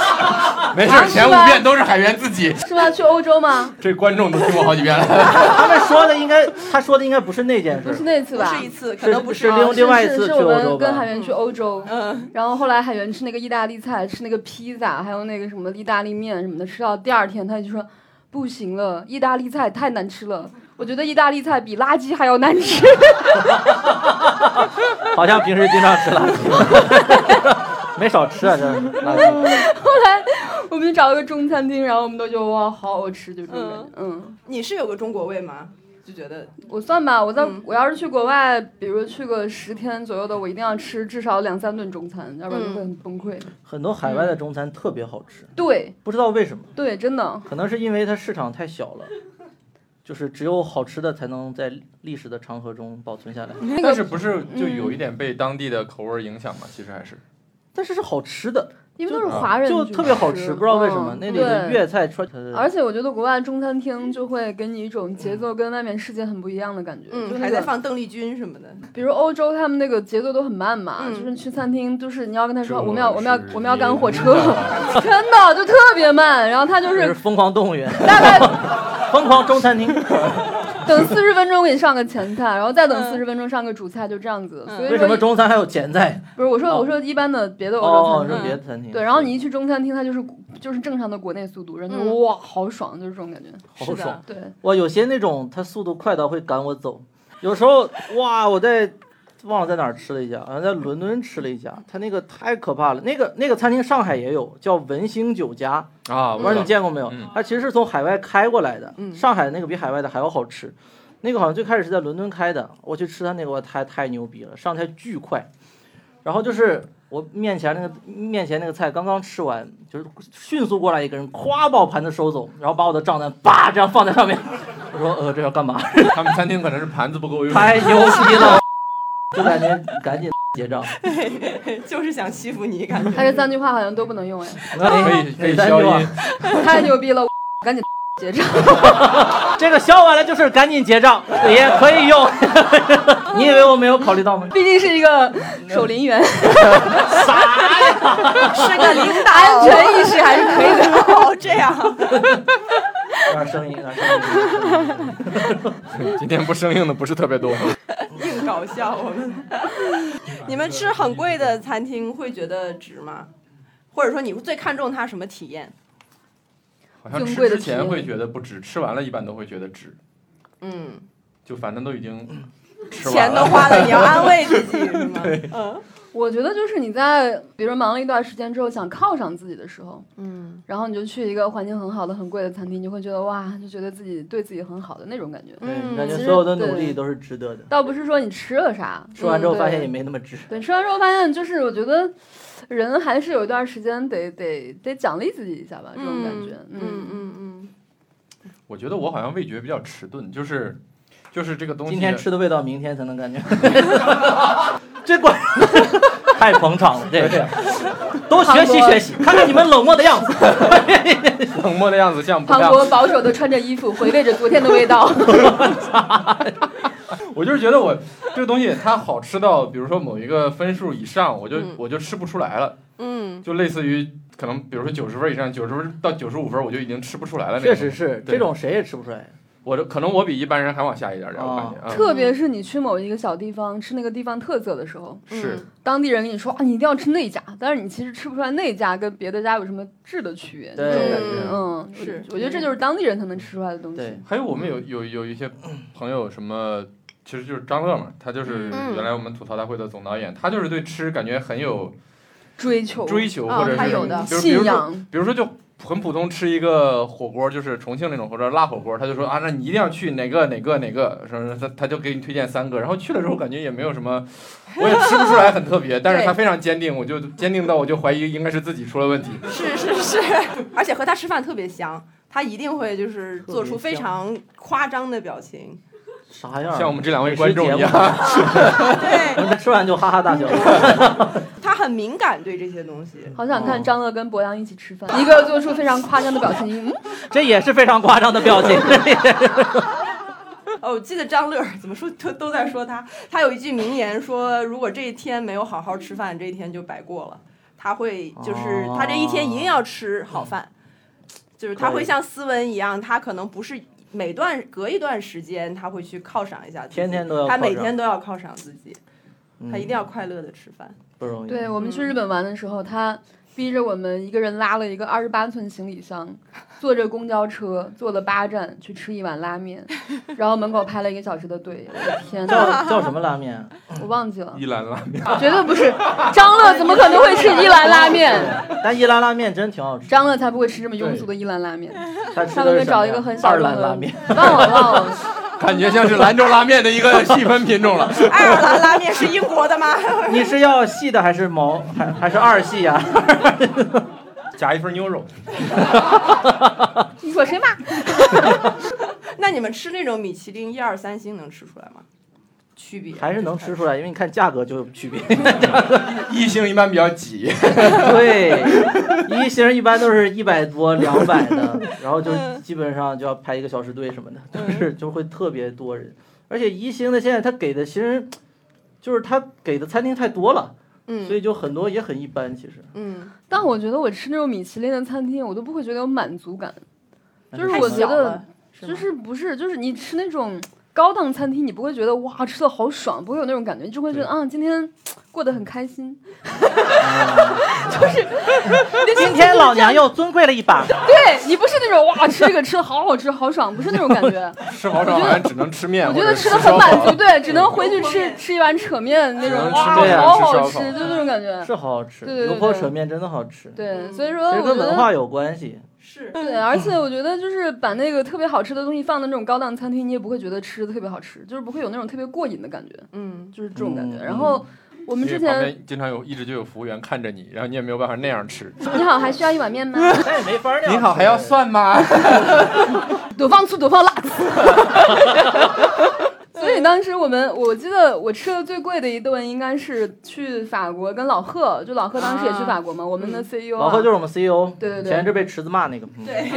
[SPEAKER 2] 没事儿，前五遍都是海源自己，
[SPEAKER 3] 是吧？去欧洲吗？
[SPEAKER 2] 这观众都听过好几遍 了。
[SPEAKER 4] 他们说的应该，他说的应该不是那件
[SPEAKER 3] 不是
[SPEAKER 4] 事，
[SPEAKER 3] 那次
[SPEAKER 1] 不
[SPEAKER 3] 吧？
[SPEAKER 1] 是一次，可能不是
[SPEAKER 4] 是。另
[SPEAKER 3] 哦
[SPEAKER 4] 另外一次
[SPEAKER 3] 是是
[SPEAKER 4] 去
[SPEAKER 3] 我
[SPEAKER 4] 欧洲
[SPEAKER 3] 们跟
[SPEAKER 4] 吧
[SPEAKER 3] 海源去欧洲，
[SPEAKER 1] 嗯，
[SPEAKER 3] 然后后来海源吃那个意大利菜，吃那个披萨，还有那个什么意大利面什么的，吃到第二天他就说不行了，意大利菜太难吃了，我觉得意大利菜比垃圾还要难吃。
[SPEAKER 4] 好像平时经常吃垃圾， 没少吃啊，这垃圾。
[SPEAKER 3] 我们就找了个中餐厅，然后我们都觉得哇，好好吃，就这种感觉。嗯，
[SPEAKER 1] 你是有个中国味吗？就觉得
[SPEAKER 3] 我算吧，我在、
[SPEAKER 1] 嗯
[SPEAKER 3] 我要是去国外，比如去个十天左右的，我一定要吃至少两三顿中餐，要不然就会
[SPEAKER 1] 嗯
[SPEAKER 3] 很崩溃。
[SPEAKER 4] 很多海外的中餐特别好吃，
[SPEAKER 3] 对
[SPEAKER 4] 不知道为什么，
[SPEAKER 3] 对，真的，
[SPEAKER 4] 可能是因为它市场太小了，就是只有好吃的才能在历史的长河中保存下来。
[SPEAKER 3] 那
[SPEAKER 2] 但
[SPEAKER 3] 个
[SPEAKER 2] 是不是
[SPEAKER 4] 嗯
[SPEAKER 2] 就有一点被当地的口味儿影响嘛？其实还是
[SPEAKER 4] 但是是好吃的，
[SPEAKER 3] 因为都是华人，
[SPEAKER 4] 就特别好吃，不知道为什么
[SPEAKER 3] 嗯
[SPEAKER 4] 那里的
[SPEAKER 3] 对
[SPEAKER 4] 粤菜川，呃
[SPEAKER 3] 而且我觉得国外中餐
[SPEAKER 1] 嗯
[SPEAKER 3] 厅就会给你一种节奏跟外面世界很不一样的感觉，就
[SPEAKER 1] 嗯，
[SPEAKER 3] 是
[SPEAKER 1] 还
[SPEAKER 3] 那
[SPEAKER 1] 在
[SPEAKER 3] 个，
[SPEAKER 1] 放邓丽君什么的。
[SPEAKER 3] 比如欧洲他们那个节奏都很慢嘛，
[SPEAKER 1] 嗯
[SPEAKER 3] 就是去餐厅就是你要跟他说
[SPEAKER 2] 这
[SPEAKER 3] 我们要我们要
[SPEAKER 2] 是
[SPEAKER 3] 我们要赶火 车，真的就特别慢，然后他就
[SPEAKER 4] 就是是疯狂动物园、
[SPEAKER 3] 大概
[SPEAKER 4] 疯狂中餐厅，
[SPEAKER 3] 等四十分钟给你上个前菜，然后再等
[SPEAKER 1] 嗯
[SPEAKER 3] 四十分钟上个主菜，就这样子。
[SPEAKER 1] 嗯
[SPEAKER 3] 所以
[SPEAKER 4] 为什么
[SPEAKER 3] 说
[SPEAKER 4] 中餐还有咸菜？
[SPEAKER 3] 不是我说
[SPEAKER 4] 哦
[SPEAKER 3] 我说一般的别的欧洲
[SPEAKER 4] 哦，
[SPEAKER 3] 餐厅。
[SPEAKER 4] 是别的餐厅。
[SPEAKER 3] 对，然后你一去中餐厅，它就是就是正常的国内速度，然后就
[SPEAKER 1] 嗯
[SPEAKER 3] 哇，好爽，就是这种感觉。
[SPEAKER 4] 好
[SPEAKER 1] 是的
[SPEAKER 4] 爽。
[SPEAKER 3] 对，
[SPEAKER 4] 哇，有些那种它速度快到会赶我走，有时候哇，我在忘了在哪儿吃了一家，好像在伦敦吃了一家，它那个太可怕了。那个那个餐厅上海也有，叫文兴酒家，
[SPEAKER 2] 啊，
[SPEAKER 4] 我不
[SPEAKER 2] 我知
[SPEAKER 4] 知道
[SPEAKER 2] 道
[SPEAKER 4] 你见过没有
[SPEAKER 2] 嗯？
[SPEAKER 4] 它其实是从海外开过来的，
[SPEAKER 1] 嗯
[SPEAKER 4] 上海那个比海外的还要好吃。那个好像最开始是在伦敦开的，我去吃它那个，我太太牛逼了，上菜巨快。然后就是我面前那个面前那个菜刚刚吃完，就是迅速过来一个人，咵把我盘子收走，然后把我 的账单叭这样放在上面。我说呃这要干嘛？
[SPEAKER 2] 他们餐厅可能是盘子不够 用。
[SPEAKER 4] 太牛逼了， 就感觉赶紧结 账，
[SPEAKER 1] 就是想欺负你，感 觉。
[SPEAKER 3] 它这三句话好像都不能用哎。
[SPEAKER 2] 可以可以
[SPEAKER 4] 三
[SPEAKER 2] 消
[SPEAKER 4] 句话
[SPEAKER 2] 音，
[SPEAKER 3] 太牛逼了，赶紧结账。
[SPEAKER 4] 这个消完了就是赶紧结账，也可以用。 你以为我没有考虑到吗？
[SPEAKER 3] 毕竟是一个守林员，
[SPEAKER 4] 啥呀？
[SPEAKER 1] 是个领导，
[SPEAKER 3] 安全意识还是可以的。
[SPEAKER 1] 哦，这样。
[SPEAKER 4] 有点声音，有点声音。
[SPEAKER 2] 今天不生硬的不是特别 多。
[SPEAKER 1] 硬搞笑我们。你们吃很贵的餐厅会觉得值吗？或者说你最看重它什么体验？
[SPEAKER 2] 好像
[SPEAKER 3] 尊
[SPEAKER 2] 吃
[SPEAKER 3] 贵的
[SPEAKER 2] 之
[SPEAKER 3] 体
[SPEAKER 2] 前
[SPEAKER 3] 验
[SPEAKER 2] 会觉得不值，吃完了一般都会觉得值，
[SPEAKER 1] 嗯，
[SPEAKER 2] 就反正都已
[SPEAKER 4] 嗯
[SPEAKER 2] 经吃完
[SPEAKER 1] 钱都
[SPEAKER 2] 了。
[SPEAKER 1] 花了，你要安慰自己是吗？ 嗯
[SPEAKER 3] 我觉得就是你在，比如忙了一段时间之后，想犒赏自己的时候，
[SPEAKER 1] 嗯
[SPEAKER 3] 然后你就去一个环境很好的、很贵的餐厅，你会觉得哇，就觉得自己对自己很好的那种感觉。
[SPEAKER 4] 对，
[SPEAKER 1] 嗯
[SPEAKER 4] 感觉
[SPEAKER 3] 其实
[SPEAKER 4] 所有的努力都是值得的。
[SPEAKER 3] 倒不是说你吃了啥，
[SPEAKER 4] 吃完之后
[SPEAKER 3] 嗯
[SPEAKER 4] 发现也没那么值。
[SPEAKER 3] 对，吃完之后发现就是我觉得。人还是有一段时间得得得奖励自己一下吧，这种感觉，
[SPEAKER 1] 嗯嗯嗯
[SPEAKER 2] 我觉得我好像味觉比较迟钝，就是就是这个东西。
[SPEAKER 4] 今天吃的味道，明天才 能感觉。这关太捧场了，这个都学习学习，看看你们冷漠的样子。
[SPEAKER 2] 冷漠的样子像不
[SPEAKER 3] 磅
[SPEAKER 2] 像？
[SPEAKER 3] 礴保守的穿着衣服，回味着昨天的味道。
[SPEAKER 2] 我就是觉得我这个东西它好吃到，比如说某一个分数以上，我就、
[SPEAKER 1] 嗯
[SPEAKER 2] 我就吃不出来了，
[SPEAKER 1] 嗯
[SPEAKER 2] 就类似于可能比如说九十分以上，九十分到九十五分我就已经吃不出来了。
[SPEAKER 4] 确实，是，
[SPEAKER 2] 对
[SPEAKER 4] 这种谁也吃不出来。
[SPEAKER 2] 我这可能我比一般人还往下一点点，我感觉
[SPEAKER 1] 哦
[SPEAKER 2] 啊。
[SPEAKER 3] 特别是你去某一个小地方吃那个地方特色的时候，
[SPEAKER 2] 是
[SPEAKER 1] 嗯
[SPEAKER 3] 当地人跟你说啊，你一定要吃那家，但是你其实吃不出来那家跟别的家有什么质的区别。
[SPEAKER 4] 对
[SPEAKER 3] 这种感觉嗯，
[SPEAKER 1] 是
[SPEAKER 3] 我觉得这就是当地人才能吃出来的东西
[SPEAKER 4] 对。
[SPEAKER 2] 还有我们有有有一些朋友什么，其实就是张乐嘛，他就是
[SPEAKER 1] 嗯
[SPEAKER 2] 原来我们吐槽大会的总导演，他就是对吃感觉很有
[SPEAKER 3] 追求、
[SPEAKER 2] 追求，
[SPEAKER 1] 哦
[SPEAKER 2] 或者是
[SPEAKER 1] 他
[SPEAKER 2] 什
[SPEAKER 1] 有
[SPEAKER 2] 么
[SPEAKER 1] 的
[SPEAKER 2] 就是比
[SPEAKER 3] 信
[SPEAKER 2] 如说
[SPEAKER 3] 仰，
[SPEAKER 2] 比如说就很普通吃一个火锅，就是重庆那种或者辣火锅，他就说啊，那你一定要去哪个哪个哪个，什么他他就给你推荐三个，然后去了之后感觉也没有什 么，我也吃不出来很特别，但是他非常坚定，我就坚定到我就怀疑应该是自己出了问题。
[SPEAKER 1] 是是是，而且和他吃饭特别香，他一定会就是做出非常夸张的表情。
[SPEAKER 4] 啥样？
[SPEAKER 2] 像我们这两位观众一样，
[SPEAKER 1] 对
[SPEAKER 4] 我们吃完就哈哈 大笑。
[SPEAKER 1] 他很敏感对这些东西。
[SPEAKER 3] 好想
[SPEAKER 2] 哦
[SPEAKER 3] 看张乐跟博洋一起吃饭，一个做出非常夸张的表情，嗯，
[SPEAKER 4] 这也是非常夸张的表情。
[SPEAKER 1] 哦，我记得张乐儿怎么说都都在说他，他有一句名言说，如果这一天没有好好吃饭，这一天就白过了。他会就是他这一天一定要吃好饭，就是他
[SPEAKER 4] 哦嗯可
[SPEAKER 1] 会
[SPEAKER 4] 以
[SPEAKER 1] 像斯文一样，他可能不是每段隔一段时间他会去犒赏一下自己，
[SPEAKER 4] 天天都要
[SPEAKER 1] 他每
[SPEAKER 4] 犒赏
[SPEAKER 1] 天都要犒赏自己，他
[SPEAKER 4] 嗯
[SPEAKER 1] 一定要快乐的吃饭。
[SPEAKER 4] 不容易。
[SPEAKER 3] 对我们去日本玩的时候，他逼着我们一个人拉了一个二十八寸行李箱，坐着公交车坐了八站去吃一碗拉面，然后门口排了一个小时的队。我的天呐，
[SPEAKER 4] 叫叫什么拉面？
[SPEAKER 1] 嗯
[SPEAKER 3] 我忘记了，
[SPEAKER 2] 一兰拉面，
[SPEAKER 3] 绝对不是张乐，怎么可能会吃一兰 拉面？
[SPEAKER 4] 但一兰拉面真挺好吃。
[SPEAKER 3] 张乐才不会吃这么庸俗的一兰拉面，
[SPEAKER 4] 他吃
[SPEAKER 3] 他
[SPEAKER 4] 的
[SPEAKER 3] 们就
[SPEAKER 4] 是什么
[SPEAKER 3] 找一
[SPEAKER 4] 呀
[SPEAKER 3] 个很小
[SPEAKER 4] 二
[SPEAKER 3] 众
[SPEAKER 4] 兰
[SPEAKER 3] 的
[SPEAKER 4] 拉面，，
[SPEAKER 3] 忘了忘了。
[SPEAKER 2] 感觉像是兰州拉面的一个细分品种了。
[SPEAKER 4] 嗯
[SPEAKER 1] 爱尔兰拉面是英国的吗？
[SPEAKER 4] 你是要细的还是毛还还是二细啊呀、
[SPEAKER 2] 夹一份牛肉，
[SPEAKER 3] 你说谁嘛？
[SPEAKER 1] 那你们吃那种米其林一二三星能吃出来吗？区别
[SPEAKER 4] 还是能吃出来，因为你看价格就有 区别。
[SPEAKER 2] 一星一般比较挤，
[SPEAKER 4] 对，一星一般都是一百多、两百 的，然后就基本上就要排一个小时队什么的，就是就会特别多人。而且一星的现在他给的其实就是他给的餐厅太多了，所
[SPEAKER 1] 嗯
[SPEAKER 4] 以就很多也很一般。其实
[SPEAKER 1] 嗯，
[SPEAKER 3] 但我觉得我吃那种米其林的餐厅，我都不会觉得有满足感，就是
[SPEAKER 1] 太
[SPEAKER 3] 嗯我觉
[SPEAKER 1] 小
[SPEAKER 3] 得
[SPEAKER 1] 了，是
[SPEAKER 3] 就
[SPEAKER 1] 吗
[SPEAKER 3] 是不是就是你吃那种高档餐厅，你不会觉得哇吃的好爽，不会有那种感觉，你就会觉得啊今天过得很开 心。
[SPEAKER 4] 今天老娘又尊贵了一把，
[SPEAKER 3] 对你不是那种哇吃这个吃的好好吃好爽，不是那种感觉。
[SPEAKER 2] 吃好少好像只能吃面，
[SPEAKER 3] 我
[SPEAKER 2] 或
[SPEAKER 3] 觉
[SPEAKER 2] 者
[SPEAKER 3] 得
[SPEAKER 2] 吃
[SPEAKER 3] 吃的很满
[SPEAKER 2] 烧
[SPEAKER 3] 足，
[SPEAKER 2] 烤。
[SPEAKER 3] 对，只能回去吃吃一碗扯面那
[SPEAKER 2] 只
[SPEAKER 3] 种
[SPEAKER 2] 能
[SPEAKER 3] 哇
[SPEAKER 4] 吃面
[SPEAKER 3] 好
[SPEAKER 2] 吃
[SPEAKER 3] 好
[SPEAKER 2] 烧
[SPEAKER 3] 吃
[SPEAKER 2] 烤，
[SPEAKER 3] 就那种感觉。
[SPEAKER 4] 是好好吃，
[SPEAKER 3] 对对对
[SPEAKER 4] 油泼扯面真的好吃。
[SPEAKER 3] 对，
[SPEAKER 1] 嗯
[SPEAKER 3] 所以说
[SPEAKER 4] 其实
[SPEAKER 3] 我觉
[SPEAKER 4] 跟文
[SPEAKER 3] 得。
[SPEAKER 4] 化有关系，
[SPEAKER 1] 是
[SPEAKER 3] 对，而且我觉得就是把那个特别好吃的东西放到那种高档餐厅，你也不会觉得吃的特别好吃，就是不会有那种特别过瘾的感觉，
[SPEAKER 1] 嗯
[SPEAKER 3] 就是这种感觉。
[SPEAKER 4] 嗯
[SPEAKER 3] 然后我们
[SPEAKER 2] 因为
[SPEAKER 3] 之
[SPEAKER 2] 旁
[SPEAKER 3] 前，
[SPEAKER 2] 边经常有一直就有服务员看着你，然后你也没有办法那样吃。
[SPEAKER 3] 你好，还需要一碗面吗？
[SPEAKER 4] 那也没法儿那样
[SPEAKER 2] 你好，
[SPEAKER 4] 吃
[SPEAKER 2] 还要蒜吗？
[SPEAKER 3] 多放醋，多放辣子。 所以当时我们，我记得我吃的最贵的一顿应该是去法国跟老贺，就老贺当时也去法国嘛，我们的 CEO 啊、
[SPEAKER 4] 老贺就是我们 CEO，
[SPEAKER 3] 对对对
[SPEAKER 4] 前一阵被池子骂那个，嗯
[SPEAKER 1] 对，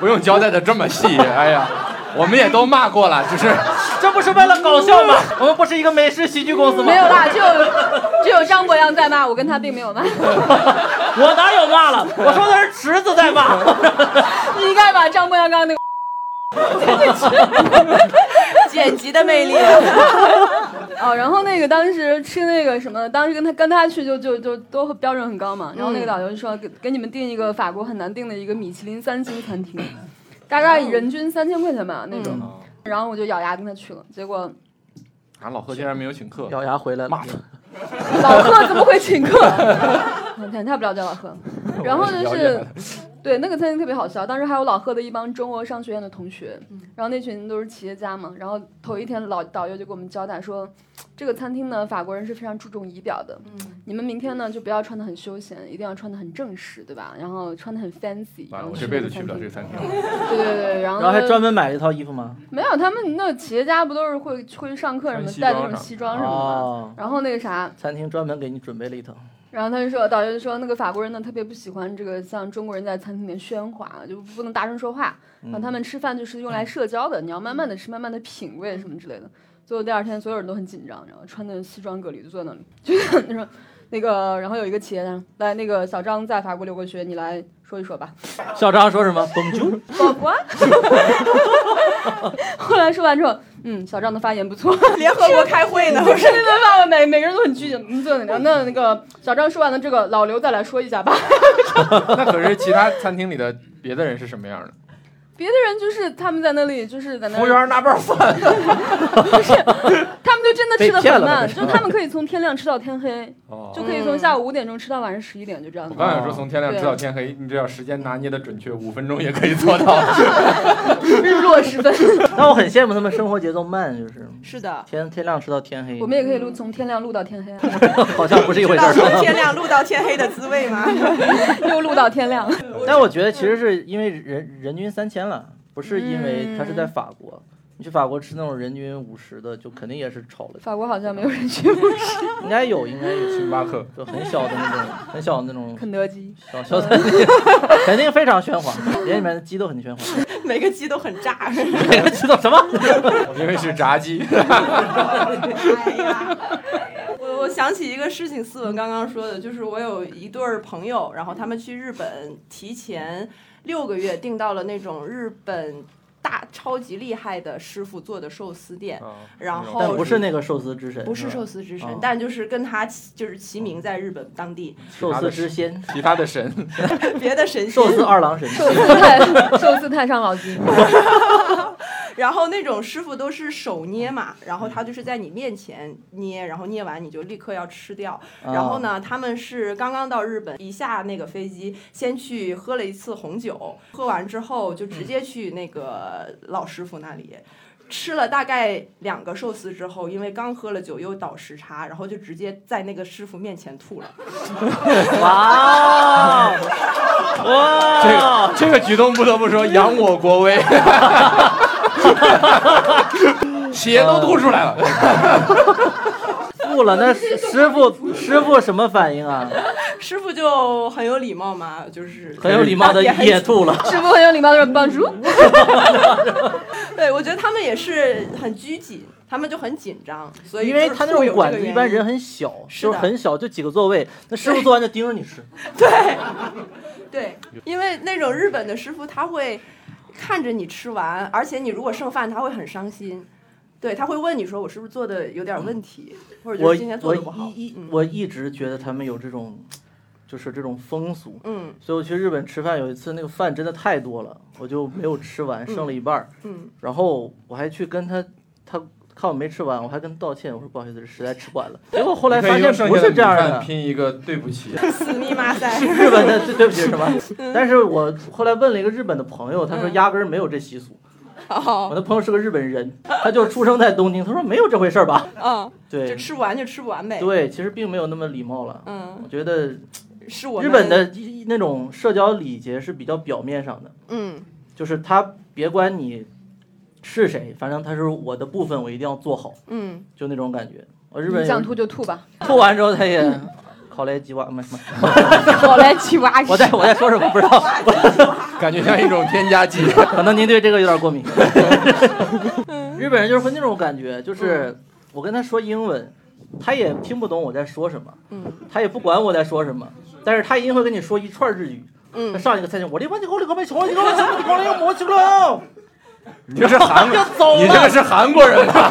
[SPEAKER 2] 不用交代的这么 细，哎呀，我们也都骂过了，只是
[SPEAKER 4] 这不是为了搞 笑吗？我们不是一个美式喜剧公司吗？
[SPEAKER 3] 没有啦，只有只有张博洋在骂，我跟他并没有骂。
[SPEAKER 4] 我哪有骂了？我说的是池子在骂。
[SPEAKER 3] 你应该把张博洋刚刚那个。
[SPEAKER 1] 剪辑的魅力。啊
[SPEAKER 3] 哦，然后那个当时吃那个什么，当时跟他跟他去就就就都标准很高嘛。然后那个导游就说给给你们订一个法国很难订的一个米其林三星餐厅，大概人均三千块钱吧那种。然后我就咬牙跟他去了，结果
[SPEAKER 2] 啊，老贺竟然没有请客，
[SPEAKER 4] 咬牙回来了
[SPEAKER 2] 骂，他
[SPEAKER 3] 老贺怎么会请客？ 我天，太不了解老贺。然后就
[SPEAKER 2] 了解
[SPEAKER 3] 是
[SPEAKER 2] 了
[SPEAKER 3] 对那个餐厅特别好笑，当时还有老贺的一帮中国商学院的同学，
[SPEAKER 4] 嗯
[SPEAKER 3] 然后那群都是企业家嘛。然后头一天老导游就给我们交代说，这个餐厅呢，法国人是非常注重仪表的，你们明天呢就不要穿的很休闲，一定要穿的很正式，对吧？然后穿的很 fancy。
[SPEAKER 2] 完了，
[SPEAKER 3] 然后
[SPEAKER 2] 啊我这辈子去
[SPEAKER 3] 餐
[SPEAKER 2] 不了这
[SPEAKER 3] 厅
[SPEAKER 2] 个餐厅了。
[SPEAKER 3] 对对对，然后
[SPEAKER 4] 然后还
[SPEAKER 3] 就
[SPEAKER 4] 专门买了一套衣服吗？
[SPEAKER 3] 没有他们那企业家不都是会会去上课什么
[SPEAKER 2] 穿西
[SPEAKER 3] 带那
[SPEAKER 2] 装
[SPEAKER 3] 种
[SPEAKER 2] 啥
[SPEAKER 3] 西装什么的吗。
[SPEAKER 4] 哦，
[SPEAKER 3] 然后那个啥，
[SPEAKER 4] 餐厅专门给你准备了一套。
[SPEAKER 3] 然后他就说，导游就说那个法国人呢特别不喜欢这个像中国人在餐厅里面喧哗，就不能大声说话。然哦后他们吃饭就是用来社交的，你要慢慢的吃，慢慢的品味什么之类的。最后第二天所有人都很紧张，然后穿的西装革履就坐在那里，就是那种那个，然后有一个企业家来，那个小张在法国留过学，你来说一说吧。
[SPEAKER 4] 小张嗯说 什么？蹦啾，
[SPEAKER 3] 法国。后来说完之后，嗯，小张的发言不错。
[SPEAKER 1] 联合国开会呢，不是
[SPEAKER 3] 吃一顿饭，每每个人都很拘谨，嗯，坐在那里。那那个小张说完了这个，老刘再来说一下吧。
[SPEAKER 2] 那可是其他餐厅里的别的人是什么样的？
[SPEAKER 3] 别的人就是他们在那里，就是在那
[SPEAKER 2] 服务
[SPEAKER 3] 里，
[SPEAKER 2] 员拿包 饭，
[SPEAKER 3] 他们就真的吃的
[SPEAKER 4] 被骗
[SPEAKER 3] 很
[SPEAKER 4] 了
[SPEAKER 3] 慢，
[SPEAKER 4] 那是
[SPEAKER 3] 就是他们可以从天亮吃到天黑，
[SPEAKER 2] 哦
[SPEAKER 3] 就可以从下午五点钟吃到晚上十一点，就这样
[SPEAKER 2] 我
[SPEAKER 3] 子。
[SPEAKER 2] 刚想说从天亮吃到天黑，你只要时间拿捏的准确，五分钟也可以做到。
[SPEAKER 3] 日落时 分，
[SPEAKER 4] 那我很羡慕他们生活节奏慢，就是
[SPEAKER 1] 是的，
[SPEAKER 4] 天天亮吃到天黑
[SPEAKER 3] 我，们也可以录从天亮录到天黑，啊
[SPEAKER 4] 好像不是一回
[SPEAKER 1] 知
[SPEAKER 4] 事
[SPEAKER 1] 道
[SPEAKER 4] 儿。
[SPEAKER 1] 从天亮录到天黑的滋味 吗？
[SPEAKER 3] 又录到天亮。
[SPEAKER 1] 嗯
[SPEAKER 4] 但我觉得其实是因为人人均三千了，不是因为他是在法国，你去法国吃那种人均五十的，就肯定也是炒了，
[SPEAKER 3] 法国好像没有人 去过
[SPEAKER 4] 应该有，应该有，
[SPEAKER 2] 星巴克。
[SPEAKER 4] 就很小的那种，很小的那种
[SPEAKER 3] 肯德基。
[SPEAKER 4] 小小的，肯定非常喧哗，连里面的鸡都很喧 哗，
[SPEAKER 1] 每个鸡都很炸，是吧？
[SPEAKER 4] 你们知道什么？
[SPEAKER 2] 因为是炸鸡，
[SPEAKER 1] 哎呀，我我想起一个事情，思文刚刚说的，就是我有一对儿朋友，然后他们去日本，提前六个月订到了那种日本大超级厉害的师傅做的寿司店，
[SPEAKER 2] 哦
[SPEAKER 1] 然后
[SPEAKER 4] 但不是那个寿司之神，
[SPEAKER 1] 不是寿
[SPEAKER 4] 司，
[SPEAKER 1] 司之
[SPEAKER 4] 哦
[SPEAKER 1] 神，但就是跟他齐就是齐名在日本当地，
[SPEAKER 4] 寿司之仙，
[SPEAKER 2] 其他的神，
[SPEAKER 1] 别的神仙
[SPEAKER 4] 嗯寿司二郎神，啊
[SPEAKER 3] 寿司太寿司太上老君，
[SPEAKER 1] 然后那种师傅都是手捏嘛，然后他就是在你面前捏，然后捏完你就立刻要吃掉。然后
[SPEAKER 4] 嗯
[SPEAKER 1] 呢，他们是刚刚到日本，一下那个飞机先去喝了一次红酒，喝完之后就
[SPEAKER 4] 嗯
[SPEAKER 1] 直接去那个老师傅那里。吃了大概两个寿司之后，因为刚喝了酒又倒时差，然后就直接在那个师傅面前吐了。
[SPEAKER 4] 啊？哇 哦
[SPEAKER 2] 这
[SPEAKER 4] 哇
[SPEAKER 2] 个
[SPEAKER 4] 哦！
[SPEAKER 2] 这个举动不得不说扬我国 威，血都吐出来了。
[SPEAKER 4] 吐了，那师傅师傅什么反应啊？
[SPEAKER 1] 师傅就很有礼貌嘛，就是
[SPEAKER 4] 很有礼貌的
[SPEAKER 1] 也很
[SPEAKER 4] 也吐了。
[SPEAKER 3] 师傅很有礼貌的说帮助。
[SPEAKER 1] 对，我觉得他们也是很拘谨，他们就很紧张，所以
[SPEAKER 4] 因为
[SPEAKER 1] 就是
[SPEAKER 4] 他那
[SPEAKER 1] 会
[SPEAKER 4] 种
[SPEAKER 1] 有
[SPEAKER 4] 馆
[SPEAKER 1] 这
[SPEAKER 4] 子
[SPEAKER 1] 个
[SPEAKER 4] 一般
[SPEAKER 1] 原因
[SPEAKER 4] 人很小，
[SPEAKER 1] 是
[SPEAKER 4] 就是
[SPEAKER 1] 的
[SPEAKER 4] 很小，就几个座位。那师傅做完就盯着你吃，
[SPEAKER 1] 对，因为那种日本的师傅他会看着你吃完，而且你如果剩饭，他会很伤心。对，他会问你说我是不是做的有点问题，或者就
[SPEAKER 4] 我
[SPEAKER 1] 是今天
[SPEAKER 4] 嗯
[SPEAKER 1] 做
[SPEAKER 4] 我
[SPEAKER 1] 的不好。
[SPEAKER 4] 一一
[SPEAKER 1] 嗯
[SPEAKER 4] 我一直觉得他们有这种，就是这种风俗。
[SPEAKER 1] 嗯
[SPEAKER 4] 所以我去日本吃饭，有一次那个饭真的太多了，我就没有吃完，剩了一半儿。
[SPEAKER 1] 嗯，
[SPEAKER 4] 然后我还去跟他，他看我没吃完，我还跟他道歉，我说不好意思，实在吃不完了。结果后来发
[SPEAKER 2] 你可以用
[SPEAKER 4] 现
[SPEAKER 2] 剩
[SPEAKER 4] 不
[SPEAKER 2] 下的
[SPEAKER 4] 是这样
[SPEAKER 2] 米饭
[SPEAKER 4] 的，
[SPEAKER 2] 拼一个对不起，
[SPEAKER 1] 死密马塞，
[SPEAKER 4] 日本的对对不起是 吧？
[SPEAKER 1] 嗯
[SPEAKER 4] 但是我后来问了一个日本的朋友，他说压根儿没有这习俗。我
[SPEAKER 1] 哦，
[SPEAKER 4] 的朋友是个日本人，他就出生在东京，他说没有这回事儿 吧？
[SPEAKER 1] 嗯，就
[SPEAKER 4] 对
[SPEAKER 1] 吃不完就吃不完呗。
[SPEAKER 4] 对，其实并没有那么礼貌了。
[SPEAKER 1] 嗯
[SPEAKER 4] 我，觉得
[SPEAKER 1] 是我
[SPEAKER 4] 日
[SPEAKER 1] 们
[SPEAKER 4] 本的一那种社交礼节是比较表面上的，
[SPEAKER 1] 嗯
[SPEAKER 4] 就是他别管你是谁，反正他是我的部分，我一定要做好，
[SPEAKER 1] 嗯，
[SPEAKER 4] 就那种感觉。我日本
[SPEAKER 3] 你想
[SPEAKER 4] 人
[SPEAKER 3] 吐就吐吧，
[SPEAKER 4] 吐完之后，他也考来几瓦，没没，
[SPEAKER 3] 我来去挖。
[SPEAKER 4] 我在我在说什么不知道，
[SPEAKER 2] 感觉像一种添加剂。
[SPEAKER 4] 可能您对这个有点过敏。日本人就是会那种感觉，就是我跟他说英文，他也听不懂我在说什么，
[SPEAKER 1] 嗯，
[SPEAKER 4] 他也不管我在说什么，但是他一定会跟你说一串日语。
[SPEAKER 1] 嗯
[SPEAKER 4] 他上一个菜就我这帮你给我这个没我这个我这个我这个，
[SPEAKER 2] 你 这是韩国，
[SPEAKER 4] 走了
[SPEAKER 2] 你这个是韩国人 吧？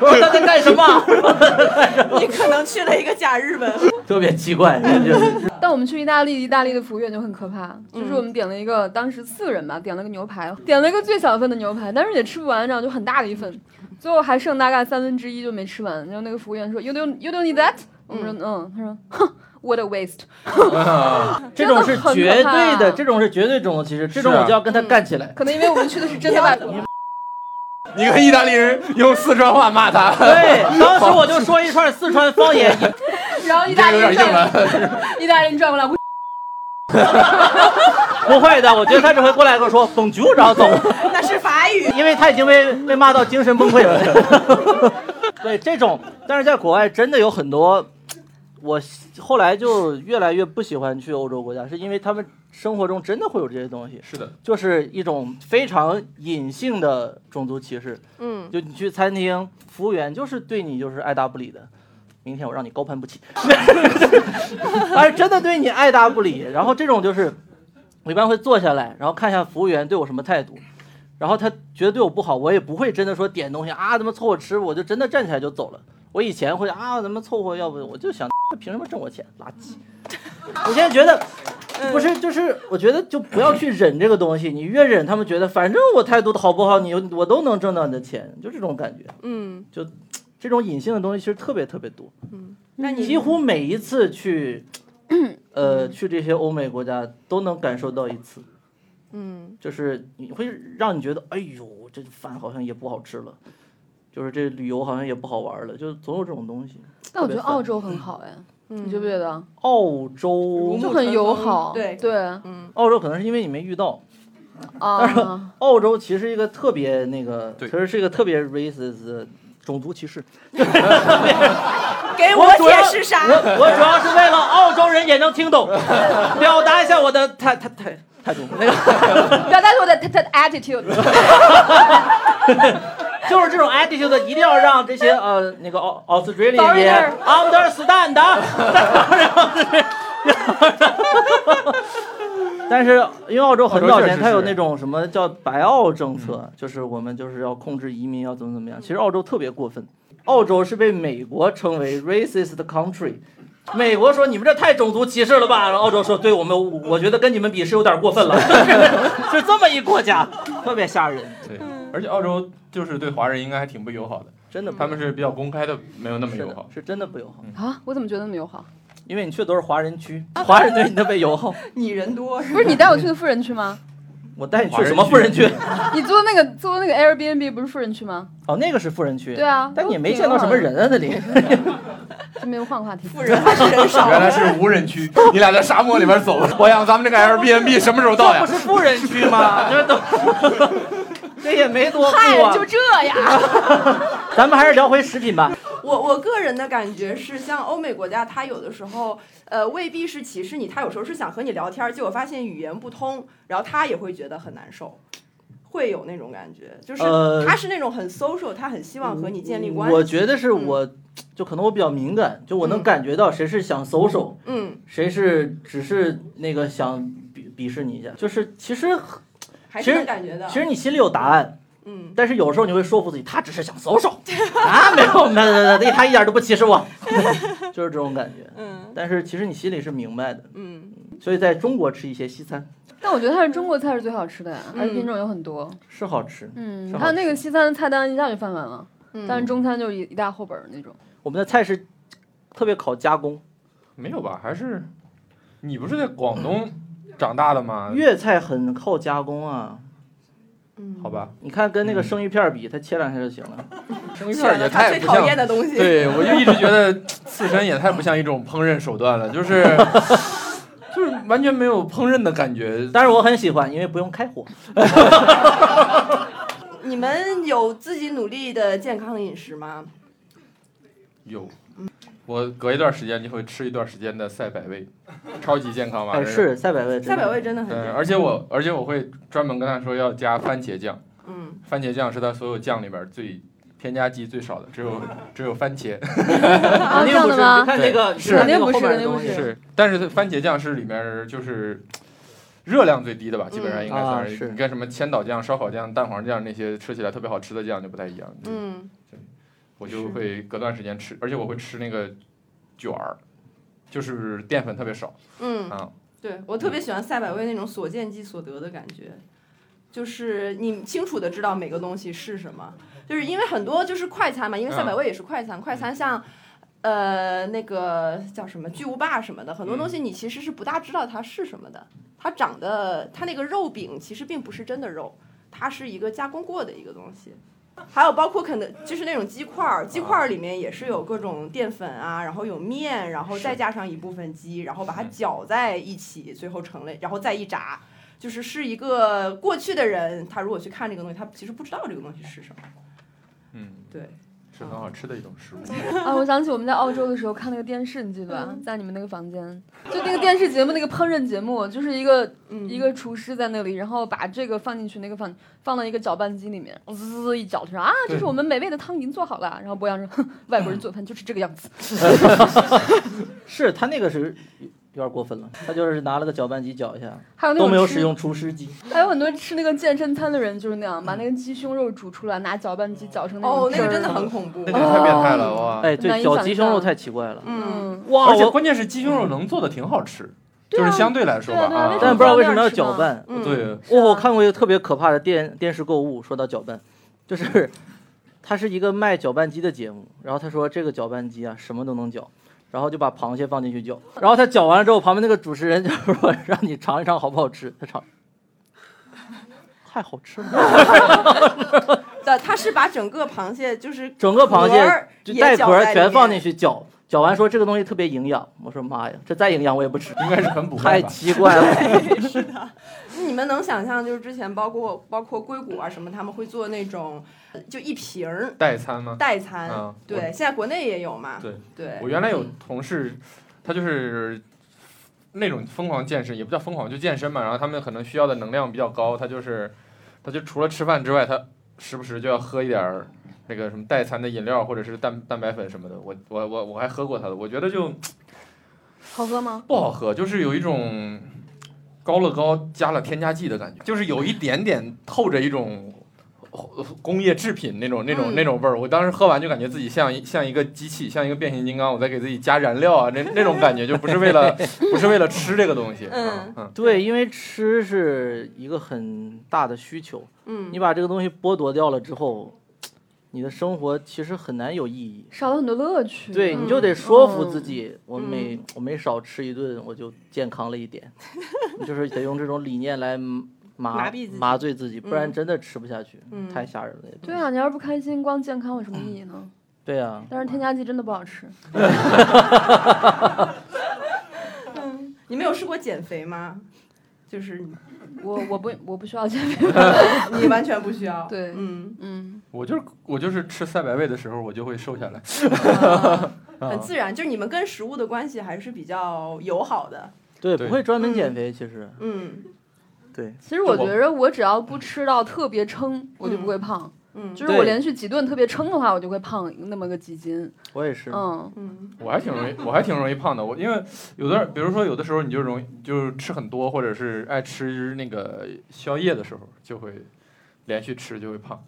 [SPEAKER 4] 我说他在干什么？
[SPEAKER 1] 嗯你可能去了一个假日本。
[SPEAKER 4] 特别奇怪，就是
[SPEAKER 3] 但我们去意大利，意大利的服务员就很可怕，
[SPEAKER 4] 嗯
[SPEAKER 3] 就是我们点了一个，当时四个人吧，点了个牛排，点了一个最小份的牛排，但是也吃不完，然后就很大的一份，最后还剩大概三分之一就没吃完。然后那个服务员说，You don't, you don't need that。我们说，嗯，他说，哼。What a waste！
[SPEAKER 4] 这种是绝对
[SPEAKER 3] 真的很可
[SPEAKER 4] 的，
[SPEAKER 3] 怕
[SPEAKER 4] 这种是绝对种族歧视，这种
[SPEAKER 2] 是啊
[SPEAKER 4] 我就要跟他干起来。
[SPEAKER 3] 可能因为我们去的是真的外国，
[SPEAKER 2] 你跟意大利人用四川话骂他，
[SPEAKER 4] 对，当时我就说一串四川方言，
[SPEAKER 3] 然后意
[SPEAKER 2] 这
[SPEAKER 3] 大
[SPEAKER 2] 个
[SPEAKER 3] 利
[SPEAKER 2] 有点
[SPEAKER 3] 人
[SPEAKER 2] 硬
[SPEAKER 3] 转，
[SPEAKER 2] 了。
[SPEAKER 3] 意大利人转过来，
[SPEAKER 4] 不会的，我觉得他只会过来跟我说“蹦啾”，然后走，
[SPEAKER 1] 那是法语。
[SPEAKER 4] 因为他已经被被骂到精神崩溃了。 对，这种，但是在国外真的有很多，我后来就越来越不喜欢去欧洲国家，是因为他们生活中真的会有这些东西，
[SPEAKER 2] 是的，
[SPEAKER 4] 就是一种非常隐性的种族歧视。
[SPEAKER 1] 嗯，
[SPEAKER 4] 就你去餐厅，服务员就是对你就是爱答不理的。明天我让你高攀不起， 而真的对你爱答不理。然后这种就是，我一般会坐下来，然后看一下服务员对我什么态度。然后他觉得对我不好，我也不会真的说点东西啊，他妈凑合吃，我就真的站起来就走了。我以前会啊，他妈凑合，要不我就想， 凭什么挣我钱？垃圾！我现在觉得不是，就是我觉得就不要去忍这个东西，你越忍，他们觉得反正我态度好不好，你有我都能挣到你的钱，就这种感觉。
[SPEAKER 1] 嗯，
[SPEAKER 4] 这种隐性的东西其实特别特别多，
[SPEAKER 1] 那你
[SPEAKER 4] 几乎每一次去，呃，去这些欧美国家都能感受到一次，
[SPEAKER 1] 嗯
[SPEAKER 4] 就是你会让你觉得，哎呦，这饭好像也不好吃了，就是这旅游好像也不好玩了，就总有这种东西。
[SPEAKER 3] 但我觉得澳洲很好哎，
[SPEAKER 1] 嗯，
[SPEAKER 3] 你觉不觉得？
[SPEAKER 4] 澳洲
[SPEAKER 1] 嗯
[SPEAKER 3] 就很友好，
[SPEAKER 1] 对
[SPEAKER 3] 对，
[SPEAKER 1] 嗯
[SPEAKER 4] 澳洲可能是因为你没遇到，
[SPEAKER 3] 啊，
[SPEAKER 4] 澳洲其实一个特别那个，
[SPEAKER 2] 对
[SPEAKER 4] 其实是一个特别 racist 的种族 歧视。
[SPEAKER 1] 给
[SPEAKER 4] 我主
[SPEAKER 1] 解
[SPEAKER 4] 要
[SPEAKER 1] 释啥？
[SPEAKER 4] 我我主要是为了澳洲人也能 听懂，表达一下我的态态态态度。那个
[SPEAKER 3] 表达出我的他他 attitude。
[SPEAKER 4] 就是这种 attitude，一定要让这些呃那个澳 Australian 也啊
[SPEAKER 3] Foreigner
[SPEAKER 4] understand 的。 但是因为澳洲很早
[SPEAKER 2] 澳洲确
[SPEAKER 4] 前
[SPEAKER 2] 实
[SPEAKER 4] 它有
[SPEAKER 2] 是嗯
[SPEAKER 4] 那种什么叫白澳政策，就是我们就是要控制移民，要怎么怎么样。其实澳洲特别过分，澳洲是被美国称为 racist country。美国说你们这太种族歧视了吧？然后澳洲说，对我们，我觉得跟你们比是有点过分了， 是这么一国家，特别吓人，
[SPEAKER 2] 对，嗯而且澳洲就是对华人应该还挺不友好的，
[SPEAKER 4] 真的不
[SPEAKER 2] 他们是比较公开的，没有那么
[SPEAKER 4] 是
[SPEAKER 2] 友
[SPEAKER 4] 的
[SPEAKER 2] 好，。
[SPEAKER 4] 是真的不友好， 嗯
[SPEAKER 3] 啊，我怎么觉得没有好？
[SPEAKER 4] 因为你去的都是华人区，
[SPEAKER 1] 啊
[SPEAKER 4] 华人对你特别友好。
[SPEAKER 1] 你人 多是
[SPEAKER 3] 不是你带我去的富人区 吗？
[SPEAKER 4] 我带你去什么富人区？
[SPEAKER 3] 你租的那个租的那个 Airbnb 不是富人区吗？
[SPEAKER 4] 哦，那个是富人区。
[SPEAKER 3] 对啊
[SPEAKER 4] 但你也没见到什么人啊，那里。
[SPEAKER 3] 这边换个话题。
[SPEAKER 1] 富人还是人少？
[SPEAKER 2] 原来是无人区， 你俩在沙漠里边走 吧。我想咱们这个 Airbnb 什么时候到
[SPEAKER 4] 这
[SPEAKER 2] 呀
[SPEAKER 4] 不？是富人区 吗？这都，这也没多富啊。
[SPEAKER 3] 这样。
[SPEAKER 4] 咱们还是聊回食品吧。
[SPEAKER 1] 我我个人的感觉是，像欧美国家，他有的时候呃未必是歧视你，他有时候是想和你聊天儿，结果发现语言不通，然后他也会觉得很难受。会有那种感觉，就是
[SPEAKER 4] 呃嗯
[SPEAKER 1] 他是那种很 social，他很希望和你建立关
[SPEAKER 4] 我
[SPEAKER 1] 系。
[SPEAKER 4] 觉得是我，就可能我比较敏感，就我能
[SPEAKER 1] 嗯
[SPEAKER 4] 感觉到谁是想搜手，
[SPEAKER 1] 嗯，
[SPEAKER 4] 谁是只是那个想鄙鄙视你一下。就是其实
[SPEAKER 1] 还
[SPEAKER 4] 其
[SPEAKER 1] 是
[SPEAKER 4] 实
[SPEAKER 1] 能感觉到。
[SPEAKER 4] 其实你心里有答案，
[SPEAKER 1] 嗯，
[SPEAKER 4] 但是有时候你会说服自己，他只是想 搜手啊，没有，没有，没有，没有他一点都不歧视我， 就是这种感觉。
[SPEAKER 1] 嗯
[SPEAKER 4] 但是其实你心里是明白的，
[SPEAKER 1] 嗯，
[SPEAKER 4] 所以在中国吃一些西餐
[SPEAKER 3] 但我觉得它是中国菜是最好吃的呀，而且
[SPEAKER 1] 嗯
[SPEAKER 3] 品种有很多。
[SPEAKER 4] 是好吃。
[SPEAKER 3] 嗯，
[SPEAKER 4] 是好
[SPEAKER 3] 它那个西餐的菜单一下就翻完了，
[SPEAKER 1] 嗯
[SPEAKER 3] 但是中餐就一一大后本儿那 种。
[SPEAKER 4] 我们的菜是特别考加工，
[SPEAKER 2] 没有吧？还是你不是在广东长大的吗？
[SPEAKER 4] 粤菜很靠加工啊。
[SPEAKER 1] 嗯
[SPEAKER 2] 好，吧，
[SPEAKER 4] 你看跟那个生鱼片儿比，它切两下就行了。
[SPEAKER 2] 生鱼
[SPEAKER 1] 选
[SPEAKER 2] 片
[SPEAKER 1] 了
[SPEAKER 2] 也
[SPEAKER 1] 他
[SPEAKER 2] 太
[SPEAKER 1] 最
[SPEAKER 2] 不
[SPEAKER 1] 讨
[SPEAKER 2] 像
[SPEAKER 1] 厌的东西。
[SPEAKER 2] 对，我就一直觉得刺身也太不像一种烹饪手段了，就是 就是完全没有烹饪的感觉。
[SPEAKER 4] 但是我很喜欢，因为不用开火。
[SPEAKER 1] 你们有自己努力的健康饮食吗？
[SPEAKER 2] 有，我隔一段时间就会吃一段时间的赛百味，超级健康嘛。
[SPEAKER 4] 哎，是赛百味，真的
[SPEAKER 1] 赛百味真的很
[SPEAKER 2] 嗯，
[SPEAKER 1] 健
[SPEAKER 2] 而且我而且我会专门跟他说要加番茄酱，
[SPEAKER 1] 嗯，
[SPEAKER 2] 番茄酱是他所有酱里边最添加剂最少的，只有 只有番茄。
[SPEAKER 3] 啊，
[SPEAKER 4] 肯
[SPEAKER 3] 这
[SPEAKER 4] 定
[SPEAKER 3] 样
[SPEAKER 4] 不
[SPEAKER 3] 的
[SPEAKER 4] 是。你
[SPEAKER 3] 吗？
[SPEAKER 4] 看那个，
[SPEAKER 2] 是
[SPEAKER 4] 你看那个
[SPEAKER 3] 肯定不是
[SPEAKER 4] 后面的
[SPEAKER 3] 肯定不
[SPEAKER 4] 东西
[SPEAKER 3] 是
[SPEAKER 2] 是，但是番茄酱是里面就是热量最低的吧，基本上应该
[SPEAKER 4] 啊
[SPEAKER 2] 算
[SPEAKER 4] 是
[SPEAKER 2] 你跟什么千岛酱、烧烤酱、蛋黄酱那些吃起来特别好吃的酱就不太一样。，
[SPEAKER 1] 嗯，
[SPEAKER 2] 我就会隔段时间吃，而且我会吃那个卷儿，就是淀粉特别少
[SPEAKER 1] 嗯，
[SPEAKER 2] 啊。
[SPEAKER 1] 对我特别喜欢赛百味那种所见即所得的感觉，就是你清楚的知道每个东西是什么，就是因为很多就是快餐嘛，因为赛百味也是快餐，快餐像。呃，那个叫什么巨无霸什么的，很多东西你其实是不大知道它是什么的。它长得，它那个肉饼其实并不是真的肉，它是一个加工过的一个东西。还有包括肯德，就是那种鸡块儿，鸡块儿里面也是有各种淀粉啊，然后有面，然后再加上一部分鸡，然后把它搅在一起，最后成了，然后再一炸，就是是一个过去的人，他如果去看这个东西，他其实不知道这个东西是什么。
[SPEAKER 2] 嗯，
[SPEAKER 1] 对，
[SPEAKER 2] 是很好吃的一种食物。
[SPEAKER 3] 啊，我想起我们在澳洲的时候看那个电视，你记得吧？在你们那个房间，就那个电视节目，那个烹饪节目，就是一个
[SPEAKER 1] 嗯，
[SPEAKER 3] 一个厨师在那里，然后把这个放进去，那个放放到一个搅拌机里面，滋滋滋一搅，他说啊，这是我们美味的汤已经做好了。然后博洋说，哼，外国人做饭就是这个样子。
[SPEAKER 4] 是他那个是有点过分了，他就是拿了个搅拌机搅一下，
[SPEAKER 3] 还有那
[SPEAKER 4] 都
[SPEAKER 3] 种
[SPEAKER 4] 没有
[SPEAKER 3] 吃
[SPEAKER 4] 使用厨师机。
[SPEAKER 3] 还有很多吃那个健身餐的人就是那样，把那个鸡胸肉煮出来，拿搅拌机搅成那种
[SPEAKER 1] 哦，那
[SPEAKER 3] 汁
[SPEAKER 1] 个
[SPEAKER 3] 儿
[SPEAKER 1] 真的很恐怖
[SPEAKER 2] 那。个太变态了哇！
[SPEAKER 4] 哎，
[SPEAKER 3] 难
[SPEAKER 4] 对，
[SPEAKER 3] 以
[SPEAKER 4] 搅
[SPEAKER 3] 想
[SPEAKER 4] 鸡胸肉
[SPEAKER 3] 象
[SPEAKER 4] 太奇怪了。
[SPEAKER 1] 嗯，
[SPEAKER 3] 嗯，
[SPEAKER 4] 哇，
[SPEAKER 2] 而且
[SPEAKER 4] 哦我
[SPEAKER 2] 关键是鸡胸肉能做的挺好吃，
[SPEAKER 3] 对
[SPEAKER 2] 就
[SPEAKER 3] 啊
[SPEAKER 2] 是相对来说吧
[SPEAKER 3] 对啊对啊
[SPEAKER 4] 但
[SPEAKER 3] 那种
[SPEAKER 4] 不知道为什么要搅拌。
[SPEAKER 1] 嗯，
[SPEAKER 2] 对，
[SPEAKER 4] 哇，我看过一个特别可怕的电电视购物，说到搅拌，就是 它是一个卖搅拌机的节目，然后他说这个搅拌机啊什么都能搅。然后就把螃蟹放进去搅，然后他搅完了之后，旁边那个主持人就说：“让你尝一尝好不好吃。”他尝，太好吃了，
[SPEAKER 1] 的，他是把整个螃蟹就是
[SPEAKER 4] 整个
[SPEAKER 1] 壳
[SPEAKER 4] 螃蟹
[SPEAKER 1] 儿
[SPEAKER 4] 就
[SPEAKER 1] 也
[SPEAKER 4] 带壳
[SPEAKER 1] 搅在
[SPEAKER 4] 儿
[SPEAKER 1] 里
[SPEAKER 4] 全放进
[SPEAKER 1] 面
[SPEAKER 4] 去搅，嚼完说这个东西特别营养，我说妈呀，这再营养我也不吃，
[SPEAKER 2] 应该是很补钙
[SPEAKER 4] 太
[SPEAKER 2] 吧。
[SPEAKER 4] 奇怪了。
[SPEAKER 1] 你们能想象，就是之前包括包括硅谷啊什么，他们会做那种呃就一瓶儿
[SPEAKER 2] 代餐吗？
[SPEAKER 1] 代餐，
[SPEAKER 2] 嗯，
[SPEAKER 1] 对，现在国内也有嘛，
[SPEAKER 2] 对
[SPEAKER 1] 对
[SPEAKER 2] 我原来有同事，他就是那种疯狂健身，也不叫疯狂，就健身嘛。然后他们可能需要的能量比较高，他就是他就除了吃饭之外，他时不时就要喝一点儿那个什么代餐的饮料或者是蛋蛋白粉什么的。我我我我还喝过他的，我觉得就
[SPEAKER 3] 好喝吗？
[SPEAKER 2] 不好喝，就是有一种高乐高加了添加剂的感觉，就是有一点点透着一种。工业制品那种、那种、
[SPEAKER 1] 嗯
[SPEAKER 2] 那种味儿，我当时喝完就感觉自己像一像一个机器，像一个变形金刚，我在给自己加燃料啊，那那种感觉就不是为了不是为了吃这个东西，
[SPEAKER 1] 嗯
[SPEAKER 2] 嗯，
[SPEAKER 4] 对，因为吃是一个很大的需求，
[SPEAKER 1] 嗯
[SPEAKER 4] 你把这个东西剥夺掉了之后，你的生活其实很难有意义。
[SPEAKER 3] 少了很多乐趣。
[SPEAKER 4] 对，
[SPEAKER 1] 嗯
[SPEAKER 4] 你就得说服自己，我
[SPEAKER 1] 嗯
[SPEAKER 4] 每我每少吃一顿，我就健康了 一点，就是得用这种理念来麻
[SPEAKER 1] 麻痹自己
[SPEAKER 4] 麻醉自己，不然
[SPEAKER 1] 嗯
[SPEAKER 4] 真的吃不下去，
[SPEAKER 1] 嗯
[SPEAKER 4] 太吓人了也。
[SPEAKER 3] 对啊，你要是不开心，光健康有什么意义呢？
[SPEAKER 4] 对啊，
[SPEAKER 3] 但是添加剂真的不好吃。
[SPEAKER 1] 嗯，你们有试过减肥吗？就是 你
[SPEAKER 3] 我我不我不需要减肥。
[SPEAKER 1] 你完全不需要，
[SPEAKER 3] 对
[SPEAKER 1] 嗯，
[SPEAKER 3] 嗯，
[SPEAKER 2] 我就是我就是吃赛百味的时候，我就会瘦下来，啊
[SPEAKER 1] 很自然，就是你们跟食物的关系还是比较友好的，
[SPEAKER 4] 对，
[SPEAKER 2] 对
[SPEAKER 4] 不会专门
[SPEAKER 1] 嗯
[SPEAKER 4] 减肥，其实
[SPEAKER 1] 嗯
[SPEAKER 4] 对，
[SPEAKER 3] 其实我觉得我只要不吃到特别撑，我就不会胖。
[SPEAKER 1] 嗯
[SPEAKER 3] 就是我
[SPEAKER 4] 对
[SPEAKER 3] 连续几顿特别撑的话，我就会胖那么个几斤。
[SPEAKER 4] 我也是，
[SPEAKER 3] 嗯，
[SPEAKER 1] 嗯
[SPEAKER 2] 我还挺容易，我还挺容易胖的。我因为有的，比如说有的时候你就容易就是吃很多，或者是爱吃那个宵夜的时候，就会连续吃就会胖。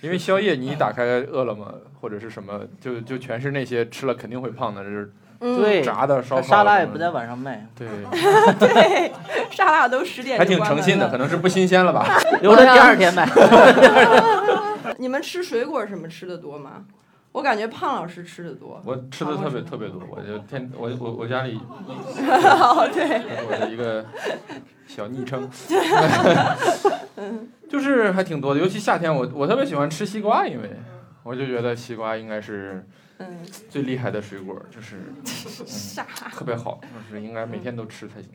[SPEAKER 2] 因为宵夜你一打开饿了么或者是什么，就就全是那些吃了肯定会胖的，就是
[SPEAKER 1] 嗯，
[SPEAKER 4] 对，
[SPEAKER 2] 炸的、烧
[SPEAKER 4] 它
[SPEAKER 2] 烤。
[SPEAKER 4] 沙拉也不在。晚上卖，
[SPEAKER 2] 对，
[SPEAKER 1] 对，沙拉都十点
[SPEAKER 2] 还
[SPEAKER 1] 就
[SPEAKER 2] 挺
[SPEAKER 1] 关
[SPEAKER 2] 诚
[SPEAKER 1] 门
[SPEAKER 2] 信的，
[SPEAKER 1] 了
[SPEAKER 2] 可能是不新鲜了吧？
[SPEAKER 4] 留着第二天买。
[SPEAKER 1] 你们吃水果什么吃的多吗？我感觉胖老师吃的 多。
[SPEAKER 2] 我吃的特别特别多，我就天我我我家里
[SPEAKER 1] 哦，对，
[SPEAKER 2] 我的一个小昵称，就是还挺多的，尤其夏天我我特别喜欢吃西瓜，因为我就觉得西瓜应该是
[SPEAKER 1] 嗯，
[SPEAKER 2] 最厉害的水果，就是、嗯、
[SPEAKER 1] 傻，
[SPEAKER 2] 特别好，就是应该每天都吃才行。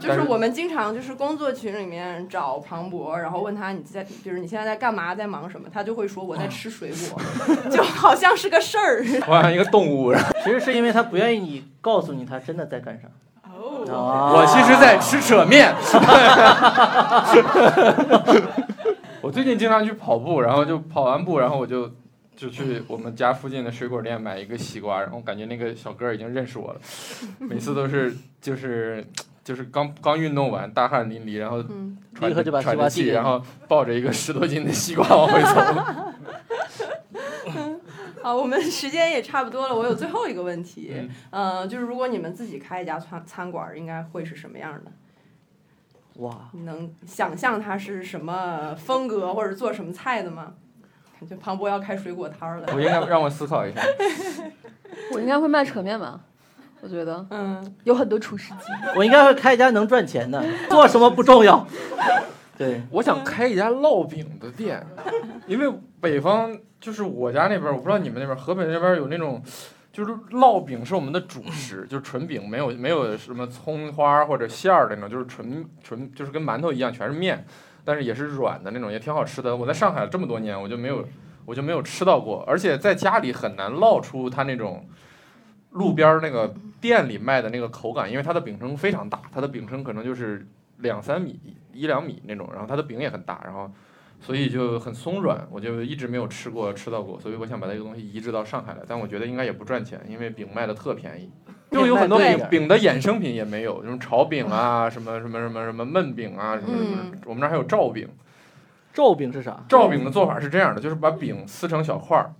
[SPEAKER 1] 就
[SPEAKER 2] 但
[SPEAKER 1] 是
[SPEAKER 2] 是
[SPEAKER 1] 我们经常就是工作群里面找庞博，然后问他你在，比如你现在在干嘛，在忙什么，他就会说我
[SPEAKER 2] 啊
[SPEAKER 1] 在吃水果， 就好像是个事儿。
[SPEAKER 2] 我好像一个动物，然后
[SPEAKER 4] 其实是因为他不愿意你告诉你他真的在干啥。
[SPEAKER 1] 哦，
[SPEAKER 4] 哦
[SPEAKER 2] 我其实在吃扯面。 我最近经常去跑步，然后就跑完步，然后我就就去我们家附近的水果店买一个西瓜，然后感觉那个小哥儿已经认识我了，每次都是就是就是刚刚运动完，大汗淋漓，然后
[SPEAKER 1] 嗯，
[SPEAKER 2] 喘
[SPEAKER 4] 立刻就
[SPEAKER 2] 着
[SPEAKER 4] 把
[SPEAKER 2] 喘
[SPEAKER 4] 西瓜
[SPEAKER 2] 着
[SPEAKER 4] 递
[SPEAKER 2] 气，
[SPEAKER 4] 给你
[SPEAKER 2] 然后抱着一个十多斤的西瓜往回 走。
[SPEAKER 1] 好，我们时间也差不多了，我有最后一个问题，
[SPEAKER 2] 嗯
[SPEAKER 1] 呃，就是如果你们自己开一家餐餐馆儿，应该会是什么样的？
[SPEAKER 4] 哇，
[SPEAKER 1] 你能想象它是什么风格或者做什么菜的吗？感觉庞博要开水果摊儿
[SPEAKER 2] 我
[SPEAKER 1] 了。
[SPEAKER 2] 应该让我思考一下，
[SPEAKER 3] 我应该会卖扯面吧。我觉得
[SPEAKER 1] 嗯，
[SPEAKER 3] 有很多厨师机，
[SPEAKER 4] 我应该会开一家能赚 钱的，做什么不重要。对，
[SPEAKER 2] 我想开一家烙饼的店，因为北方就是我家那边儿，我不知道你们那边儿，河北那边儿有那种，就是烙饼是我们的主食，就是纯饼，没有没有什么葱花儿或者馅儿的那种，就是纯纯就是跟馒头一样，全是面，但是也是软的那种，也挺好吃的。我在上海这么多年，我就没有我就没有吃到过，而且在家里很难烙出它那种路边儿那个店里卖的那个口感，因为它的饼铛非常大，它的饼铛可能就是两三米、一两米那种，然后它的饼也很大，然后所以就很松软，我就一直没有吃过吃到过，所以我想把这个东西移植到上海来，但我觉得应该也不赚钱，因为饼卖的特便 宜。就有很多饼
[SPEAKER 4] 也卖贵点儿
[SPEAKER 2] 饼的衍生品也没有，什么炒饼 啊，什么什么什么什么焖饼啊，什么什么，
[SPEAKER 1] 嗯
[SPEAKER 2] 我们那儿还有罩饼，
[SPEAKER 4] 咒饼是啥？
[SPEAKER 2] 照饼的做法是这样的，就是把饼撕成小块儿，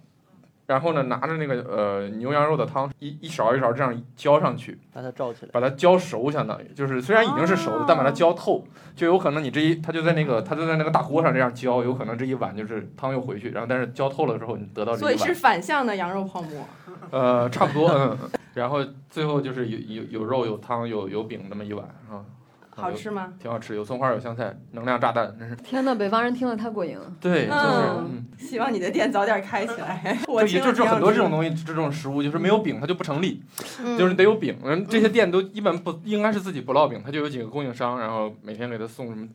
[SPEAKER 2] 然后呢拿着那个呃牛羊肉的汤一一勺一勺这样浇上去，
[SPEAKER 4] 把它罩起来。
[SPEAKER 2] 把它浇熟，相当于就是虽然已经是熟的
[SPEAKER 1] 哦，
[SPEAKER 2] 但把它浇透，就有可能你这一它就在那个它就在那个大锅上这样浇，有可能这一碗就是汤又回去，然后但是浇透了之后你得到
[SPEAKER 1] 所
[SPEAKER 2] 这
[SPEAKER 1] 以
[SPEAKER 2] 一
[SPEAKER 1] 是
[SPEAKER 2] 碗，
[SPEAKER 1] 反向的羊肉泡馍。
[SPEAKER 2] 呃差不多嗯，然后最后就是有有有肉有汤有有饼那么一碗啊，
[SPEAKER 1] 好吃吗？
[SPEAKER 2] 挺好吃，有葱花，有香菜，能量炸弹， 真是
[SPEAKER 3] 天呐，北方人听了太过瘾了。
[SPEAKER 2] 对，就是
[SPEAKER 1] 嗯
[SPEAKER 2] 嗯，
[SPEAKER 1] 希望你的店早点开起 来。我
[SPEAKER 2] 就
[SPEAKER 1] 听
[SPEAKER 2] 也
[SPEAKER 1] 了
[SPEAKER 2] 就是
[SPEAKER 1] 挺
[SPEAKER 2] 很多
[SPEAKER 1] 好
[SPEAKER 2] 这
[SPEAKER 1] 吃
[SPEAKER 2] 种东西，这种食物就是没有饼它就不成立，
[SPEAKER 1] 嗯
[SPEAKER 2] 就是得有饼。嗯，这些店都一般不应该是自己不烙饼，它就有几个供应商，然后每天给他送什么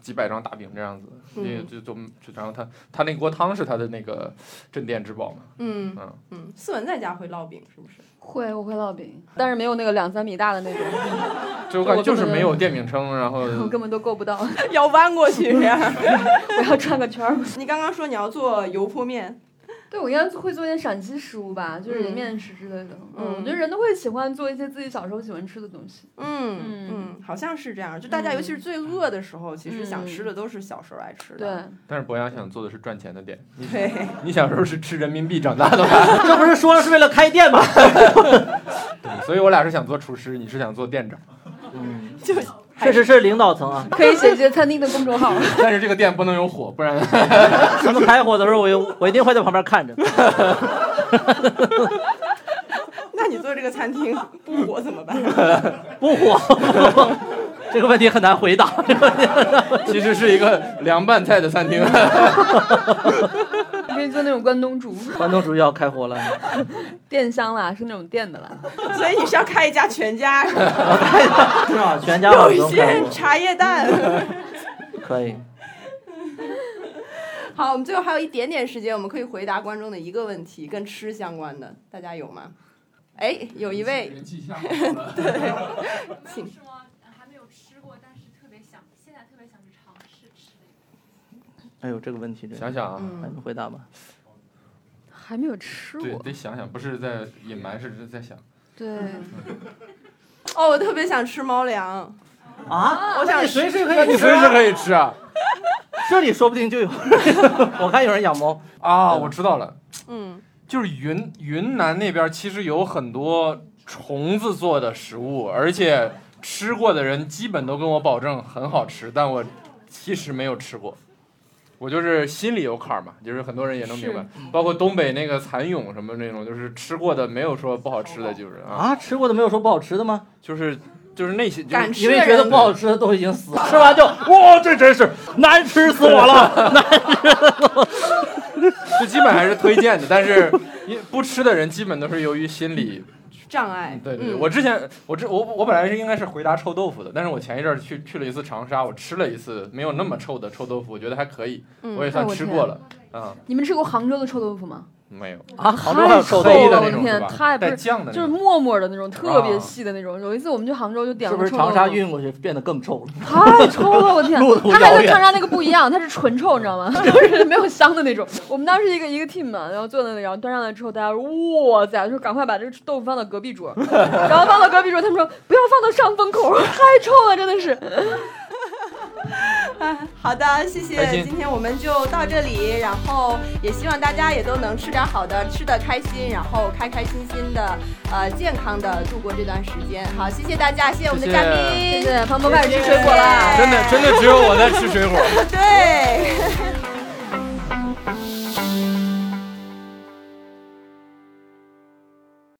[SPEAKER 2] 几百张大饼这样子，
[SPEAKER 1] 嗯
[SPEAKER 2] 就就就就然后他他那锅汤是他的那个镇店之宝嘛，
[SPEAKER 1] 嗯
[SPEAKER 2] 嗯
[SPEAKER 1] 嗯，思文在家会烙饼是不 是？
[SPEAKER 3] 会，我会烙饼，但是没有那个两三米大的那 种，
[SPEAKER 1] 啊
[SPEAKER 2] 就我感觉
[SPEAKER 3] 我根
[SPEAKER 2] 就是
[SPEAKER 3] 本
[SPEAKER 2] 没有店名称，然后
[SPEAKER 3] 我根本都够不到，
[SPEAKER 1] 要弯过 去这样。
[SPEAKER 3] 我要转个圈儿。
[SPEAKER 1] 你刚刚说你要做油泼面，
[SPEAKER 3] 对，我应该会做一点陕西食物吧，就是
[SPEAKER 1] 嗯
[SPEAKER 3] 人面食之类的。
[SPEAKER 1] 嗯
[SPEAKER 3] 嗯，我觉得人都会喜欢做一些自己小时候喜欢吃的东西。
[SPEAKER 1] 嗯嗯，好像是这样。就大
[SPEAKER 2] 嗯
[SPEAKER 1] 家尤其是最饿的时候，其实想吃的都是小时候爱吃
[SPEAKER 3] 对
[SPEAKER 1] 的。，
[SPEAKER 2] 但是博洋想做的是赚钱的店，
[SPEAKER 1] 对，
[SPEAKER 2] 你小时候是吃人民币长大的吧？
[SPEAKER 4] 这不是说了是为了开店 吗？
[SPEAKER 2] 对，所以我俩是想做厨师，你是想做店长，
[SPEAKER 4] 嗯，
[SPEAKER 1] 就
[SPEAKER 4] 确实是领导层啊。
[SPEAKER 3] 可以写一些餐厅的公众号。
[SPEAKER 2] 但是这个店不能有火，不然
[SPEAKER 4] 他们开火的时候，我有我一定会在旁边 看着。
[SPEAKER 1] 那你做这个餐厅不火怎么办？
[SPEAKER 4] 不火， 这个问题很难回答。
[SPEAKER 2] 其实是一个凉拌菜的 餐厅。
[SPEAKER 3] 可以做那种关东煮，
[SPEAKER 4] 关东煮要开火了，
[SPEAKER 3] 电香啦，是那种电的啦。
[SPEAKER 1] 所以你是要开一家全 家，是吧
[SPEAKER 4] 是吧？全家
[SPEAKER 1] 有
[SPEAKER 4] 好
[SPEAKER 1] 一
[SPEAKER 4] 像开
[SPEAKER 1] 些
[SPEAKER 4] 火，
[SPEAKER 1] 茶叶蛋。
[SPEAKER 4] 可以。
[SPEAKER 1] 好，我们最后还有一点点时间，我们可以回答观众的一个问题，跟吃相关的，大家有吗？哎，有一位，
[SPEAKER 5] 没有说呃还没有吃过，但是特别想，现在特别想去尝试吃的一个。
[SPEAKER 4] 哎呦，这个问题真的，
[SPEAKER 2] 想想啊，
[SPEAKER 4] 哎
[SPEAKER 1] 嗯，
[SPEAKER 4] 你回答吧。
[SPEAKER 3] 还没有吃
[SPEAKER 2] 对，
[SPEAKER 3] 过，
[SPEAKER 2] 得想想，不是在隐瞒，是在想。
[SPEAKER 3] 对，
[SPEAKER 1] 哦，我特别想吃猫粮，
[SPEAKER 4] 啊
[SPEAKER 1] 我想
[SPEAKER 4] 那你随时
[SPEAKER 2] 那
[SPEAKER 4] 可以
[SPEAKER 2] 你
[SPEAKER 4] 吃
[SPEAKER 2] 随时
[SPEAKER 4] 啊，
[SPEAKER 2] 可以吃啊！
[SPEAKER 4] 这里说不定就有。 我看有人养猫，
[SPEAKER 2] 啊，我知道了，
[SPEAKER 1] 嗯
[SPEAKER 2] 就是云云南那边其实有很多虫子做的食物，而且吃过的人基本都跟我保证很好吃，但我其实没有吃过。我就是心里有坎儿嘛，就是很多人也能明白，包括东北那个蚕蛹什么那种，就是吃过的没有说不好吃的，就是啊，
[SPEAKER 4] 啊，吃过的没有说不好吃的吗？
[SPEAKER 2] 就是就是那些就是
[SPEAKER 1] 敢吃
[SPEAKER 4] 因为
[SPEAKER 1] 的
[SPEAKER 4] 觉得
[SPEAKER 1] 人
[SPEAKER 4] 不好吃的都已经死了，吃完就 哇，这真是难吃死我了。
[SPEAKER 2] 就基本还 是推荐的，但是因不吃的人基本都是由于心理
[SPEAKER 1] 障
[SPEAKER 3] 哎
[SPEAKER 1] 碍，
[SPEAKER 2] 对对对，
[SPEAKER 1] 嗯
[SPEAKER 2] 我之前我之我我本来是应该是回答臭豆腐的，但是我前一阵儿去去了一次长沙，我吃了一次没有那么臭的臭豆腐，我觉得还可以，
[SPEAKER 1] 嗯
[SPEAKER 2] 我也
[SPEAKER 3] 哎
[SPEAKER 2] 算
[SPEAKER 3] 我
[SPEAKER 2] 吃
[SPEAKER 3] 天
[SPEAKER 2] 过了。嗯，
[SPEAKER 3] 你们吃过杭州的臭豆腐吗？
[SPEAKER 2] 没有
[SPEAKER 4] 啊，
[SPEAKER 3] 太
[SPEAKER 4] 杭州还有
[SPEAKER 3] 哎臭
[SPEAKER 2] 豆
[SPEAKER 4] 臭豆
[SPEAKER 2] 腐
[SPEAKER 4] 腐，
[SPEAKER 3] 了，
[SPEAKER 2] 的那种
[SPEAKER 3] 我的
[SPEAKER 2] 是
[SPEAKER 3] 天，
[SPEAKER 2] 吧
[SPEAKER 3] 太不
[SPEAKER 2] 带
[SPEAKER 3] 是，
[SPEAKER 2] 酱的那
[SPEAKER 3] 就是
[SPEAKER 2] 种。
[SPEAKER 3] 沫沫的那种，特别
[SPEAKER 2] 啊
[SPEAKER 3] 细的那种。有一次我们去杭州就点
[SPEAKER 4] 是
[SPEAKER 3] 了
[SPEAKER 4] 不
[SPEAKER 3] 个
[SPEAKER 4] 是
[SPEAKER 3] 臭
[SPEAKER 4] 长
[SPEAKER 3] 豆
[SPEAKER 4] 沙
[SPEAKER 3] 腐，
[SPEAKER 4] 运过去变得更臭了？
[SPEAKER 3] 太臭了，我天
[SPEAKER 4] 路途！
[SPEAKER 3] 它还
[SPEAKER 4] 遥
[SPEAKER 3] 跟
[SPEAKER 4] 远
[SPEAKER 3] 长沙那个不一样，它是纯臭，你知道吗？就是没有香的那种。我们当时一个一个 team 嘛，然后坐在那里，然后端上来之后，大家说哇塞，说赶快把这个豆腐放到隔壁桌，然后放到隔壁桌，他们说不要放到上风口，太臭了，真的是。
[SPEAKER 1] 好的，谢
[SPEAKER 2] 开
[SPEAKER 1] 谢，
[SPEAKER 2] 心
[SPEAKER 1] 今天我们就到这里，然后也希望大家也都能吃点好的，吃的开心，然后开开心心的，呃，健康的度过这段时间。好，谢谢大家，谢谢我们的
[SPEAKER 2] 谢谢
[SPEAKER 1] 嘉宾，
[SPEAKER 3] 谢谢庞博开始吃水果啦。
[SPEAKER 2] 真的真的只有我在吃水果。
[SPEAKER 1] 对。